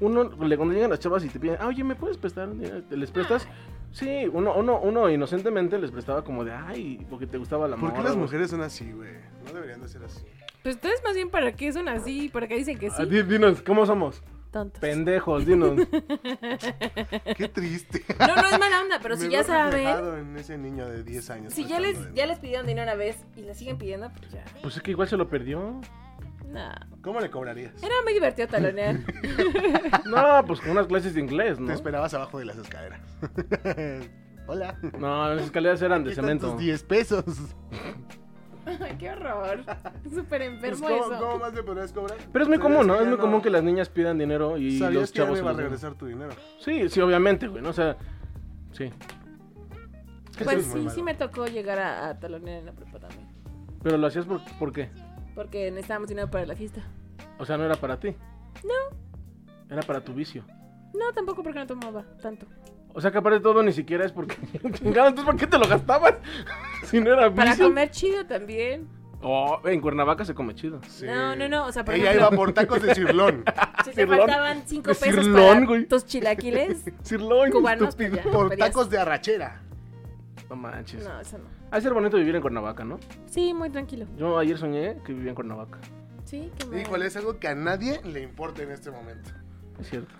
Speaker 2: uno, le- cuando llegan las chavas y te piden, ah, oye, ¿me puedes prestar? un dinero?", ¿Te les
Speaker 5: Ah.
Speaker 2: prestas? Sí, uno, uno, uno inocentemente les prestaba como de, ay, porque te gustaba la
Speaker 3: ¿Por qué
Speaker 2: morra,
Speaker 3: las
Speaker 2: güey".
Speaker 3: mujeres son así, güey? No deberían de ser así.
Speaker 5: Pues ustedes más bien para qué son así, para qué dicen que
Speaker 2: Ah,
Speaker 5: sí.
Speaker 2: di- dinos, ¿cómo somos?
Speaker 5: Tontos.
Speaker 2: Pendejos, dinos.
Speaker 3: Qué triste.
Speaker 5: No, no es mala onda, pero si
Speaker 3: Me
Speaker 5: ya
Speaker 3: veo
Speaker 5: saben.
Speaker 3: reflejado en ese niño de 10 años.
Speaker 5: Si ya les,
Speaker 3: pensando en-
Speaker 5: ya les pidieron dinero una vez y la siguen pidiendo, pues ya.
Speaker 2: Pues es que igual se lo perdió.
Speaker 5: No.
Speaker 3: ¿Cómo le cobrarías?
Speaker 5: Era muy divertido talonear.
Speaker 2: No, pues con unas clases de inglés,
Speaker 3: Te
Speaker 2: ¿no?
Speaker 3: esperabas abajo de las escaleras. Hola.
Speaker 2: No, las escaleras eran de
Speaker 3: Aquí están
Speaker 2: cemento.
Speaker 3: tus 10 pesos.
Speaker 5: Ay, qué horror. Súper
Speaker 3: Pues,
Speaker 5: enfermo
Speaker 3: ¿cómo,
Speaker 5: eso.
Speaker 3: cómo más le podrías cobrar?
Speaker 2: Pero es muy común, ¿no?
Speaker 3: Sabías
Speaker 2: Es
Speaker 3: ya
Speaker 2: muy común que las niñas pidan dinero y
Speaker 3: Sabías
Speaker 2: los
Speaker 3: que ya
Speaker 2: chavos...
Speaker 3: me
Speaker 2: se
Speaker 3: iba a
Speaker 2: los den.
Speaker 3: regresar tu dinero.
Speaker 2: Sí, sí, obviamente, güey, ¿no? O sea, sí.
Speaker 5: Pues
Speaker 3: Eso es muy
Speaker 5: sí,
Speaker 3: malo.
Speaker 5: sí me tocó llegar a, a talonear en la prepa también.
Speaker 2: Pero lo hacías por, ¿por qué?
Speaker 5: Porque necesitábamos dinero para la fiesta.
Speaker 2: O sea, no era para ti. No. Era para tu vicio.
Speaker 5: No, tampoco porque no tomaba tanto.
Speaker 2: O sea, que aparte de todo ni siquiera es porque... Chingado, entonces ¿por qué te lo gastabas? si no era vicio.
Speaker 5: Para comer chido también.
Speaker 2: Oh, en Cuernavaca se come chido.
Speaker 3: Sí.
Speaker 5: No, no, no. O sea, por
Speaker 3: Ella iba
Speaker 5: ejemplo,
Speaker 3: por tacos de cirlón.
Speaker 5: si te
Speaker 2: Cirlón.
Speaker 5: faltaban cinco
Speaker 2: De
Speaker 5: pesos
Speaker 2: cirlón,
Speaker 5: para
Speaker 2: güey.
Speaker 5: tus chilaquiles
Speaker 2: Sirloin,
Speaker 5: cubanos, pues
Speaker 2: estúpido.
Speaker 5: ya,
Speaker 3: por
Speaker 5: pedías-
Speaker 3: tacos de arrachera.
Speaker 2: No manches.
Speaker 5: No, eso no.
Speaker 2: Ha de ser bonito vivir en Cuernavaca, ¿no?
Speaker 5: Sí, muy tranquilo.
Speaker 2: Yo ayer soñé que vivía en Cuernavaca.
Speaker 5: Sí, qué mal.
Speaker 3: Híjole, es algo que a nadie le importa en este momento.
Speaker 2: Es cierto.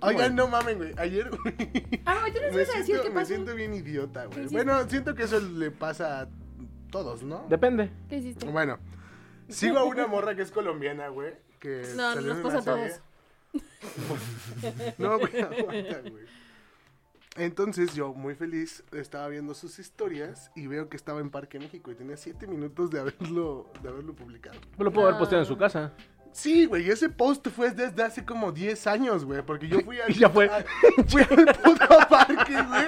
Speaker 3: Oigan, no mamen, güey. Ayer, güey,
Speaker 5: Ah, tú les
Speaker 3: me,
Speaker 5: ibas a decir
Speaker 3: siento,
Speaker 5: qué
Speaker 3: me
Speaker 5: pasó.
Speaker 3: siento bien idiota, güey.
Speaker 5: hiciste?
Speaker 3: Bueno, siento que eso le pasa a todos, ¿no?
Speaker 2: Depende.
Speaker 5: ¿Qué hiciste?
Speaker 3: Bueno, sigo a una morra que es colombiana, güey. Que
Speaker 5: No,
Speaker 3: salió
Speaker 5: nos
Speaker 3: en
Speaker 5: pasa
Speaker 3: una
Speaker 5: a todos.
Speaker 3: serie. No, güey, aguanta, güey. Entonces yo, muy feliz, estaba viendo sus historias y veo que estaba en Parque México y tenía siete minutos de haberlo, de haberlo publicado.
Speaker 2: Lo puedo haber
Speaker 5: No.
Speaker 2: posteado en su casa.
Speaker 3: Sí, güey, ese post fue desde hace como 10 años, güey, porque yo fui al...
Speaker 2: Ya fue.
Speaker 3: a- fui al puto parque, güey.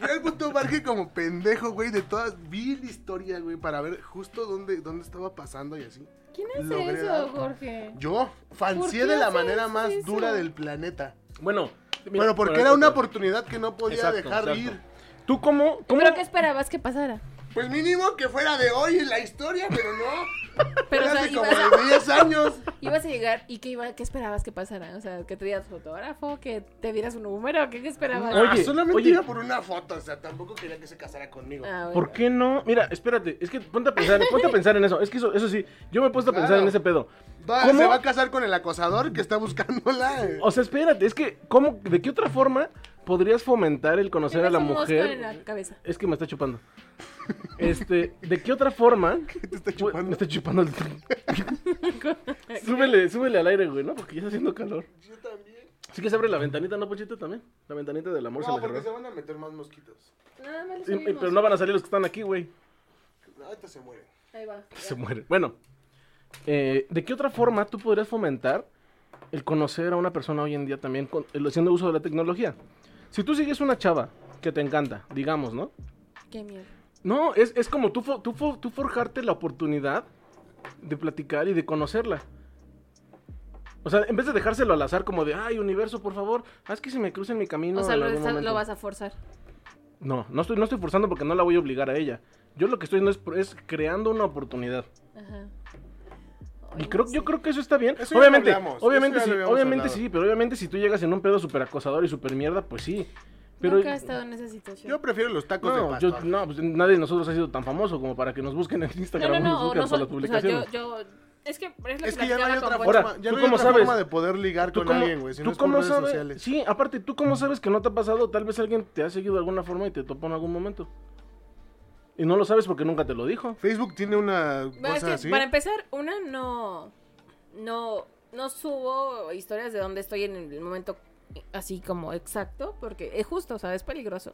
Speaker 3: Fui al puto parque como pendejo, güey, de todas... Vi la historia, güey, para ver justo dónde, dónde estaba pasando y así.
Speaker 5: ¿Quién
Speaker 3: hace
Speaker 5: hace
Speaker 3: Logré eso,
Speaker 5: eso,
Speaker 3: dar-
Speaker 5: Jorge?
Speaker 3: Yo
Speaker 5: ¿Por
Speaker 3: fancié
Speaker 5: qué
Speaker 3: de la
Speaker 5: haces
Speaker 3: manera más
Speaker 5: eso?
Speaker 3: dura del planeta.
Speaker 2: Bueno. mira,
Speaker 3: Bueno, porque
Speaker 2: para-
Speaker 3: era una oportunidad que no podía
Speaker 2: Exacto,
Speaker 3: dejar
Speaker 2: exacto.
Speaker 3: ir.
Speaker 2: ¿Tú cómo? cómo
Speaker 5: ¿Pero qué esperabas que pasara?
Speaker 3: Pues mínimo que fuera de hoy en la historia, pero no.
Speaker 1: Pero, o
Speaker 3: Fue
Speaker 1: sea,
Speaker 3: hace como
Speaker 1: ibas, a,
Speaker 3: de 10 años.
Speaker 1: ibas a llegar y qué, iba, qué esperabas que pasara. O sea, que te dieras fotógrafo, que te vieras un número, ¿qué, qué esperabas?
Speaker 2: Oye,
Speaker 3: Ah, solamente
Speaker 2: oye.
Speaker 3: iba por una foto, o sea, tampoco quería que se casara conmigo.
Speaker 1: Ah, bueno.
Speaker 2: ¿Por qué no? Mira, espérate, es que ponte a pensar, ponte a pensar en eso. Es que eso, eso sí, yo me he puesto a pensar
Speaker 3: Claro.
Speaker 2: en ese pedo.
Speaker 3: Va-
Speaker 2: ¿Cómo?
Speaker 3: Se va a casar con el acosador que está buscándola. eh.
Speaker 2: O sea, espérate, es que, ¿cómo, ¿de qué otra forma podrías fomentar el conocer a
Speaker 1: Tenías
Speaker 2: la
Speaker 1: un mosco en
Speaker 2: mujer?
Speaker 1: la cabeza.
Speaker 2: Es que me está chupando. Este, ¿de qué otra forma?
Speaker 3: Te está
Speaker 2: Güey,
Speaker 3: chupando.
Speaker 2: Me está chupando el. súbele, súbele al aire, güey, ¿no? Porque ya está haciendo calor.
Speaker 3: Yo también.
Speaker 2: Así que se abre la ventanita, ¿no, Ponchito? También. La ventanita del amor se
Speaker 3: No,
Speaker 2: me
Speaker 3: porque
Speaker 2: cerró.
Speaker 3: se van a meter más mosquitos.
Speaker 1: Nada más lo
Speaker 2: Sí,
Speaker 1: subimos.
Speaker 2: pero no van a salir los que están aquí, güey.
Speaker 3: Ahorita se mueren.
Speaker 1: Ahí va.
Speaker 2: Se mueren. Bueno, eh, ¿de qué otra forma tú podrías fomentar el conocer a una persona hoy en día también con- el- haciendo uso de la tecnología? Si tú sigues una chava que te encanta, digamos, ¿no?
Speaker 1: Qué miedo.
Speaker 2: No, es, es como tú, fo- tú, fo- tú forjarte la oportunidad de platicar y de conocerla. O sea, en vez de dejárselo al azar como de, ay, universo, por favor, haz que se me cruce en mi camino.
Speaker 1: o sea,
Speaker 2: en
Speaker 1: lo,
Speaker 2: algún
Speaker 1: estás-
Speaker 2: momento".
Speaker 1: lo vas a forzar.
Speaker 2: No, no estoy, no estoy forzando porque no la voy a obligar a ella. Yo lo que estoy no es, es creando una oportunidad.
Speaker 1: Ajá.
Speaker 2: Y
Speaker 1: Ay,
Speaker 2: creo,
Speaker 1: no
Speaker 2: yo
Speaker 1: sé.
Speaker 2: creo que eso está bien.
Speaker 3: Eso ya lo
Speaker 2: obviamente,
Speaker 3: hablamos, eso
Speaker 2: obviamente,
Speaker 3: ya
Speaker 2: sí,
Speaker 3: lo habíamos
Speaker 2: obviamente
Speaker 3: hablado.
Speaker 2: sí, pero obviamente si tú llegas en un pedo súper acosador y súper mierda, pues sí. Pero
Speaker 1: Nunca he estado en esa situación.
Speaker 3: Yo prefiero los tacos de
Speaker 2: no, yo-
Speaker 3: pastor.
Speaker 2: no, pues, nadie de nosotros ha sido tan famoso como para que nos busquen en Instagram
Speaker 1: no, no,
Speaker 2: o nos
Speaker 1: no.
Speaker 2: busquen por
Speaker 1: o no so-
Speaker 2: las
Speaker 1: o sea,
Speaker 2: publicaciones.
Speaker 1: yo, yo... Es que es lo
Speaker 3: Es
Speaker 1: que
Speaker 3: que ya no
Speaker 1: platicaba
Speaker 3: hay
Speaker 1: con
Speaker 3: otra
Speaker 1: Poncho.
Speaker 2: Ahora,
Speaker 3: forma,
Speaker 2: ¿tú
Speaker 3: ya no hay
Speaker 2: cómo
Speaker 3: otra
Speaker 2: sabes?
Speaker 3: forma de poder ligar
Speaker 2: ¿Tú
Speaker 3: con
Speaker 2: cómo-
Speaker 3: alguien, güey, si
Speaker 2: tú
Speaker 3: no es por
Speaker 2: cómo
Speaker 3: redes
Speaker 2: sabes-
Speaker 3: sociales. Mm.
Speaker 2: Sí, aparte, ¿tú cómo sabes que no te ha pasado? Tal vez alguien te ha seguido de alguna forma y te topó en algún momento. Y no lo sabes porque nunca te lo dijo.
Speaker 3: Facebook tiene una
Speaker 1: Bueno, es
Speaker 3: cosa
Speaker 1: que,
Speaker 3: así.
Speaker 1: Para empezar, una no, no, no subo historias de dónde estoy en el momento así como exacto, porque es justo, o sea, es peligroso.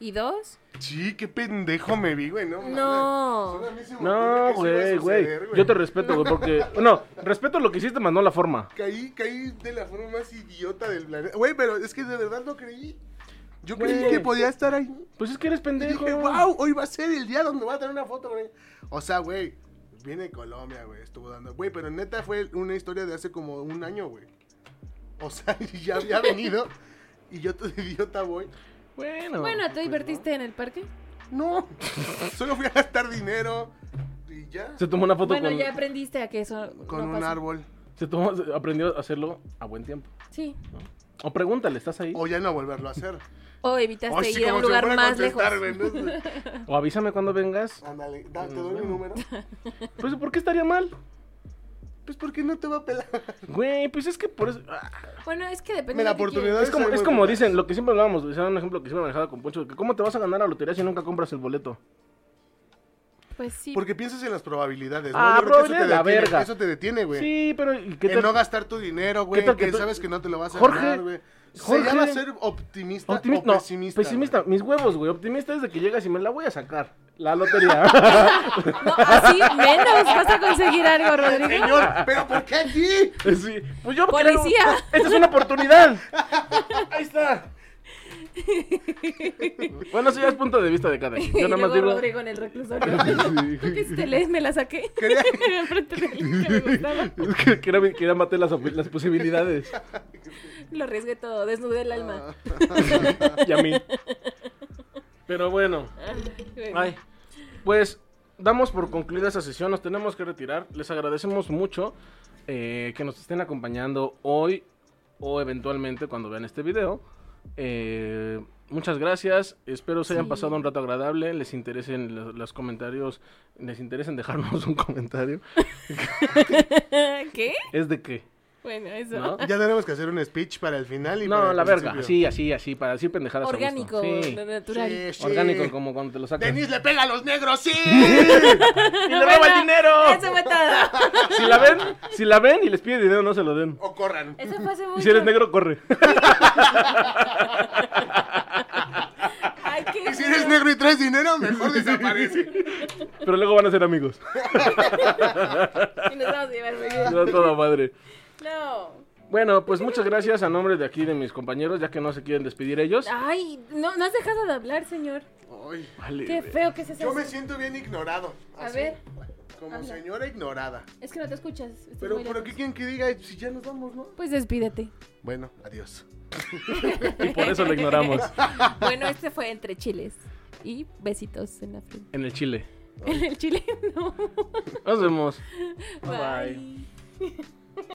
Speaker 1: Y dos,
Speaker 3: Sí, qué pendejo me vi, güey, no. mames.
Speaker 1: No.
Speaker 3: Solo a mí se me ocurre
Speaker 2: No,
Speaker 3: que eso iba a
Speaker 2: güey, güey.
Speaker 3: suceder,
Speaker 2: Yo te respeto, güey, porque... No, respeto lo que hiciste, más no la forma.
Speaker 3: Caí, caí de la forma más idiota del planeta. Güey, pero es que de verdad no creí. Yo creí
Speaker 2: Güey.
Speaker 3: que podía estar ahí.
Speaker 2: Pues es que eres
Speaker 3: Y
Speaker 2: pendejo.
Speaker 3: dije, wow, hoy va a ser el día donde voy a tener una foto, güey. O sea, güey, viene de Colombia, güey, estuvo dando. Güey, pero neta fue una historia de hace como un año, güey. O sea, ya había venido y yo todo idiota voy.
Speaker 2: Bueno.
Speaker 1: bueno, ¿te
Speaker 3: pues
Speaker 1: divertiste en el parque?
Speaker 3: No, solo fui a gastar dinero y ya.
Speaker 2: Se tomó una foto
Speaker 1: Bueno,
Speaker 2: con...
Speaker 1: ya aprendiste a que eso
Speaker 3: Con
Speaker 1: no
Speaker 3: un
Speaker 1: pasa.
Speaker 3: árbol.
Speaker 2: Se tomó, se- aprendió a hacerlo a buen tiempo.
Speaker 1: Sí,
Speaker 2: O pregúntale, ¿estás ahí?
Speaker 3: O ya no volverlo a hacer.
Speaker 1: o evitaste ir a un lugar más lejos.
Speaker 2: O avísame cuando vengas.
Speaker 3: Ándale, da- te
Speaker 2: Nos
Speaker 3: doy mi
Speaker 2: vemos.
Speaker 3: número.
Speaker 2: Pues, ¿por qué estaría mal?
Speaker 3: Pues porque no te va a pelar.
Speaker 2: Güey, pues es que por eso... ah,
Speaker 1: Bueno, es que depende
Speaker 3: Mira,
Speaker 1: de qué quieres.
Speaker 3: oportunidades
Speaker 2: Es como,
Speaker 3: hay
Speaker 2: es
Speaker 3: muy
Speaker 2: como
Speaker 3: pocas.
Speaker 2: dicen, lo que siempre hablábamos, es un ejemplo que siempre manejaba con Poncho, que cómo te vas a ganar la lotería si nunca compras el boleto.
Speaker 1: Pues sí.
Speaker 3: Porque piensas en las probabilidades. ¿no?
Speaker 2: Ah,
Speaker 3: Yo creo que
Speaker 2: probabilidad de la
Speaker 3: eso te detiene,
Speaker 2: verga.
Speaker 3: Eso te detiene, güey.
Speaker 2: Sí, pero ¿y qué
Speaker 3: En
Speaker 2: tal?
Speaker 3: no gastar tu dinero, güey.
Speaker 2: ¿Qué tal
Speaker 3: Que,
Speaker 2: que tú-
Speaker 3: sabes que no te lo vas a
Speaker 2: Jorge,
Speaker 3: ganar, güey. Se
Speaker 2: Jorge-
Speaker 3: llama ser optimista
Speaker 2: Optimista,
Speaker 3: o
Speaker 2: no,
Speaker 3: pesimista.
Speaker 2: pesimista,
Speaker 3: güey.
Speaker 2: mis huevos, güey. Optimista es de que llegas y me la voy a sacar. La lotería.
Speaker 1: No, así menos vas a conseguir algo, Rodrigo.
Speaker 3: Ah, Señor, ¿pero por qué aquí?
Speaker 2: sí. Pues yo creo-
Speaker 1: Policía.
Speaker 2: Esta es una oportunidad. Ahí está. bueno, eso ya es punto de vista de cada quien. Yo
Speaker 1: y
Speaker 2: nada más
Speaker 1: luego
Speaker 2: digo.
Speaker 1: Rodrigo en el reclusorio. ¿Qué hiciste, Les? Me la saqué.
Speaker 3: Quería-
Speaker 1: Enfrente de él, que me gustaba.
Speaker 2: Es que quería, quería matar las, op- las posibilidades.
Speaker 1: Lo arriesgué todo, desnudé el alma.
Speaker 2: Y a mí. Pero bueno. Ah. Ay, pues damos por concluida esa sesión, nos tenemos que retirar. Les agradecemos mucho eh, que nos estén acompañando hoy o eventualmente cuando vean este video. Eh, muchas gracias, espero se hayan
Speaker 1: Sí.
Speaker 2: pasado un rato agradable, les interesen lo- los, comentarios, les interesen dejarnos un comentario.
Speaker 1: ¿Qué?
Speaker 2: ¿Es de qué?
Speaker 1: Bueno, eso.
Speaker 2: ¿No?
Speaker 3: Ya tenemos que hacer un speech para el final y para
Speaker 2: No,
Speaker 3: el
Speaker 2: la verga,
Speaker 3: principio.
Speaker 2: así, así, así, para decir pendejadas. a gusto.
Speaker 1: Orgánico,
Speaker 2: Sí.
Speaker 1: lo natural.
Speaker 3: Sí, sí.
Speaker 2: Orgánico, como cuando te lo sacas.
Speaker 3: Denis le pega a los negros, sí.
Speaker 2: ¡Y le roba
Speaker 1: Bueno,
Speaker 2: el dinero!
Speaker 1: Eso fue todo.
Speaker 2: Si la ven, si la ven y les pide dinero, no se lo den.
Speaker 3: o corran.
Speaker 1: Eso fue hace mucho.
Speaker 2: Y si eres negro, corre.
Speaker 1: Ay, qué
Speaker 3: Y si eres
Speaker 1: feo.
Speaker 3: negro y traes dinero, mejor desaparece.
Speaker 2: Pero luego van a ser amigos.
Speaker 1: Y nos vamos a llevar muy bien.
Speaker 2: No, toda madre.
Speaker 1: No.
Speaker 2: Bueno, pues muchas gracias a nombre de aquí de mis compañeros, ya que no se quieren despedir ellos.
Speaker 1: Ah, Ay, no, no has dejado de hablar, señor.
Speaker 3: Ay,
Speaker 2: Vale,
Speaker 1: Qué feo que se
Speaker 3: yo me siento bien ignorado.
Speaker 1: A
Speaker 3: así,
Speaker 1: ver.
Speaker 3: Como
Speaker 1: habla.
Speaker 3: señora ignorada.
Speaker 1: Es que no te escuchas. estás
Speaker 3: Pero,
Speaker 1: muy
Speaker 3: pero
Speaker 1: lejos.
Speaker 3: ¿qué quieren que diga? Si ya nos vamos, ¿no?
Speaker 1: Pues despídete.
Speaker 3: Bueno, adiós.
Speaker 2: Y por eso lo ignoramos.
Speaker 1: Bueno, este fue Entre Chiles. y besitos en la frente.
Speaker 2: En el chile.
Speaker 1: En el chile, no.
Speaker 2: Nos vemos.
Speaker 1: Bye.
Speaker 2: Bye.